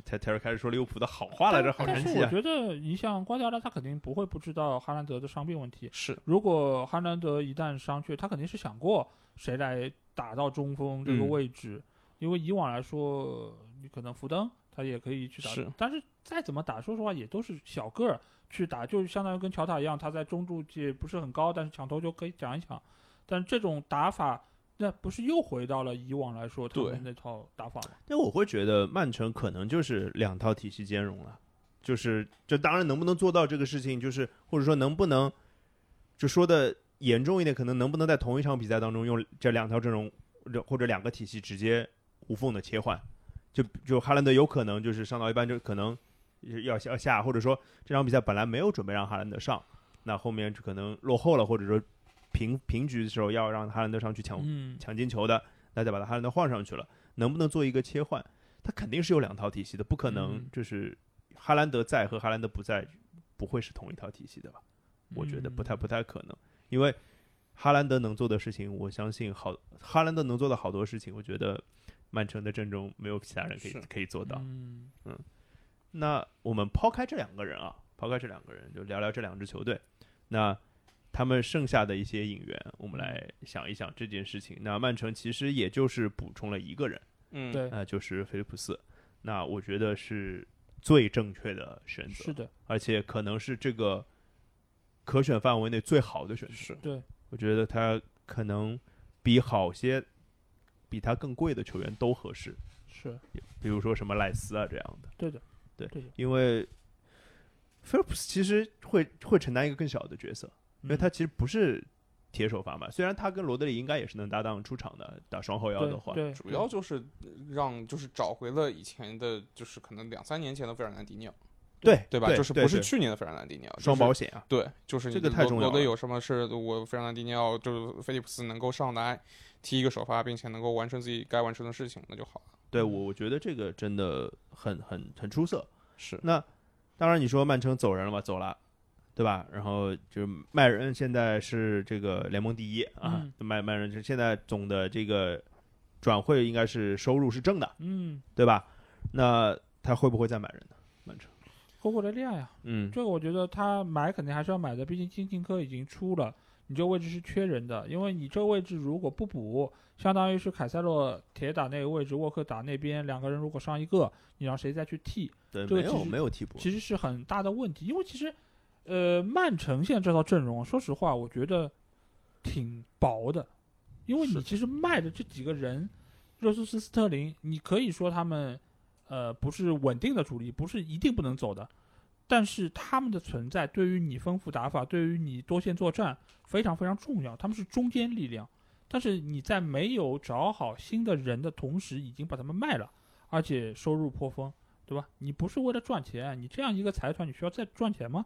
Speaker 2: 才才开始说利物浦的好话来着，好
Speaker 1: 但
Speaker 2: 神
Speaker 1: 是
Speaker 2: 奇
Speaker 1: 我
Speaker 2: 啊！
Speaker 1: 觉得，你像瓜迪奥拉，他肯定不会不知道哈兰德的伤病问题。啊
Speaker 3: 是，
Speaker 1: 如果哈兰德一旦伤去，他肯定是想过谁来打到中锋这个
Speaker 3: 嗯
Speaker 1: 位置，因为以往来说，你可能福登他也可以去打，
Speaker 3: 是
Speaker 1: 但是再怎么打，说实话也都是小个儿去打，就是相当于跟乔塔一样，他在中柱界不是很高，但是抢头球可以抢一抢。但这种打法，那不是又回到了以往来说他
Speaker 3: 对
Speaker 1: 们那套打法吗？
Speaker 2: 但我会觉得曼城可能就是两套体系兼容了，就是这当然能不能做到这个事情，就是或者说能不能，就说的严重一点，可能能不能在同一场比赛当中用这两套阵容或者两个体系直接无缝的切换，就就哈兰德有可能就是上到一半就可能要要下，或者说这场比赛本来没有准备让哈兰德上，那后面就可能落后了，或者说平平局的时候要让哈兰德上去抢
Speaker 1: 嗯，
Speaker 2: 抢进球的，那再把他哈兰德换上去了，能不能做一个切换？他肯定是有两套体系的，不可能
Speaker 1: 嗯
Speaker 2: 就是哈兰德在和哈兰德不在不会是同一套体系的吧？
Speaker 1: 嗯
Speaker 2: 我觉得不太不太可能，因为哈兰德能做的事情，我相信好哈兰德能做的好多事情，我觉得曼城的阵中没有其他人可以
Speaker 3: 是
Speaker 2: 可以做到。
Speaker 1: 嗯，
Speaker 2: 那我们抛开这两个人啊，抛开这两个人，就聊聊这两支球队。那他们剩下的一些引援，我们来想一想这件事情。那曼城其实也就是补充了一个人，
Speaker 3: 嗯，
Speaker 1: 对，
Speaker 2: 那就是菲利普斯。那我觉得是最正确的选择，
Speaker 1: 是的，
Speaker 2: 而且可能是这个可选范围内最好的选择。
Speaker 3: 是
Speaker 1: 对，
Speaker 2: 我觉得他可能比好些比他更贵的球员都合适，
Speaker 1: 是
Speaker 2: 比如说什么赖斯啊这样的，
Speaker 1: 对的，
Speaker 2: 因为菲尔普斯其实会会承担一个更小的角色，因
Speaker 1: 嗯
Speaker 2: 为他其实不是铁手法嘛，虽然他跟罗德里应该也是能搭档出场的，打双后腰的话，
Speaker 1: 对对
Speaker 3: 主要就是让就是找回了以前的，就是可能两三年前的费尔南迪尼奥，
Speaker 2: 对
Speaker 3: 对吧？
Speaker 2: 对
Speaker 3: 就是
Speaker 2: 对
Speaker 3: 不是
Speaker 2: 对
Speaker 3: 去年的费尔南迪尼奥，
Speaker 2: 双
Speaker 3: 就是
Speaker 2: 保险啊，
Speaker 3: 对，就是
Speaker 2: 这个太重要
Speaker 3: 罗德
Speaker 2: 了
Speaker 3: 有什么事，我费尔南迪尼奥就是菲利普斯能够上来踢一个首发，并且能够完成自己该完成的事情，那就好了。
Speaker 2: 对我我觉得这个真的很很很出色。
Speaker 3: 是
Speaker 2: 那当然你说曼城走人了嘛，走了，对吧？然后就是麦人现在是这个联盟第一啊
Speaker 1: 嗯，
Speaker 2: 麦麦人是现在总的这个转会应该是收入是正的，
Speaker 1: 嗯，
Speaker 2: 对吧？那他会不会再买人呢？曼城，
Speaker 1: 霍霍雷利亚呀，
Speaker 2: 嗯，
Speaker 1: 这个我觉得他买肯定还是要买的，毕竟金琴科已经出了，你这个位置是缺人的，因为你这个位置如果不补，相当于是凯塞洛铁打那个位置，沃克打那边，两个人如果上一个，你让谁再去替？
Speaker 2: 对，
Speaker 1: 这个
Speaker 2: 没
Speaker 1: 其
Speaker 2: 有
Speaker 1: 实
Speaker 2: 没有替补，
Speaker 1: 其实是很大的问题，因为其实，呃，曼城现在这套阵容，说实话，我觉得挺薄的，因为
Speaker 2: 是
Speaker 1: 你
Speaker 2: 的
Speaker 1: 其实卖的这几个人，热苏斯、斯特林，你可以说他们，呃，不是稳定的主力，不是一定不能走的，但是他们的存在对于你丰富打法，对于你多线作战非常非常重要，他们是中坚力量。但是你在没有找好新的人的同时，已经把他们卖了，而且收入颇丰。对吧？你不是为了赚钱，你这样一个财团，你需要再赚钱吗？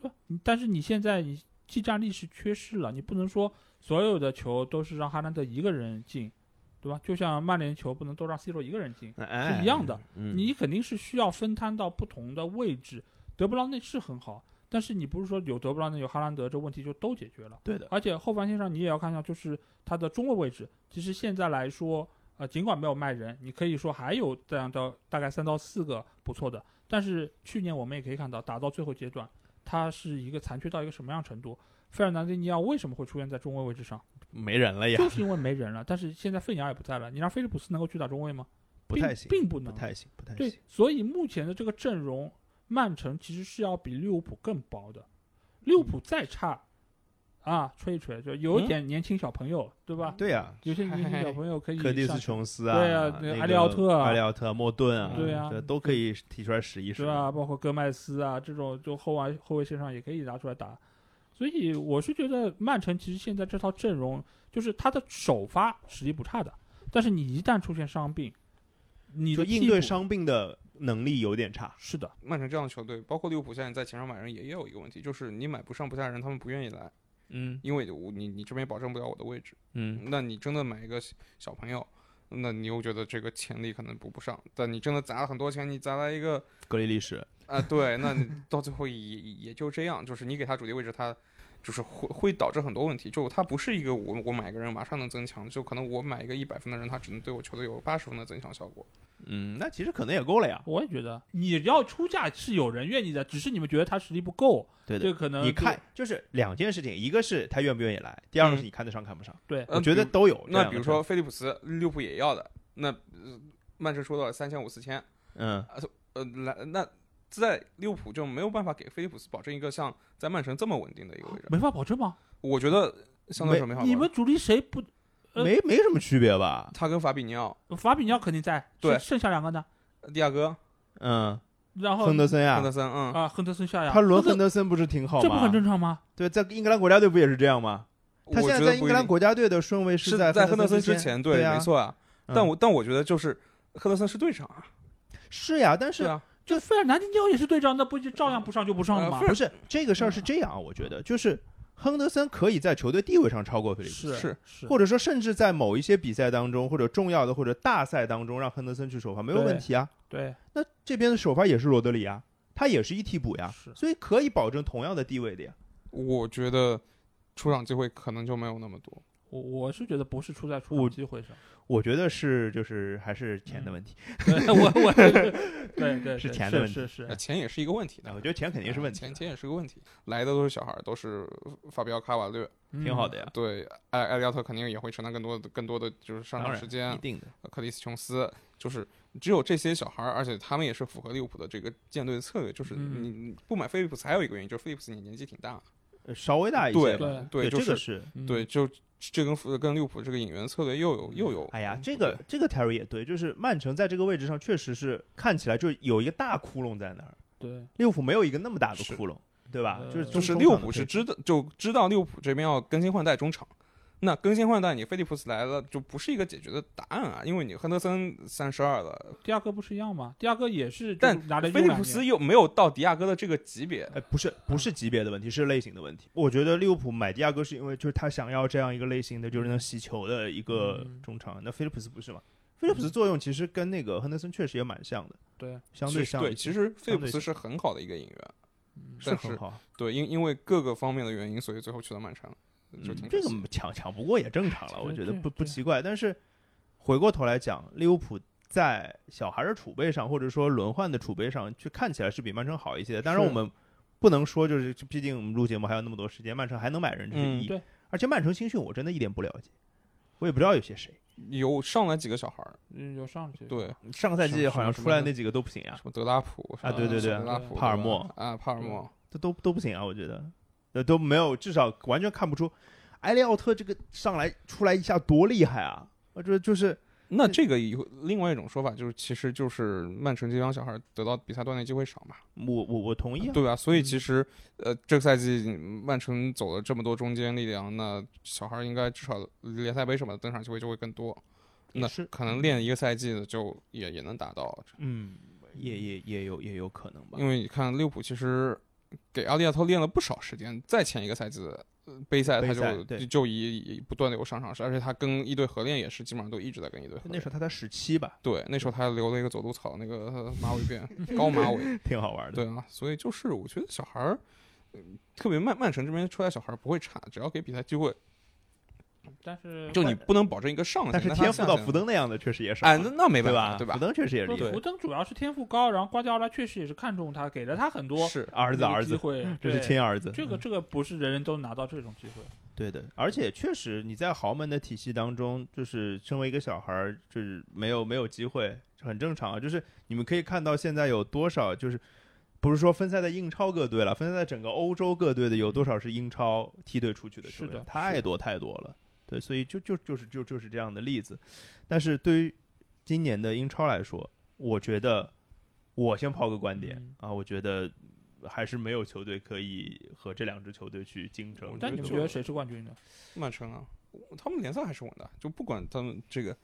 Speaker 1: 对吧？你但是你现在你技战力是缺失了，你不能说所有的球都是让哈兰德一个人进，对吧？就像曼联球不能都让 C 罗一个人进，
Speaker 2: 哎
Speaker 1: 是一样的。
Speaker 2: 嗯、
Speaker 1: 你肯定是需要分摊到不同的位置。德布劳内是很好，但是你不是说有德布劳内有哈兰德，这问题就都解决了。
Speaker 2: 对的，
Speaker 1: 而且后防线上你也要看一下，就是他的中卫位置。其实现在来说，呃，尽管没有卖人，你可以说还有这样的大概三到四个不错的。但是去年我们也可以看到，打到最后阶段，他是一个残缺到一个什么样程度？费尔南迪尼奥为什么会出现在中卫位置上？
Speaker 2: 没人了呀，
Speaker 1: 就是因为没人了。但是现在费尼尔也不在了，你让菲利普斯能够去打中卫吗？
Speaker 2: 不太行，
Speaker 1: 并并不
Speaker 2: 不
Speaker 1: 能。
Speaker 2: 太行，不太
Speaker 1: 对
Speaker 2: 行。，
Speaker 1: 所以目前的这个阵容，曼城其实是要比利物浦更薄的。利物浦
Speaker 2: 嗯
Speaker 1: 再差，啊，吹一吹，就有一点年轻小朋友，对吧？
Speaker 2: 对呀、
Speaker 1: 有些年轻小朋友可以
Speaker 2: 科蒂斯
Speaker 1: 上
Speaker 2: ·琼斯啊，
Speaker 1: 对啊
Speaker 2: 那个
Speaker 1: 阿利奥特啊
Speaker 2: 阿利奥特、莫顿啊，
Speaker 1: 对啊
Speaker 2: 这都可以提出来使一使。
Speaker 1: 对吧？啊包括戈麦斯啊这种，就后卫后卫线上也可以拿出来打。所以我是觉得曼城其实现在这套阵容，就是他的首发实力不差的，但是你一旦出现伤病，你
Speaker 2: 就
Speaker 1: 的
Speaker 2: 应
Speaker 1: 替
Speaker 2: 对
Speaker 1: 补
Speaker 2: 伤病的能力有点差。
Speaker 1: 是的，
Speaker 3: 曼城这样的球队，包括利物浦现在在前场买人也也有一个问题，就是你买不上不下人，他们不愿意来，
Speaker 2: 嗯
Speaker 3: 因为我你你这边保证不了我的位置。
Speaker 2: 嗯，
Speaker 3: 那你真的买一个小小朋友，那你又觉得这个潜力可能补不上，但你真的砸了很多钱，你砸来一个
Speaker 2: 格雷历史
Speaker 3: 啊、对，那你到最后也也也就这样，就是你给他主力位置，他就是会会导致很多问题，就他不是一个我我买一个人马上能增强，就可能我买一个一百分的人，他只能对我球队有八十分的增强效果。
Speaker 2: 嗯，那其实可能也够了呀。
Speaker 1: 我也觉得
Speaker 2: 嗯
Speaker 1: 你要出价是有人愿意的，只是你们觉得他实力不够，
Speaker 2: 对
Speaker 1: 这，可能
Speaker 2: 你
Speaker 1: 就
Speaker 2: 看，就是两件事情，一个是他愿不愿意来，第二个是
Speaker 3: 嗯
Speaker 2: 你看得上看不上。
Speaker 1: 对，
Speaker 2: 我觉得
Speaker 3: 比
Speaker 2: 都有。这
Speaker 3: 那
Speaker 2: 样
Speaker 3: 比
Speaker 2: 的
Speaker 3: 如
Speaker 2: 成
Speaker 3: 说，菲利普斯，利物浦也要的，那、呃曼城说到了三千五四千，
Speaker 2: 嗯，
Speaker 3: 呃，来那。在利物浦就没有办法给菲利普斯保证一个像在曼城这么稳定的一个位置，
Speaker 1: 没法保证吗？
Speaker 3: 我觉得相对来说没法玩。
Speaker 1: 你们主力谁不？呃
Speaker 2: 没没什么区别吧？
Speaker 3: 他跟法比尼奥、
Speaker 1: 法比尼奥肯定在，
Speaker 3: 对
Speaker 1: 剩剩下两个呢，
Speaker 3: 迪亚哥、
Speaker 2: 嗯，
Speaker 1: 然后
Speaker 2: 亨德森呀
Speaker 3: 亨，德森，嗯，
Speaker 1: 啊，哦亨德森下呀，
Speaker 2: 他轮
Speaker 1: 亨
Speaker 2: 亨德森不是挺好
Speaker 1: 这不很
Speaker 2: 吗？
Speaker 1: 正常吗？
Speaker 2: 对，在英格兰国家队不也是这样吗？他
Speaker 3: 我
Speaker 2: 现
Speaker 3: 觉
Speaker 2: 在
Speaker 3: 得
Speaker 2: 在英
Speaker 3: 不
Speaker 2: 格
Speaker 3: 一
Speaker 2: 兰
Speaker 3: 定
Speaker 2: 国家队的顺位
Speaker 3: 是
Speaker 2: 在
Speaker 3: 在
Speaker 2: 亨
Speaker 3: 亨德森之
Speaker 2: 之
Speaker 3: 前，
Speaker 2: 对啊
Speaker 3: 没错啊。
Speaker 2: 嗯
Speaker 3: 但我但我觉得就是亨德森是队长啊，
Speaker 2: 是呀，但是
Speaker 3: 对啊，
Speaker 1: 就费尔南迪尼奥也是队长，那不就照样不上就不上
Speaker 3: 呃
Speaker 1: 了吗？
Speaker 2: 啊不是这个事儿是这样啊，我觉得就是亨德森可以在球队地位上超过菲利普斯，
Speaker 1: 是
Speaker 3: 是
Speaker 1: 是，
Speaker 2: 或者说甚至在某一些比赛当中或者重要的或者大赛当中让亨德森去首发没有
Speaker 1: 对
Speaker 2: 问题啊。
Speaker 1: 对
Speaker 2: 那这边的首发也是罗德里啊，他也是一替补呀
Speaker 1: 是，
Speaker 2: 所以可以保证同样的地位的呀。
Speaker 3: 我觉得出场机会可能就没有那么多。
Speaker 1: 我我是觉得不是出在出
Speaker 2: 我
Speaker 1: 场机会上，
Speaker 2: 我觉得是就是还是钱的问题，
Speaker 1: 对 我我对对
Speaker 2: 是
Speaker 1: 对
Speaker 2: 钱的问题
Speaker 1: 是是
Speaker 3: 呃
Speaker 1: 是
Speaker 3: 钱也是一个问题
Speaker 1: 嗯
Speaker 2: 那
Speaker 3: 的
Speaker 2: 啊我，觉得钱肯定是问题
Speaker 1: 啊
Speaker 3: 哎钱
Speaker 2: 的，
Speaker 3: 钱也是个问题。来的都是小孩儿，都是法比奥、卡瓦略，
Speaker 1: 嗯
Speaker 2: 挺好的呀，
Speaker 3: 对，艾艾利奥特肯定也会承担更多的更多的就是上
Speaker 2: 当
Speaker 3: 场
Speaker 2: 然
Speaker 3: 时间
Speaker 2: 一，定的。
Speaker 3: 克里斯琼斯，就是只有这些小孩儿，而且他们也是符合利物浦的这个舰队的策略，就是
Speaker 1: 嗯
Speaker 3: 你你不买菲利普斯还有一个原因，就是菲利普斯你年纪挺大，
Speaker 2: 呃稍微大一些
Speaker 3: 对
Speaker 2: 吧。
Speaker 3: 对
Speaker 2: 这
Speaker 3: 就
Speaker 2: 个
Speaker 3: 是
Speaker 2: 是，
Speaker 1: 嗯
Speaker 3: 对，就这跟跟利物浦这个引援策略又有又有，
Speaker 2: 哎呀，这个这个 Terry 也对，就是曼城在这个位置上确实是看起来就有一个大窟窿在那儿，
Speaker 1: 对，
Speaker 2: 利物浦没有一个那么大的
Speaker 3: 是
Speaker 2: 窟窿，对吧？
Speaker 1: 呃
Speaker 2: 就是
Speaker 1: 就
Speaker 2: 中
Speaker 3: 就是
Speaker 2: 中
Speaker 3: 利物
Speaker 2: 场的
Speaker 3: 浦
Speaker 2: 配
Speaker 3: 是
Speaker 2: 置
Speaker 3: 知道就知道利物浦这边要更新换代中场，那更新换代你菲利普斯来了就不是一个解决的答案啊，因为你亨德森三十二了，
Speaker 1: 第二个不是一样吗？第二个也是，
Speaker 3: 但
Speaker 1: 拿了
Speaker 3: 菲利普斯又没有到迪亚哥的这个级别，
Speaker 2: 哎，不是不是级别的问题，是类型的问题。我觉得利物浦买迪亚哥是因为就是他想要这样一个类型的，就是
Speaker 3: 嗯
Speaker 2: 能洗球的一个
Speaker 1: 嗯
Speaker 2: 中场。那菲利普斯不是嘛？菲利普斯
Speaker 3: 嗯
Speaker 2: 作用其实跟那个亨德森确实也蛮像的，
Speaker 1: 对，
Speaker 2: 相
Speaker 3: 其
Speaker 2: 对
Speaker 3: 实
Speaker 2: 像
Speaker 3: 对，
Speaker 2: 一些
Speaker 3: 其实菲利普
Speaker 2: 对
Speaker 3: 斯是很好的一个引援，
Speaker 2: 是
Speaker 3: 但是
Speaker 2: 很好。
Speaker 3: 对，因因为各个方面的原因，所以最后去了曼城，就挺
Speaker 2: 嗯这
Speaker 3: 可惜
Speaker 2: 个抢抢不过也正常了，我
Speaker 1: 对
Speaker 2: 觉得
Speaker 1: 对
Speaker 2: 不不
Speaker 1: 对
Speaker 2: 奇怪。但是回过头来讲，利物浦在小孩的储备上，或者说轮换的储备上，去看起来是比曼城好一些的。当然，
Speaker 1: 是
Speaker 2: 我们不能说就是，毕竟我们录节目还有那么多时间，曼城还能买人，这是
Speaker 3: 嗯
Speaker 2: 一。
Speaker 1: 对
Speaker 2: 而且曼城新训我真的一点不了解，我也不知道有些谁。
Speaker 3: 有上来几个小孩儿，
Speaker 1: 嗯有上去，
Speaker 3: 对，
Speaker 2: 上个赛季
Speaker 3: 什
Speaker 2: 好像
Speaker 3: 什么
Speaker 2: 出来
Speaker 3: 的
Speaker 2: 那几个都不行啊
Speaker 3: 什，么德拉普
Speaker 2: 啊对
Speaker 1: 对对
Speaker 3: 什么德拉普、
Speaker 2: 帕尔默
Speaker 3: 对吧啊，帕尔默，
Speaker 2: 都都都不行啊，我觉得，呃都没有，至少完全看不出埃利奥特这个上来出来一下多厉害啊！我觉得就是
Speaker 3: 那这个以后另外一种说法就是，其实就是曼城这帮小孩得到比赛锻炼机会少嘛，
Speaker 2: 我我我同意啊，
Speaker 3: 对吧？所以其实，呃，这个赛季曼城走了这么多中间力量，那小孩应该至少联赛杯什么的登场机会就会更多。
Speaker 2: 也
Speaker 3: 那
Speaker 2: 是
Speaker 3: 可能练一个赛季的就也也能达到，
Speaker 2: 嗯，也也也有也有可能吧，
Speaker 3: 因为你看利物浦其实给阿利亚托练了不少时间，再前一个赛季的呃杯赛他
Speaker 2: 杯赛
Speaker 3: 就
Speaker 2: 对
Speaker 3: 就就以以不断的有上场时，而且他跟一队合练也是基本上都一直在跟一队合
Speaker 2: 那
Speaker 3: 练
Speaker 2: 时。候他才十七吧，
Speaker 3: 对，那时候他留了一个走路草，那个呃马尾辫，高马尾。
Speaker 2: 挺好玩的。
Speaker 3: 对啊，所以就是我觉得小孩儿，嗯特别曼曼城这边出来小孩儿不会差，只要给比赛机会，
Speaker 1: 但是
Speaker 3: 就你不能保证一个上限，
Speaker 2: 但是
Speaker 3: 他
Speaker 2: 天赋
Speaker 3: 下
Speaker 2: 到
Speaker 3: 限
Speaker 2: 福，登那样的确实也少
Speaker 3: 哎，
Speaker 2: 啊，
Speaker 3: 那那没办
Speaker 2: 吧？
Speaker 3: 法，对
Speaker 2: 福登确实也厉
Speaker 1: 说
Speaker 2: 害
Speaker 1: 福，登主要是天赋高，然后瓜迪奥拉确实也是看中他，给了他很多
Speaker 3: 是
Speaker 2: 儿子
Speaker 1: 那个
Speaker 2: 儿
Speaker 1: 机
Speaker 2: 子，嗯
Speaker 1: 会，
Speaker 2: 这是
Speaker 1: 对
Speaker 2: 亲儿子，嗯
Speaker 1: 这个这个不是人人都拿到这种机会，
Speaker 2: 对的，而且确实你在豪门的体系当中，就是身为一个小孩儿，就是没有没有机会，很正常啊。就是你们可以看到现在有多少，就是不是说分散在英超各队了，分散在整个欧洲各队的有多少是英超梯队出去的球
Speaker 1: 是
Speaker 2: 员，
Speaker 1: 的
Speaker 2: 太多太多了。对，所以就就就是就就是这样的例子。但是对于今年的英超来说，我觉得我先抛个观点、
Speaker 1: 嗯
Speaker 2: 啊，我觉得还是没有球队可以和这两支球队去竞争
Speaker 3: 我。
Speaker 1: 但你
Speaker 3: 觉得
Speaker 1: 们
Speaker 3: 就
Speaker 1: 觉得谁是冠军呢？
Speaker 3: 曼城啊，他们联赛还是稳的，就不管他们这个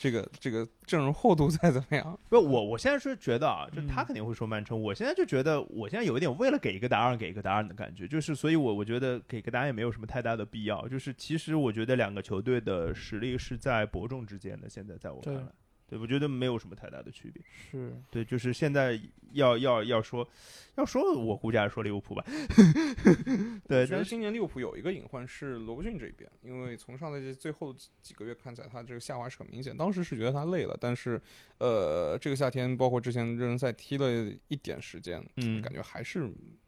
Speaker 3: 这个这个阵容厚度再怎么样，
Speaker 2: 不，我我现在是觉得啊，就
Speaker 1: 嗯
Speaker 2: 他肯定会说曼城。我现在就觉得，我现在有一点为了给一个答案给一个答案的感觉，就是，所以我我觉得给个答案也没有什么太大的必要。就是其实我觉得两个球队的实力是在伯仲之间的，现在在我看
Speaker 1: 对
Speaker 2: 来，对，我觉得没有什么太大的区别。
Speaker 1: 是
Speaker 2: 对，就是现在要要要说，要说我估计还是说利物浦吧。对，
Speaker 3: 我觉得
Speaker 2: 但是
Speaker 3: 今年利物浦有一个隐患是罗伯逊这边，因为从上赛季最后几几个月看起来，他这个下滑是很明显。当时是觉得他累了，但是呃，这个夏天包括之前热身赛踢了一点时间，
Speaker 2: 嗯
Speaker 3: 感觉还是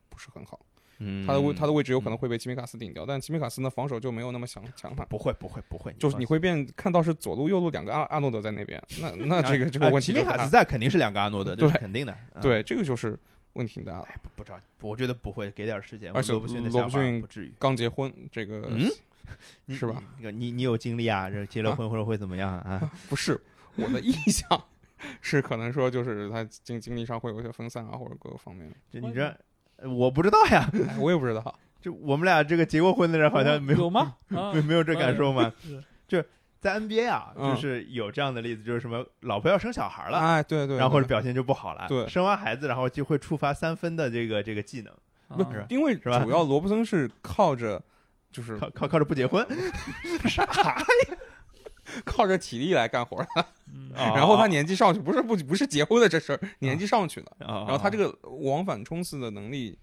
Speaker 3: 不是很好。
Speaker 2: 嗯
Speaker 3: 他的位他的位置有可能会被吉米卡斯顶掉，但吉米卡斯呢防守就没有那么强强悍。
Speaker 2: 不会不会不会，
Speaker 3: 就是你
Speaker 2: 放心。
Speaker 3: 会变看到是左路右路两个阿阿诺德在那边，那那这个 这
Speaker 2: 啊
Speaker 3: 个问
Speaker 2: 吉
Speaker 3: 题
Speaker 2: 米
Speaker 3: 就
Speaker 2: 卡
Speaker 3: 大
Speaker 2: 斯。在肯定是两个阿诺德，这是
Speaker 3: 对
Speaker 2: 肯定的。啊
Speaker 3: 对，这个就是问题挺大的。
Speaker 2: 不不知道，我觉得不会，给点时间。
Speaker 3: 而且
Speaker 2: 罗伯逊的
Speaker 3: 罗
Speaker 2: 想法
Speaker 3: 伯逊
Speaker 2: 不至于。
Speaker 3: 刚结婚这个、
Speaker 2: 嗯
Speaker 3: 你是吧？
Speaker 2: 你你你有经历啊？这结了婚或者会怎么样 啊？
Speaker 3: 不是我的意向，是可能说就是他精精力上会有一些分散啊，或者各个方面。
Speaker 2: 这你这呃我不知道呀。
Speaker 3: 哎我也不知道，
Speaker 2: 这我们俩这个结过婚的人 好像没有
Speaker 1: 有吗？啊
Speaker 2: 没没有这感受吗
Speaker 1: 是？
Speaker 2: 就在 NBA 啊，
Speaker 3: 嗯
Speaker 2: 就是有这样的例子，就是什么老婆要生小孩了，
Speaker 3: 哎，对对，
Speaker 2: 然后
Speaker 3: 对
Speaker 2: 表现就不好了。
Speaker 3: 对
Speaker 2: 生完孩子然后就会触发三分的这个这个技能，
Speaker 1: 啊
Speaker 3: 不
Speaker 2: 是吧
Speaker 3: 因为
Speaker 2: 是吧
Speaker 3: 主要罗伯森是靠着就是
Speaker 2: 靠靠靠着不结婚，
Speaker 3: 靠着体力来干活儿的，
Speaker 1: 嗯
Speaker 2: 啊
Speaker 3: 然后他年纪上去，不是不不是结婚的这事儿，年纪上去了，
Speaker 2: 然
Speaker 3: 然后他这个往返冲刺的能力，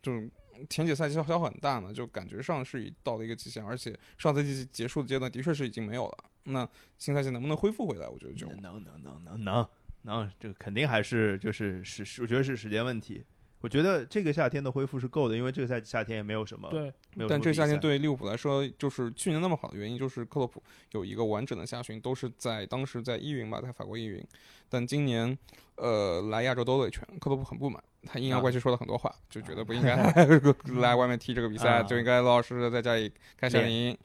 Speaker 3: 就是前几个赛季消消耗很大嘛，就感觉上是已到了一个极限，而且上赛季结束的阶段的确是已经没有了。那新赛季能不能恢复回来，我觉得就
Speaker 2: 嗯能能能能能能，这个肯定还是就是是是，我觉得是时间问题。我觉得这个夏天的恢复是够的，因为这个赛季夏天也没有什么，
Speaker 1: 对，
Speaker 2: 没有什么
Speaker 3: 但这个夏
Speaker 2: 比赛
Speaker 3: 天对利物浦来说，就是去年那么好的原因，就是克洛普有一个完整的夏训，都是在当时在一云吧，在法国一云。但今年，呃，来亚洲兜了一圈，克洛普很不满，他
Speaker 2: 啊
Speaker 3: 阴阳怪气说了很多话，就觉得不应该 来外面踢这个比赛，
Speaker 2: 啊
Speaker 3: 就应该老老实实在家里开夏令
Speaker 2: 练
Speaker 3: 营。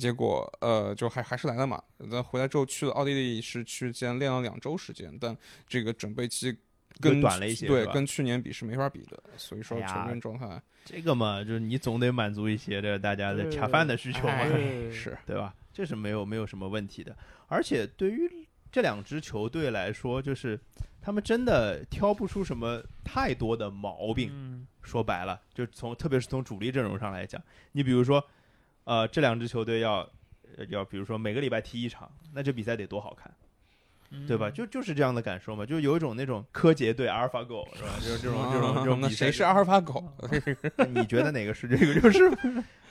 Speaker 3: 结果，呃，就还还是来了嘛。那回来之后去了奥地利，是去先练了两周时间，但这个准备期
Speaker 2: 就
Speaker 3: 跟
Speaker 2: 短
Speaker 3: 去
Speaker 2: 了一些
Speaker 3: 对
Speaker 2: 是，吧
Speaker 3: 跟去年比是没法比的。所以说
Speaker 2: 哎呀
Speaker 3: 球员状态
Speaker 2: 这个嘛，就是你总得满足一些这大家的
Speaker 1: 对
Speaker 2: 恰饭的需求嘛，
Speaker 3: 哎
Speaker 1: 对
Speaker 3: 是
Speaker 2: 对吧？这是没有没有什么问题的。而且对于这两支球队来说，就是他们真的挑不出什么太多的毛病。
Speaker 1: 嗯，
Speaker 2: 说白了，就从特别是从主力阵容上来讲，你比如说，呃，这两支球队要呃要比如说每个礼拜踢一场，那这比赛得多好看，对吧？
Speaker 1: 嗯
Speaker 2: 就就是这样的感受嘛，就有一种那种柯洁对阿尔法狗是吧？就是这种这
Speaker 1: 哦
Speaker 2: 种这种
Speaker 3: 啊那
Speaker 2: 比赛
Speaker 3: 谁是阿尔法狗？
Speaker 2: 你觉得哪个是这个？ 就是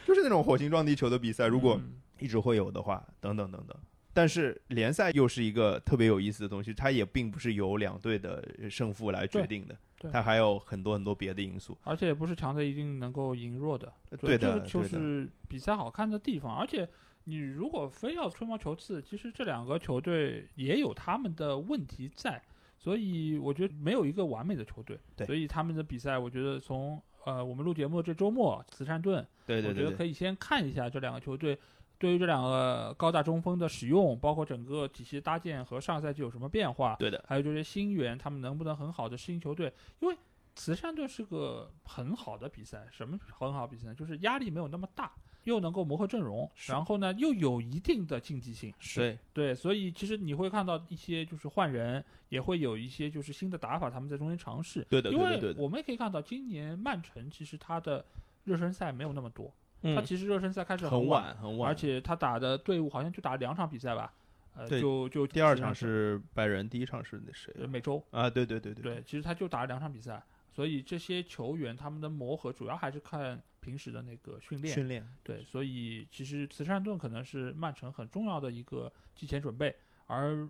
Speaker 2: 就是那种火星撞地球的比赛，如果
Speaker 1: 嗯
Speaker 2: 一直会有的话，等等等等。但是联赛又是一个特别有意思的东西，它也并不是由两队的胜负来决定的
Speaker 1: 对，
Speaker 2: 它还有很多很多别的因素。
Speaker 1: 而且也不是强的一定能够赢弱的，这
Speaker 2: 对的，
Speaker 1: 个就
Speaker 2: 对的，
Speaker 1: 是比赛好看的地方。而且你如果非要吹毛求疵，其实这两个球队也有他们的问题在，所以我觉得没有一个完美的球队。
Speaker 2: 对
Speaker 1: 所以他们的比赛，我觉得从呃我们录节目这周末，慈善顿，
Speaker 2: 对对
Speaker 1: 我觉
Speaker 2: 对
Speaker 1: 得可
Speaker 2: 对，
Speaker 1: 以先看一下这两个球队对于这两个高大中锋的使用，包括整个体系搭建和上赛季有什么变化，
Speaker 2: 对的，
Speaker 1: 还有这些新援他们能不能很好的适应球队，因为。慈善队是个很好的比赛，什么很好的比赛呢？就是压力没有那么大，又能够磨合阵容，然后呢又有一定的竞技性，
Speaker 2: 对
Speaker 1: 对，所以其实你会看到一些就是换人，也会有一些就是新的打法，他们在中间尝试。
Speaker 2: 对的
Speaker 1: 因
Speaker 2: 对的对
Speaker 1: 为
Speaker 2: 的
Speaker 1: 我们也可以看到，今年曼城其实他的热身赛没有那么多，
Speaker 3: 嗯
Speaker 1: 他其实热身赛开始
Speaker 2: 很
Speaker 1: 晚，
Speaker 2: 晚很晚，
Speaker 1: 而且他打的队伍好像就打两场比赛吧，呃，
Speaker 2: 对
Speaker 1: 就就
Speaker 2: 第二场是拜仁，第一场是那谁
Speaker 1: 呃每周，
Speaker 2: 啊？对对对对
Speaker 1: 对，其实他就打了两场比赛，所以这些球员他们的磨合主要还是看平时的那个训练，
Speaker 2: 训练
Speaker 1: 对，所以其实慈善顿可能是曼城很重要的一个季前准备，而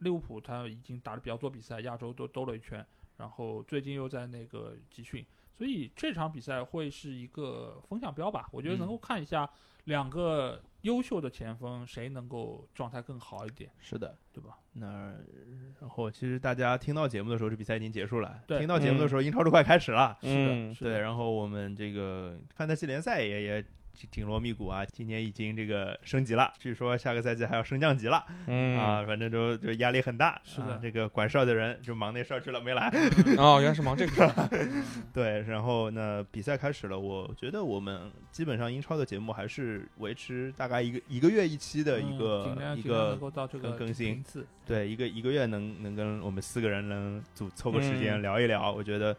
Speaker 1: 利物浦他已经打了比较多比赛，亚洲都兜了一圈，然后最近又在那个集训，所以这场比赛会是一个风向标吧。我觉得能够看一下两个优秀的前锋谁能够状态更好一点，
Speaker 2: 是的。
Speaker 1: 对吧？
Speaker 2: 那然后其实大家听到节目的时候，这比赛已经结束了。
Speaker 1: 对
Speaker 2: 听到节目的时候，英超都快开始了。
Speaker 3: 嗯，
Speaker 1: 是的
Speaker 2: 对，然后我们这个范特西联赛也也紧紧锣密鼓啊，今年已经这个升级了，据说下个赛季还要升降级了、
Speaker 3: 嗯
Speaker 2: 啊，反正就就压力很大。
Speaker 1: 是的
Speaker 2: 啊这个管事儿的人就忙那事儿去了，没 来。
Speaker 3: 哦，原来是忙这个。
Speaker 2: 对，然后呢，比赛开始了，我觉得我们基本上英超的节目还是维持大概一个一个月一期的一
Speaker 1: 嗯尽
Speaker 2: 个、
Speaker 1: 量
Speaker 2: 一
Speaker 1: 尽量
Speaker 2: 个
Speaker 1: 能够到这个
Speaker 2: 更更新
Speaker 1: 频次，
Speaker 2: 对，一个一个月能能跟我们四个人能组凑个时间
Speaker 3: 嗯
Speaker 2: 聊一聊，我觉得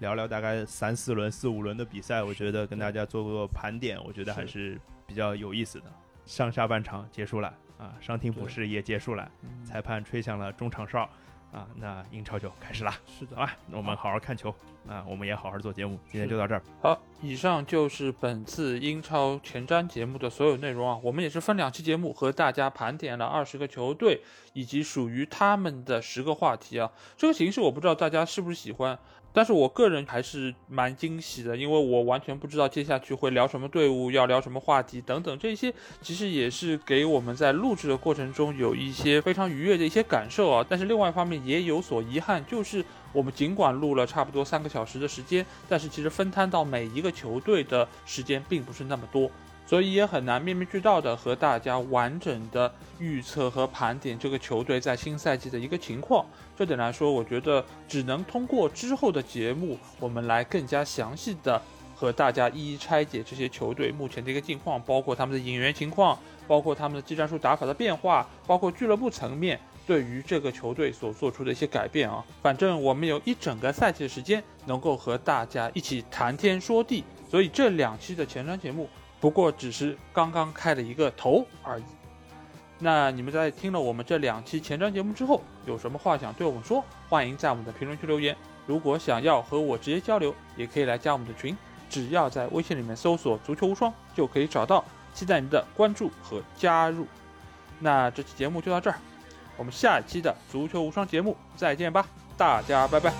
Speaker 2: 聊聊大概三四轮、四五轮的比赛，我觉得跟大家做个盘点，我觉得还是比较有意思的。上下半场结束了啊，伤停补时也结束了，
Speaker 1: 嗯
Speaker 2: 裁判吹响了中场哨啊，那英超就开始了，
Speaker 1: 是的
Speaker 2: 好。吧？那我们好好看球啊，我们也好好做节目，今天就到这儿。
Speaker 5: 好，以上就是本次英超前瞻节目的所有内容啊。我们也是分两期节目和大家盘点了二十个球队以及属于他们的十个话题啊。这个形式我不知道大家是不是喜欢，但是我个人还是蛮惊喜的，因为我完全不知道接下去会聊什么队伍，要聊什么话题等等，这些其实也是给我们在录制的过程中有一些非常愉悦的一些感受啊。但是另外一方面也有所遗憾，就是我们尽管录了差不多三个小时的时间，但是其实分摊到每一个球队的时间并不是那么多。所以也很难面面俱到的和大家完整的预测和盘点这个球队在新赛季的一个情况。这点来说，我觉得只能通过之后的节目，我们来更加详细的和大家一一拆解这些球队目前的一个近况，包括他们的引援情况，包括他们的技战术打法的变化，包括俱乐部层面对于这个球队所做出的一些改变啊。反正我们有一整个赛季的时间，能够和大家一起谈天说地。所以这两期的前瞻节目，不过只是刚刚开了一个头而已。那你们在听了我们这两期前瞻节目之后，有什么话想对我们说？欢迎在我们的评论区留言。如果想要和我直接交流，也可以来加我们的群，只要在微信里面搜索“足球无双”就可以找到。期待您的关注和加入。那这期节目就到这儿，我们下一期的足球无双节目再见吧，大家拜拜。